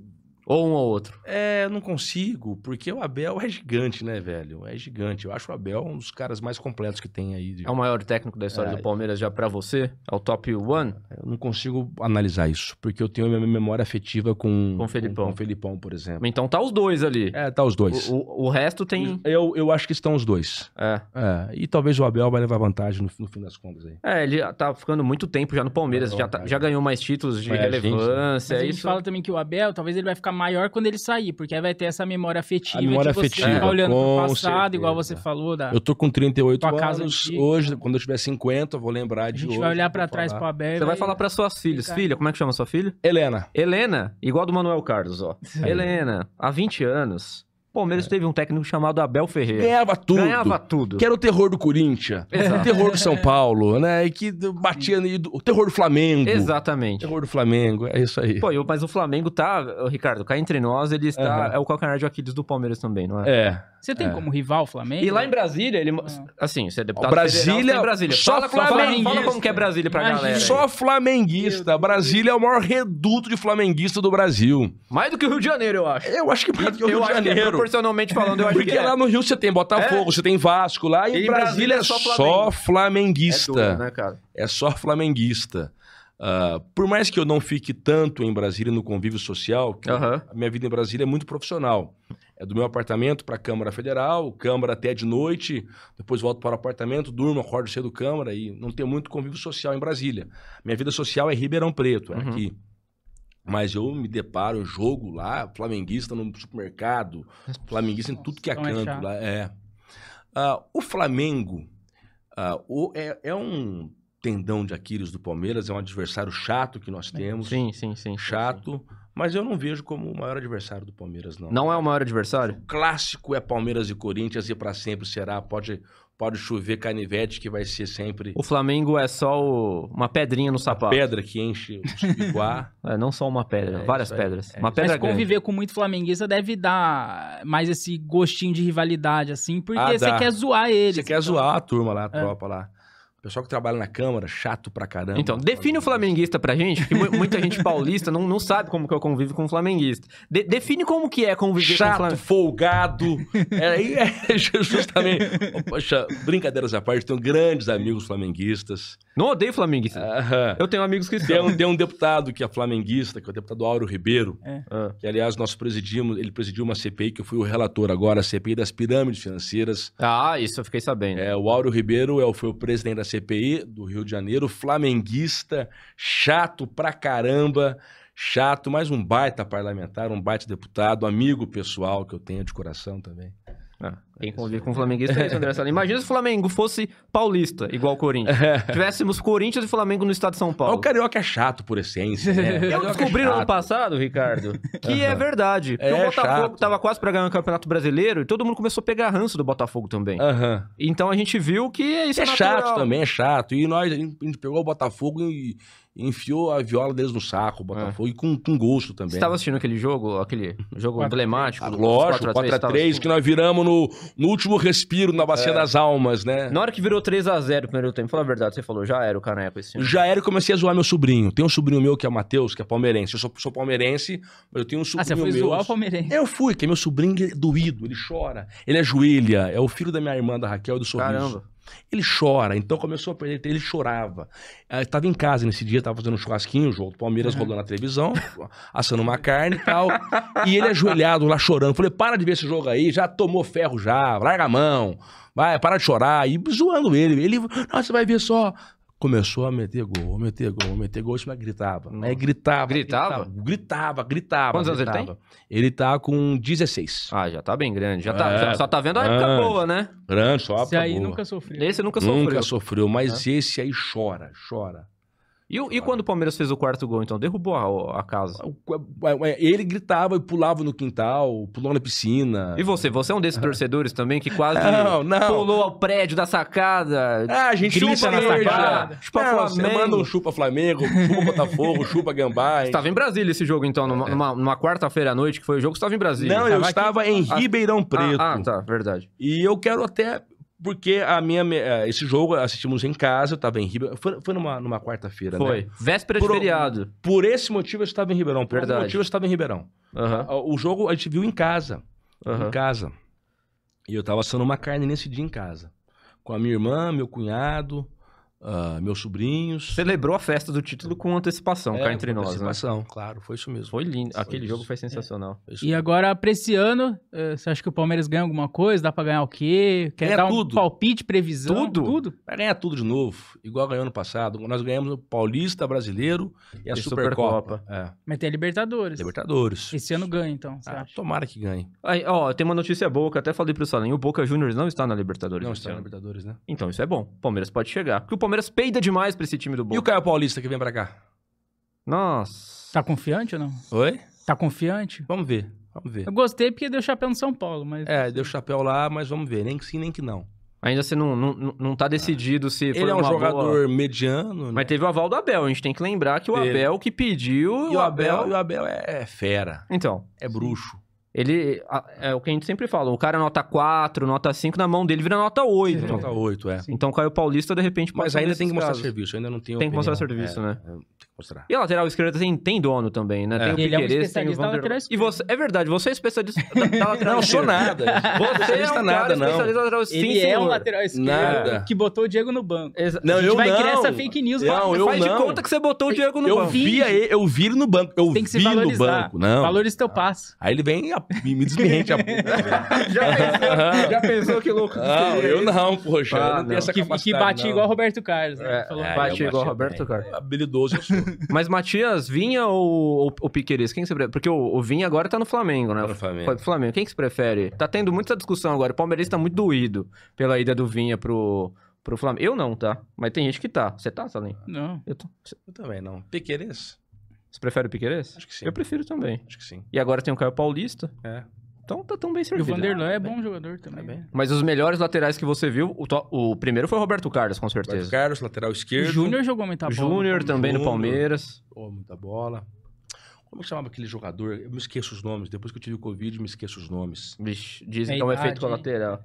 [SPEAKER 2] Ou um ou outro.
[SPEAKER 3] É, não consigo, porque o Abel é gigante, né, velho? É gigante. Eu acho o Abel um dos caras mais completos que tem aí. de-
[SPEAKER 2] É o maior técnico da história
[SPEAKER 3] É.
[SPEAKER 2] do Palmeiras já pra você? É o top one?
[SPEAKER 3] Eu não consigo analisar isso, porque eu tenho a minha memória afetiva com,
[SPEAKER 2] Com o Felipão.
[SPEAKER 3] com o Felipão, por exemplo.
[SPEAKER 2] Então tá os dois ali.
[SPEAKER 3] É, tá os dois.
[SPEAKER 2] O, o- o resto tem.
[SPEAKER 3] Eu, eu acho que estão os dois.
[SPEAKER 2] É.
[SPEAKER 3] É, e talvez o Abel vai levar vantagem no, no fim das contas aí.
[SPEAKER 2] É, ele tá ficando muito tempo já no Palmeiras,
[SPEAKER 3] É,
[SPEAKER 2] já, tá-
[SPEAKER 3] cara.
[SPEAKER 2] já ganhou mais títulos de
[SPEAKER 3] É,
[SPEAKER 2] relevância.
[SPEAKER 1] Mas a
[SPEAKER 2] é
[SPEAKER 1] gente
[SPEAKER 2] isso.
[SPEAKER 1] fala também que o Abel, talvez ele vai ficar maior quando ele sair, porque aí vai ter essa memória afetiva.
[SPEAKER 3] A memória
[SPEAKER 1] de você
[SPEAKER 3] afetiva,
[SPEAKER 1] ficar olhando pro
[SPEAKER 3] com
[SPEAKER 1] passado,
[SPEAKER 3] certeza.
[SPEAKER 1] igual você falou. Da...
[SPEAKER 3] Eu tô com 38
[SPEAKER 1] Tua casa
[SPEAKER 3] anos.
[SPEAKER 1] antiga.
[SPEAKER 3] Hoje, quando eu tiver 50, eu vou lembrar
[SPEAKER 1] A
[SPEAKER 3] de
[SPEAKER 1] gente
[SPEAKER 3] hoje.
[SPEAKER 1] vai olhar pra
[SPEAKER 3] vou
[SPEAKER 1] trás pro
[SPEAKER 3] falar.
[SPEAKER 1] Abel. e
[SPEAKER 2] Você vai
[SPEAKER 3] né?
[SPEAKER 2] falar para suas filhas.
[SPEAKER 1] Fica-
[SPEAKER 2] Filha, como é que chama sua filha?
[SPEAKER 3] Helena.
[SPEAKER 2] Helena, igual do Manuel Carlos, ó. Helena, há 20 anos, o Palmeiras teve um técnico chamado Abel Ferreira.
[SPEAKER 3] Ganhava É. tudo.
[SPEAKER 2] Ganhava tudo.
[SPEAKER 3] Que era o terror do Corinthians.
[SPEAKER 2] Exato.
[SPEAKER 3] O terror do São Paulo, né? E que batia... no- O terror do Flamengo. O
[SPEAKER 2] Exatamente.
[SPEAKER 3] terror do Flamengo, é isso aí.
[SPEAKER 2] Pô, eu- mas o Flamengo tá, ô, Ricardo, cá entre nós, ele está.
[SPEAKER 3] Aham.
[SPEAKER 2] É o calcanhar de Aquiles do Palmeiras também, não é?
[SPEAKER 3] É.
[SPEAKER 1] Você tem
[SPEAKER 3] É.
[SPEAKER 1] como rival o Flamengo?
[SPEAKER 2] E lá em Brasília, ele. Assim, você é deputado.
[SPEAKER 3] Brasília-
[SPEAKER 2] federal, você é em Brasília.
[SPEAKER 3] só
[SPEAKER 2] fala, fala-
[SPEAKER 3] flamenguista.
[SPEAKER 2] fala como que é Brasília pra
[SPEAKER 1] Imagina.
[SPEAKER 2] galera. aí.
[SPEAKER 3] Só flamenguista. Brasília é o maior reduto de flamenguista do Brasil.
[SPEAKER 2] Mais do que o Rio de Janeiro, eu acho.
[SPEAKER 3] Eu acho que mais do que o Rio de
[SPEAKER 2] acho que é,
[SPEAKER 3] Janeiro.
[SPEAKER 2] proporcionalmente falando, eu acho
[SPEAKER 3] Porque
[SPEAKER 2] que é.
[SPEAKER 3] lá no Rio você tem Botafogo, você tem Vasco lá, e, em Brasília, é só
[SPEAKER 2] Flamengo.
[SPEAKER 3] flamenguista.
[SPEAKER 2] É duro, né, cara?
[SPEAKER 3] É só flamenguista. Ah, por mais que eu não fique tanto em Brasília no convívio social, que
[SPEAKER 2] Aham.
[SPEAKER 3] a minha vida em Brasília é muito profissional. É do meu apartamento para a Câmara Federal, Câmara até de noite, depois volto para o apartamento, durmo, acordo cedo Câmara e não tenho muito convívio social em Brasília. Minha vida social é Ribeirão Preto, é
[SPEAKER 2] Uhum.
[SPEAKER 3] aqui. Mas eu me deparo, eu jogo lá, flamenguista no supermercado, flamenguista em tudo que é
[SPEAKER 1] Então é
[SPEAKER 3] canto
[SPEAKER 1] chato.
[SPEAKER 3] lá. É. Ah, o Flamengo ah, o- é, é um tendão de Aquiles do Palmeiras, é um adversário chato que nós temos.
[SPEAKER 2] Sim, sim, sim.
[SPEAKER 3] Chato, mas eu não vejo como o maior adversário do Palmeiras, não.
[SPEAKER 2] Não é o maior adversário?
[SPEAKER 3] Clássico é Palmeiras e Corinthians e pra sempre será. Pode, pode chover canivete que vai ser sempre
[SPEAKER 2] O Flamengo é só o- uma pedrinha no sapato.
[SPEAKER 3] pedra que enche o espiguá.
[SPEAKER 2] É, não só uma pedra,
[SPEAKER 3] É
[SPEAKER 2] várias
[SPEAKER 3] isso aí.
[SPEAKER 2] pedras.
[SPEAKER 3] É
[SPEAKER 2] uma
[SPEAKER 3] isso
[SPEAKER 2] pedra
[SPEAKER 1] Mas
[SPEAKER 2] grande.
[SPEAKER 1] conviver com muito flamenguista deve dar mais esse gostinho de rivalidade, assim, porque
[SPEAKER 3] Ah,
[SPEAKER 1] você
[SPEAKER 3] dá.
[SPEAKER 1] quer zoar eles.
[SPEAKER 3] Você
[SPEAKER 2] então.
[SPEAKER 3] quer zoar a turma lá, a
[SPEAKER 2] É.
[SPEAKER 3] tropa lá. O pessoal que trabalha na Câmara, chato pra caramba.
[SPEAKER 2] Então, define o flamenguista pra gente, que mu- muita gente paulista não, não sabe como que eu convivo com o flamenguista. De- define como que é conviver com o
[SPEAKER 3] Chato,
[SPEAKER 2] flamenguista.
[SPEAKER 3] folgado. É, aí é justamente. Poxa, brincadeiras à parte, tenho grandes amigos flamenguistas.
[SPEAKER 2] Não odeio
[SPEAKER 3] É.
[SPEAKER 2] flamenguista.
[SPEAKER 3] Aham.
[SPEAKER 2] Eu tenho amigos que
[SPEAKER 3] Tem
[SPEAKER 2] são.
[SPEAKER 3] um, tem um deputado que é flamenguista, que é o deputado Áureo Ribeiro,
[SPEAKER 2] Ah.
[SPEAKER 3] que, aliás, nós presidimos, ele presidiu uma CPI, que eu fui o relator agora, a CPI das pirâmides financeiras.
[SPEAKER 2] Ah, isso eu fiquei sabendo.
[SPEAKER 3] É, o Áureo Ribeiro é, o- foi o presidente da CPI do Rio de Janeiro, flamenguista, chato pra caramba, chato, mas um baita parlamentar, um baita deputado, amigo pessoal que eu tenho de coração também.
[SPEAKER 2] Ah, quem convive com o flamenguista é isso, André Sala. Imagina se o Flamengo fosse paulista, igual o Corinthians.
[SPEAKER 3] É.
[SPEAKER 2] Tivéssemos Corinthians e Flamengo no estado de São
[SPEAKER 3] Mas
[SPEAKER 2] Paulo.
[SPEAKER 3] o carioca é chato por essência, né? O
[SPEAKER 2] Eu
[SPEAKER 3] carioca é
[SPEAKER 2] descobri no ano
[SPEAKER 3] chato.
[SPEAKER 2] passado, Ricardo, que é verdade. Porque
[SPEAKER 3] É
[SPEAKER 2] o Botafogo
[SPEAKER 3] chato.
[SPEAKER 2] tava quase pra ganhar o Campeonato Brasileiro e todo mundo começou a pegar ranço do Botafogo também.
[SPEAKER 3] Aham.
[SPEAKER 2] Então a gente viu que isso
[SPEAKER 3] Isso
[SPEAKER 2] é,
[SPEAKER 3] é chato
[SPEAKER 2] natural.
[SPEAKER 3] também, é chato. E nós, a gente a gente pegou o Botafogo e enfiou a viola deles no saco, o Botafogo,
[SPEAKER 1] É.
[SPEAKER 3] e com, com gosto também.
[SPEAKER 2] Você estava assistindo aquele jogo, aquele jogo emblemático?
[SPEAKER 3] Ah,
[SPEAKER 2] dos
[SPEAKER 3] lógico,
[SPEAKER 2] 4x3, tava assim.
[SPEAKER 3] 4x3, que nós viramos no, no último respiro, na
[SPEAKER 1] É.
[SPEAKER 3] bacia das almas, né?
[SPEAKER 2] assistindo? Na hora que virou 3x0 o primeiro tempo, fala a verdade, você falou, já era o caneco esse ano.
[SPEAKER 3] Já era e comecei a zoar meu sobrinho. Tem um sobrinho meu que é o Matheus, que é palmeirense. Eu sou, sou palmeirense, mas eu tenho um
[SPEAKER 1] Ah,
[SPEAKER 3] sobrinho
[SPEAKER 1] você foi
[SPEAKER 3] meu.
[SPEAKER 1] zoar o Palmeirense.
[SPEAKER 3] Eu fui, que é meu sobrinho ele é doído, ele chora. Ele ajoelha, é o filho da minha irmã, da Raquel, do Sorriso.
[SPEAKER 2] Caramba.
[SPEAKER 3] Ele chora, então começou a perder, ele chorava. Ah, Eu tava em casa nesse dia, tava fazendo um churrasquinho, o jogo do Palmeiras rolou na televisão, assando uma carne e tal. e ele ajoelhado lá chorando. Falei, para de ver esse jogo aí, já tomou ferro já, larga a mão, vai, para de chorar. E zoando ele. Ele, nossa, vai ver só. Começou a meter gol, meter gol, meter gol, isso mas gritava.
[SPEAKER 2] Nossa.
[SPEAKER 3] Aí gritava.
[SPEAKER 2] Gritava?
[SPEAKER 3] Gritava, gritava.
[SPEAKER 2] Quantos anos ele
[SPEAKER 3] gritava. Ele tá com 16.
[SPEAKER 2] Ah, já tá bem grande. Já tá,
[SPEAKER 3] É.
[SPEAKER 2] já- só tá vendo a época
[SPEAKER 3] Ah.
[SPEAKER 2] boa, né?
[SPEAKER 3] Grande, só
[SPEAKER 1] Esse aí
[SPEAKER 3] boa.
[SPEAKER 1] nunca sofreu.
[SPEAKER 2] Esse nunca sofreu.
[SPEAKER 3] Nunca sofreu, mas esse aí chora, chora.
[SPEAKER 2] E, o- e quando o Palmeiras fez o quarto gol, então? Derrubou a, a casa.
[SPEAKER 3] Ele gritava e pulava no quintal, pulou na piscina. É,
[SPEAKER 2] E você? Você é um desses torcedores também que quase
[SPEAKER 3] Não, não.
[SPEAKER 2] pulou ao prédio da sacada?
[SPEAKER 3] Ah, a gente
[SPEAKER 2] Grita
[SPEAKER 3] chupa
[SPEAKER 2] na
[SPEAKER 3] igreja.
[SPEAKER 2] sacada, chupa
[SPEAKER 3] não,
[SPEAKER 2] Flamengo.
[SPEAKER 3] semana não chupa Flamengo, chupa Botafogo, chupa Gambá.
[SPEAKER 2] Você tá
[SPEAKER 3] hein?
[SPEAKER 2] tava em Brasília esse jogo, então, numa, numa- numa quarta-feira à noite, que foi o jogo, você tava em Brasília.
[SPEAKER 3] Não, eu
[SPEAKER 2] Tava aqui-
[SPEAKER 3] estava em
[SPEAKER 2] Ah,
[SPEAKER 3] Ribeirão Preto.
[SPEAKER 2] Ah, ah, tá, verdade.
[SPEAKER 3] E eu quero até. Porque a minha, me- eh, esse jogo assistimos em casa, eu estava em Ribeirão. Foi, foi numa, numa quarta-feira, né?
[SPEAKER 2] Foi. Véspera de
[SPEAKER 3] Por-
[SPEAKER 2] feriado.
[SPEAKER 3] Por esse motivo eu estava em Ribeirão. Por
[SPEAKER 2] Verdade.
[SPEAKER 3] esse motivo eu estava em Ribeirão.
[SPEAKER 2] Aham.
[SPEAKER 3] O jogo a gente viu em casa.
[SPEAKER 2] aham.
[SPEAKER 3] Em casa. E eu tava assando uma carne nesse dia em casa. Com a minha irmã, meu cunhado, ah, meus sobrinhos. É,
[SPEAKER 2] Celebrou a festa do título com antecipação, cá entre nós, né?
[SPEAKER 3] Participação, claro, foi isso mesmo.
[SPEAKER 2] Foi É. lindo.
[SPEAKER 3] Foi
[SPEAKER 2] Aquele
[SPEAKER 3] isso.
[SPEAKER 2] jogo foi sensacional.
[SPEAKER 3] Foi isso
[SPEAKER 1] E agora, pra esse ano, eh, você acha que o Palmeiras ganha alguma coisa? Dá pra ganhar o quê? Quer
[SPEAKER 3] Ganha
[SPEAKER 1] dar um
[SPEAKER 3] tudo.
[SPEAKER 1] palpite, previsão?
[SPEAKER 2] Tudo?
[SPEAKER 1] Tudo?
[SPEAKER 3] Vai ganhar tudo de novo, igual ganhou ano passado. Nós ganhamos o Paulista, Brasileiro e a
[SPEAKER 2] E
[SPEAKER 3] Supercopa.
[SPEAKER 1] Mas tem a
[SPEAKER 3] É,
[SPEAKER 1] Libertadores.
[SPEAKER 3] Libertadores.
[SPEAKER 1] Esse ano ganha, então, você
[SPEAKER 3] Ah,
[SPEAKER 1] acha?
[SPEAKER 3] tomara que ganhe.
[SPEAKER 2] Aí, ó, tem uma notícia boa que eu até falei pro Salim. O Boca Juniors não está na Libertadores.
[SPEAKER 3] Não
[SPEAKER 2] esse
[SPEAKER 3] está na
[SPEAKER 2] ano.
[SPEAKER 3] Libertadores, né?
[SPEAKER 2] Então isso é bom. O Palmeiras pode chegar. Porque o Palmeiras peida demais pra esse time do
[SPEAKER 3] E o
[SPEAKER 2] Boca.
[SPEAKER 3] Caio Paulista que vem pra cá?
[SPEAKER 2] Nossa.
[SPEAKER 1] Tá confiante ou não?
[SPEAKER 3] Oi? É
[SPEAKER 1] Tá confiante?
[SPEAKER 3] Vamos ver, vamos ver.
[SPEAKER 1] Eu gostei porque deu chapéu no São Paulo, mas...
[SPEAKER 3] É, deu chapéu lá, mas vamos ver. Nem que sim, nem que não.
[SPEAKER 2] Ainda você não, não, não tá decidido se foi
[SPEAKER 3] Ele é um
[SPEAKER 2] uma boa-
[SPEAKER 3] jogador mediano, né?
[SPEAKER 2] Mas teve o aval do Abel. A gente tem que lembrar que o
[SPEAKER 3] Teve.
[SPEAKER 2] Abel que pediu...
[SPEAKER 3] E o Abel, e o Abel é fera,
[SPEAKER 2] Então,
[SPEAKER 3] é bruxo.
[SPEAKER 2] ele... a- É o que a gente sempre fala. O cara nota 4, nota 5, na mão dele vira nota 8.
[SPEAKER 1] Sim.
[SPEAKER 3] Nota 8, é.
[SPEAKER 1] Sim.
[SPEAKER 2] Então o Caio Paulista, de repente, pode
[SPEAKER 3] Mas
[SPEAKER 2] ser
[SPEAKER 3] ainda
[SPEAKER 2] desses
[SPEAKER 3] tem que mostrar
[SPEAKER 2] casos.
[SPEAKER 3] serviço, ainda não tenho
[SPEAKER 2] Tem que mostrar
[SPEAKER 3] opinião.
[SPEAKER 2] serviço, né?
[SPEAKER 3] É, tem que Mostrar.
[SPEAKER 2] E a lateral esquerda tem, tem dono também, né?
[SPEAKER 3] É.
[SPEAKER 2] Tem o
[SPEAKER 1] Ele é um
[SPEAKER 2] Piqueires, tem o
[SPEAKER 1] especialista na
[SPEAKER 2] Vanderlei.
[SPEAKER 1] lateral
[SPEAKER 2] E
[SPEAKER 1] esquerda.
[SPEAKER 2] você, é verdade, você é especialista da, da lateral
[SPEAKER 3] Não, sou
[SPEAKER 2] esquerda.
[SPEAKER 3] nada.
[SPEAKER 2] Você é um
[SPEAKER 3] Especialista
[SPEAKER 2] cara
[SPEAKER 3] nada, não.
[SPEAKER 2] especialista na lateral
[SPEAKER 1] Ele é
[SPEAKER 2] sim,
[SPEAKER 1] um
[SPEAKER 2] senhor.
[SPEAKER 1] lateral esquerdo
[SPEAKER 3] Nada.
[SPEAKER 1] que botou o Diego no banco.
[SPEAKER 2] Exa-
[SPEAKER 3] Não,
[SPEAKER 1] a gente
[SPEAKER 3] eu
[SPEAKER 1] vai
[SPEAKER 3] não.
[SPEAKER 1] criar essa fake news.
[SPEAKER 3] Não,
[SPEAKER 1] lá.
[SPEAKER 3] eu
[SPEAKER 2] Faz de
[SPEAKER 3] não.
[SPEAKER 2] conta que você botou o Diego no
[SPEAKER 3] eu
[SPEAKER 2] banco.
[SPEAKER 3] vi aí, eu vi ele no banco. Eu
[SPEAKER 1] Tem que se
[SPEAKER 3] vi no
[SPEAKER 1] valorizar.
[SPEAKER 3] banco. Não.
[SPEAKER 1] Valoriza teu passo.
[SPEAKER 3] Aí ele vem e a- e me desmente a boca. né?
[SPEAKER 2] Já pensou, já pensou que louco que
[SPEAKER 3] Não,
[SPEAKER 2] seria
[SPEAKER 3] eu
[SPEAKER 2] isso?
[SPEAKER 3] não, poxa.
[SPEAKER 2] Ah,
[SPEAKER 3] eu não,
[SPEAKER 2] não.
[SPEAKER 3] tenho essa
[SPEAKER 1] Que, que
[SPEAKER 3] capacidade,
[SPEAKER 1] bati
[SPEAKER 3] não.
[SPEAKER 1] igual Roberto Carlos. Né?
[SPEAKER 2] É,
[SPEAKER 1] Falou.
[SPEAKER 3] É,
[SPEAKER 2] Bate
[SPEAKER 3] eu
[SPEAKER 2] igual
[SPEAKER 3] bati
[SPEAKER 2] Roberto
[SPEAKER 3] bem.
[SPEAKER 2] Carlos.
[SPEAKER 3] Habilidoso eu sou.
[SPEAKER 2] Mas Matias, Vinha ou ou- ou o Piqueires? Quem que você prefere? Porque o, o Vinha agora tá no Flamengo, né?
[SPEAKER 3] Tá no Flamengo.
[SPEAKER 2] Flamengo. Quem que você prefere? Tá tendo muita discussão agora. O palmeirense tá muito doído pela ida do Vinha pro, pro Flamengo. Eu não, tá? Mas tem gente que tá. Você tá, Salim?
[SPEAKER 1] "Ah, Não.
[SPEAKER 2] Eu tô. Você
[SPEAKER 3] Eu também não. Pequenes?
[SPEAKER 2] você prefere o Piqueires?
[SPEAKER 3] Acho que sim.
[SPEAKER 2] Eu prefiro também.
[SPEAKER 3] Acho que sim.
[SPEAKER 2] E agora tem o Caio Paulista.
[SPEAKER 3] É.
[SPEAKER 2] Então tá tão
[SPEAKER 1] E
[SPEAKER 2] bem
[SPEAKER 1] o
[SPEAKER 2] servido.
[SPEAKER 1] Vanderlan é bom jogador também.
[SPEAKER 3] bem.
[SPEAKER 2] Mas os melhores laterais que você viu, o, to- o primeiro foi o Roberto Carlos, com
[SPEAKER 3] Roberto
[SPEAKER 2] certeza.
[SPEAKER 3] Carlos, Tá lateral
[SPEAKER 1] O
[SPEAKER 3] esquerdo.
[SPEAKER 1] Júnior jogou muita bola.
[SPEAKER 2] Júnior também no
[SPEAKER 3] Júnior.
[SPEAKER 2] Palmeiras.
[SPEAKER 3] Pô, muita bola. Como é que chamava aquele jogador? Eu me esqueço os nomes. Depois que eu tive o Covid, eu me esqueço os nomes.
[SPEAKER 2] Vixe, dizem
[SPEAKER 1] É
[SPEAKER 2] que é um
[SPEAKER 1] idade,
[SPEAKER 2] efeito
[SPEAKER 1] hein?
[SPEAKER 2] colateral.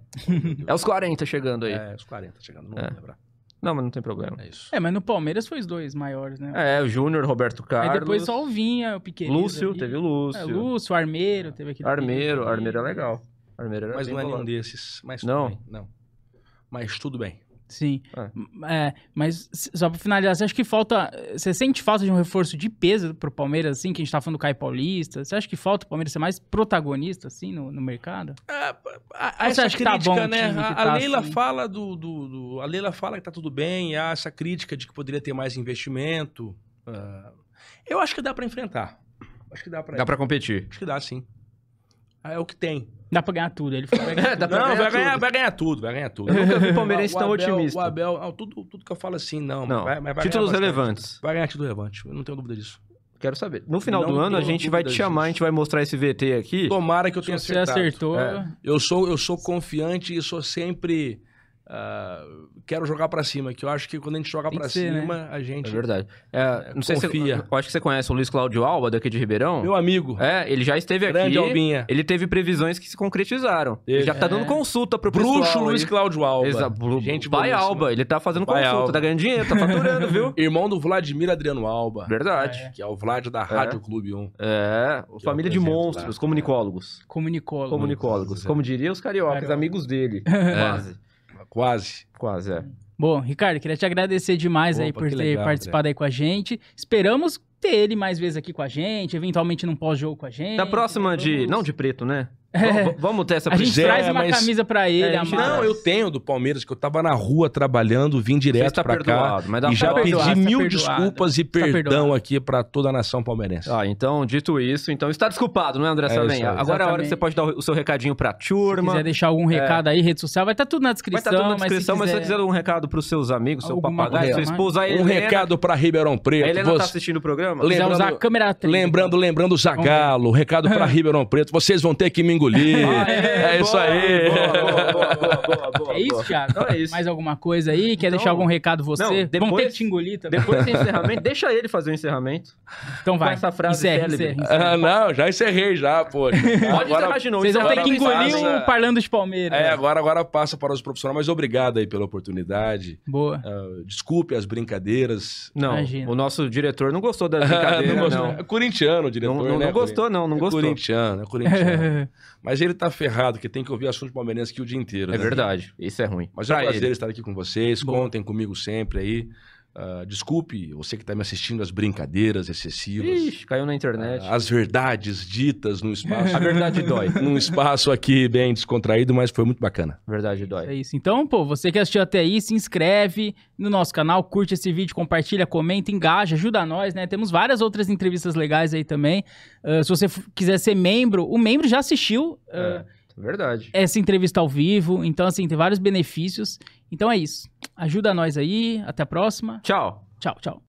[SPEAKER 2] é os 40 chegando aí.
[SPEAKER 3] É, os 40 chegando, não
[SPEAKER 2] É.
[SPEAKER 3] vou lembrar.
[SPEAKER 2] Não, mas não tem problema.
[SPEAKER 3] É isso.
[SPEAKER 1] É, mas no Palmeiras foi os dois maiores, né?
[SPEAKER 2] É, o Júnior, Roberto Carlos.
[SPEAKER 1] Aí depois só o Vinha, o Piqueires.
[SPEAKER 2] Lúcio,
[SPEAKER 1] ali.
[SPEAKER 2] teve o
[SPEAKER 1] É,
[SPEAKER 2] Lúcio.
[SPEAKER 1] Lúcio, Armeiro, teve aquele.
[SPEAKER 2] Armeiro,
[SPEAKER 1] período ali.
[SPEAKER 2] Armeiro é legal. Armeiro era
[SPEAKER 3] Mas
[SPEAKER 2] bem
[SPEAKER 3] não é nenhum
[SPEAKER 2] bolado.
[SPEAKER 3] desses. Mas
[SPEAKER 2] Não?
[SPEAKER 3] Tudo bem. Não. Mas tudo bem.
[SPEAKER 1] Sim.
[SPEAKER 2] É.
[SPEAKER 1] M- É, mas s- só pra finalizar, você acha que falta. Você sente falta de um reforço de peso pro Palmeiras, assim, que a gente tá falando do Caio Paulista? Você acha que falta o Palmeiras ser mais protagonista, assim, no, no mercado?
[SPEAKER 3] Ah, a, a,
[SPEAKER 1] Ou você
[SPEAKER 3] essa
[SPEAKER 1] acha que tá
[SPEAKER 3] crítica,
[SPEAKER 1] bom o
[SPEAKER 3] né?
[SPEAKER 1] time que
[SPEAKER 3] A, a
[SPEAKER 1] tá
[SPEAKER 3] Leila
[SPEAKER 1] assim?
[SPEAKER 3] fala do, do, do- A Leila fala que tá tudo bem, há essa crítica de que poderia ter mais investimento. ah, eu acho que dá pra enfrentar. Acho que dá pra.
[SPEAKER 2] Dá pra competir.
[SPEAKER 3] Acho que dá, sim. Ah, é o que tem.
[SPEAKER 1] Dá pra ganhar tudo. Ele falou, vai ganhar
[SPEAKER 2] É, dá pra
[SPEAKER 3] não, vai,
[SPEAKER 2] ganhar
[SPEAKER 3] ganhar,
[SPEAKER 2] tudo.
[SPEAKER 3] vai ganhar tudo, vai ganhar tudo.
[SPEAKER 2] Eu nunca vi palmeirense
[SPEAKER 3] O
[SPEAKER 2] tão
[SPEAKER 3] Abel-
[SPEAKER 2] otimista.
[SPEAKER 3] O Abel, ah, tudo, tudo que eu falo assim, não.
[SPEAKER 2] Não,
[SPEAKER 3] vai- mas vai
[SPEAKER 2] títulos
[SPEAKER 3] ganhar bastante.
[SPEAKER 2] relevantes.
[SPEAKER 3] Vai ganhar título relevante, eu não tenho dúvida disso.
[SPEAKER 2] Quero saber. No final
[SPEAKER 3] Não
[SPEAKER 2] do ano, a
[SPEAKER 3] tenho
[SPEAKER 2] gente vai te
[SPEAKER 3] dúvidas
[SPEAKER 2] chamar, a gente vai mostrar esse VT aqui.
[SPEAKER 3] Tomara que eu tenha
[SPEAKER 1] tudo. Você
[SPEAKER 3] acertado.
[SPEAKER 1] acertou.
[SPEAKER 2] É.
[SPEAKER 3] Eu sou, eu sou confiante e sou sempre. ah, quero jogar pra cima, que eu acho que quando a gente joga
[SPEAKER 1] Tem
[SPEAKER 3] pra
[SPEAKER 1] que ser, né?
[SPEAKER 3] cima, a gente.
[SPEAKER 2] É verdade. É, não sei se
[SPEAKER 3] confia.
[SPEAKER 2] eu acho que você conhece o Luiz Cláudio Alba daqui de Ribeirão.
[SPEAKER 3] Meu amigo,
[SPEAKER 2] É, ele já esteve
[SPEAKER 3] grande
[SPEAKER 2] aqui. é
[SPEAKER 3] Albinha.
[SPEAKER 2] Ele teve previsões que se concretizaram. Ele
[SPEAKER 3] Ele-
[SPEAKER 2] já tá
[SPEAKER 1] É.
[SPEAKER 2] dando consulta pro
[SPEAKER 3] Bruxo
[SPEAKER 2] pessoal
[SPEAKER 3] Luiz
[SPEAKER 2] aí.
[SPEAKER 3] Cláudio Alba.
[SPEAKER 2] Exa- tá Bru-
[SPEAKER 3] Gente
[SPEAKER 2] Pai
[SPEAKER 3] boníssima.
[SPEAKER 2] Alba, ele tá fazendo
[SPEAKER 3] Pai
[SPEAKER 2] consulta,
[SPEAKER 3] Alba.
[SPEAKER 2] tá ganhando dinheiro, tá faturando, viu?
[SPEAKER 3] Irmão do Vladimir Adriano Alba,
[SPEAKER 2] Verdade.
[SPEAKER 3] que é o Vlad da Rádio Clube 1.
[SPEAKER 2] É, o
[SPEAKER 3] Que
[SPEAKER 2] família
[SPEAKER 3] eu
[SPEAKER 2] de
[SPEAKER 3] apresento
[SPEAKER 2] monstros,
[SPEAKER 3] lá. é.
[SPEAKER 2] comunicólogos.
[SPEAKER 1] Comunicólogo.
[SPEAKER 2] Comunicólogos, como diria os cariocas,
[SPEAKER 1] Carioca.
[SPEAKER 2] amigos dele. Quase.
[SPEAKER 3] Quase.
[SPEAKER 2] Quase, é.
[SPEAKER 1] Bom, Ricardo, queria te agradecer demais aí
[SPEAKER 3] Opa,
[SPEAKER 1] por
[SPEAKER 3] que
[SPEAKER 1] ter
[SPEAKER 3] legal,
[SPEAKER 1] participado aí com a gente. Esperamos ter ele mais vezes aqui com a gente, eventualmente num pós-jogo com a gente.
[SPEAKER 2] Da próxima de.
[SPEAKER 1] Vamos-
[SPEAKER 2] Não de preto, né?
[SPEAKER 1] É.
[SPEAKER 2] V- v- Vamos ter essa
[SPEAKER 1] A gente
[SPEAKER 3] É,
[SPEAKER 1] traz uma
[SPEAKER 3] mas-
[SPEAKER 1] camisa pra ele,
[SPEAKER 2] É, a
[SPEAKER 1] a
[SPEAKER 2] gente-
[SPEAKER 1] mala.
[SPEAKER 3] Não, eu tenho do Palmeiras, que eu tava na rua trabalhando, vim
[SPEAKER 2] Você
[SPEAKER 3] direto
[SPEAKER 2] está
[SPEAKER 3] pra
[SPEAKER 2] perdoado, mas
[SPEAKER 3] cá.
[SPEAKER 2] dá
[SPEAKER 3] E já
[SPEAKER 1] tá
[SPEAKER 3] pedi
[SPEAKER 1] perdoado, tá
[SPEAKER 3] mil
[SPEAKER 1] perdoado.
[SPEAKER 3] desculpas e perdão
[SPEAKER 1] perdoado.
[SPEAKER 3] aqui pra toda a nação palmeirense.
[SPEAKER 2] Ah, então, dito isso, então está desculpado, não é, André
[SPEAKER 3] É
[SPEAKER 2] Saben?
[SPEAKER 3] isso aí.
[SPEAKER 2] Agora é a hora que
[SPEAKER 1] Exatamente.
[SPEAKER 2] você pode dar o seu recadinho pra
[SPEAKER 1] Se
[SPEAKER 2] turma.
[SPEAKER 1] quiser deixar algum recado aí, rede social, vai estar tudo na
[SPEAKER 2] Vai
[SPEAKER 1] descrição.
[SPEAKER 2] estar tudo na descrição, mas se você quiser
[SPEAKER 1] quiser-
[SPEAKER 2] dar um recado pros seus amigos, seu
[SPEAKER 1] Alguma
[SPEAKER 2] papagaio, sua
[SPEAKER 1] coisa mais?
[SPEAKER 2] esposa, a
[SPEAKER 3] um
[SPEAKER 2] Helena.
[SPEAKER 3] recado pra Ribeirão
[SPEAKER 2] A
[SPEAKER 3] Preto.
[SPEAKER 2] Helena tá então.
[SPEAKER 3] você-
[SPEAKER 2] assistindo o programa?
[SPEAKER 3] Le-
[SPEAKER 1] quiser usar
[SPEAKER 3] lembrando-
[SPEAKER 1] a câmera 3.
[SPEAKER 3] Lembrando, lembrando o Zagalo, recado pra Ribeirão Preto, vocês vão ter que me engolir. é isso
[SPEAKER 2] boa,
[SPEAKER 3] aí.
[SPEAKER 2] Boa, boa, boa, boa, boa, boa,
[SPEAKER 1] É isso,
[SPEAKER 2] boa.
[SPEAKER 1] Thiago?
[SPEAKER 2] Então é isso.
[SPEAKER 1] Mais alguma coisa aí? Quer
[SPEAKER 2] Então-
[SPEAKER 1] deixar algum recado você?
[SPEAKER 2] Não,
[SPEAKER 1] Vão ter
[SPEAKER 2] depois-
[SPEAKER 1] que te engolir também.
[SPEAKER 2] Depois do encerramento, deixa ele fazer o encerramento.
[SPEAKER 1] Então vai.
[SPEAKER 2] essa frase
[SPEAKER 1] encerra,
[SPEAKER 2] célebre.
[SPEAKER 1] encerra, encerra.
[SPEAKER 3] Ah, não, já encerrei já, pô.
[SPEAKER 2] Pode
[SPEAKER 3] Agora,
[SPEAKER 2] encerrar de novo.
[SPEAKER 1] É.
[SPEAKER 2] né?
[SPEAKER 1] Vocês vão ter
[SPEAKER 2] encerra
[SPEAKER 1] que
[SPEAKER 2] de novo.
[SPEAKER 1] engolir um-
[SPEAKER 3] passa.
[SPEAKER 1] o Parlando de Palmeiras. né?
[SPEAKER 3] é, agora, agora passa para os profissionais, mas obrigado aí pela oportunidade.
[SPEAKER 1] Boa.
[SPEAKER 3] Ah, Desculpe as brincadeiras.
[SPEAKER 2] Não,
[SPEAKER 1] Imagina.
[SPEAKER 2] o nosso diretor não gostou da brincadeira,
[SPEAKER 3] Não
[SPEAKER 2] não.
[SPEAKER 3] gostou. É corintiano, o diretor,
[SPEAKER 2] Não, não,
[SPEAKER 3] né?
[SPEAKER 2] não gostou, não, não
[SPEAKER 3] É
[SPEAKER 2] gostou.
[SPEAKER 3] corintiano, é corintiano. mas ele tá ferrado, que tem que ouvir assunto palmeirense aqui o dia inteiro.
[SPEAKER 2] É
[SPEAKER 3] né?
[SPEAKER 2] verdade, isso é ruim.
[SPEAKER 3] Mas é um
[SPEAKER 2] Pra
[SPEAKER 3] prazer
[SPEAKER 2] ele.
[SPEAKER 3] estar aqui com vocês.
[SPEAKER 1] Boa.
[SPEAKER 3] Contem comigo sempre aí. Ah, desculpe você que está me assistindo as brincadeiras excessivas,
[SPEAKER 2] Ixi, caiu na internet.
[SPEAKER 3] ah, as verdades ditas num espaço,
[SPEAKER 2] A verdade dói.
[SPEAKER 3] num espaço aqui bem descontraído, mas foi muito bacana.
[SPEAKER 2] Verdade dói.
[SPEAKER 1] É isso. Então, pô, você que assistiu até aí, se inscreve no nosso canal, curte esse vídeo, compartilha, comenta, engaja, ajuda nós, né? Temos várias outras entrevistas legais aí também. Ah, se você f- quiser ser membro, o membro já assistiu
[SPEAKER 2] É.
[SPEAKER 1] ah,
[SPEAKER 2] Verdade.
[SPEAKER 1] essa entrevista ao vivo. Então, assim, tem vários benefícios. Então é isso. Ajuda nós aí. Até a próxima.
[SPEAKER 2] Tchau.
[SPEAKER 1] Tchau, tchau.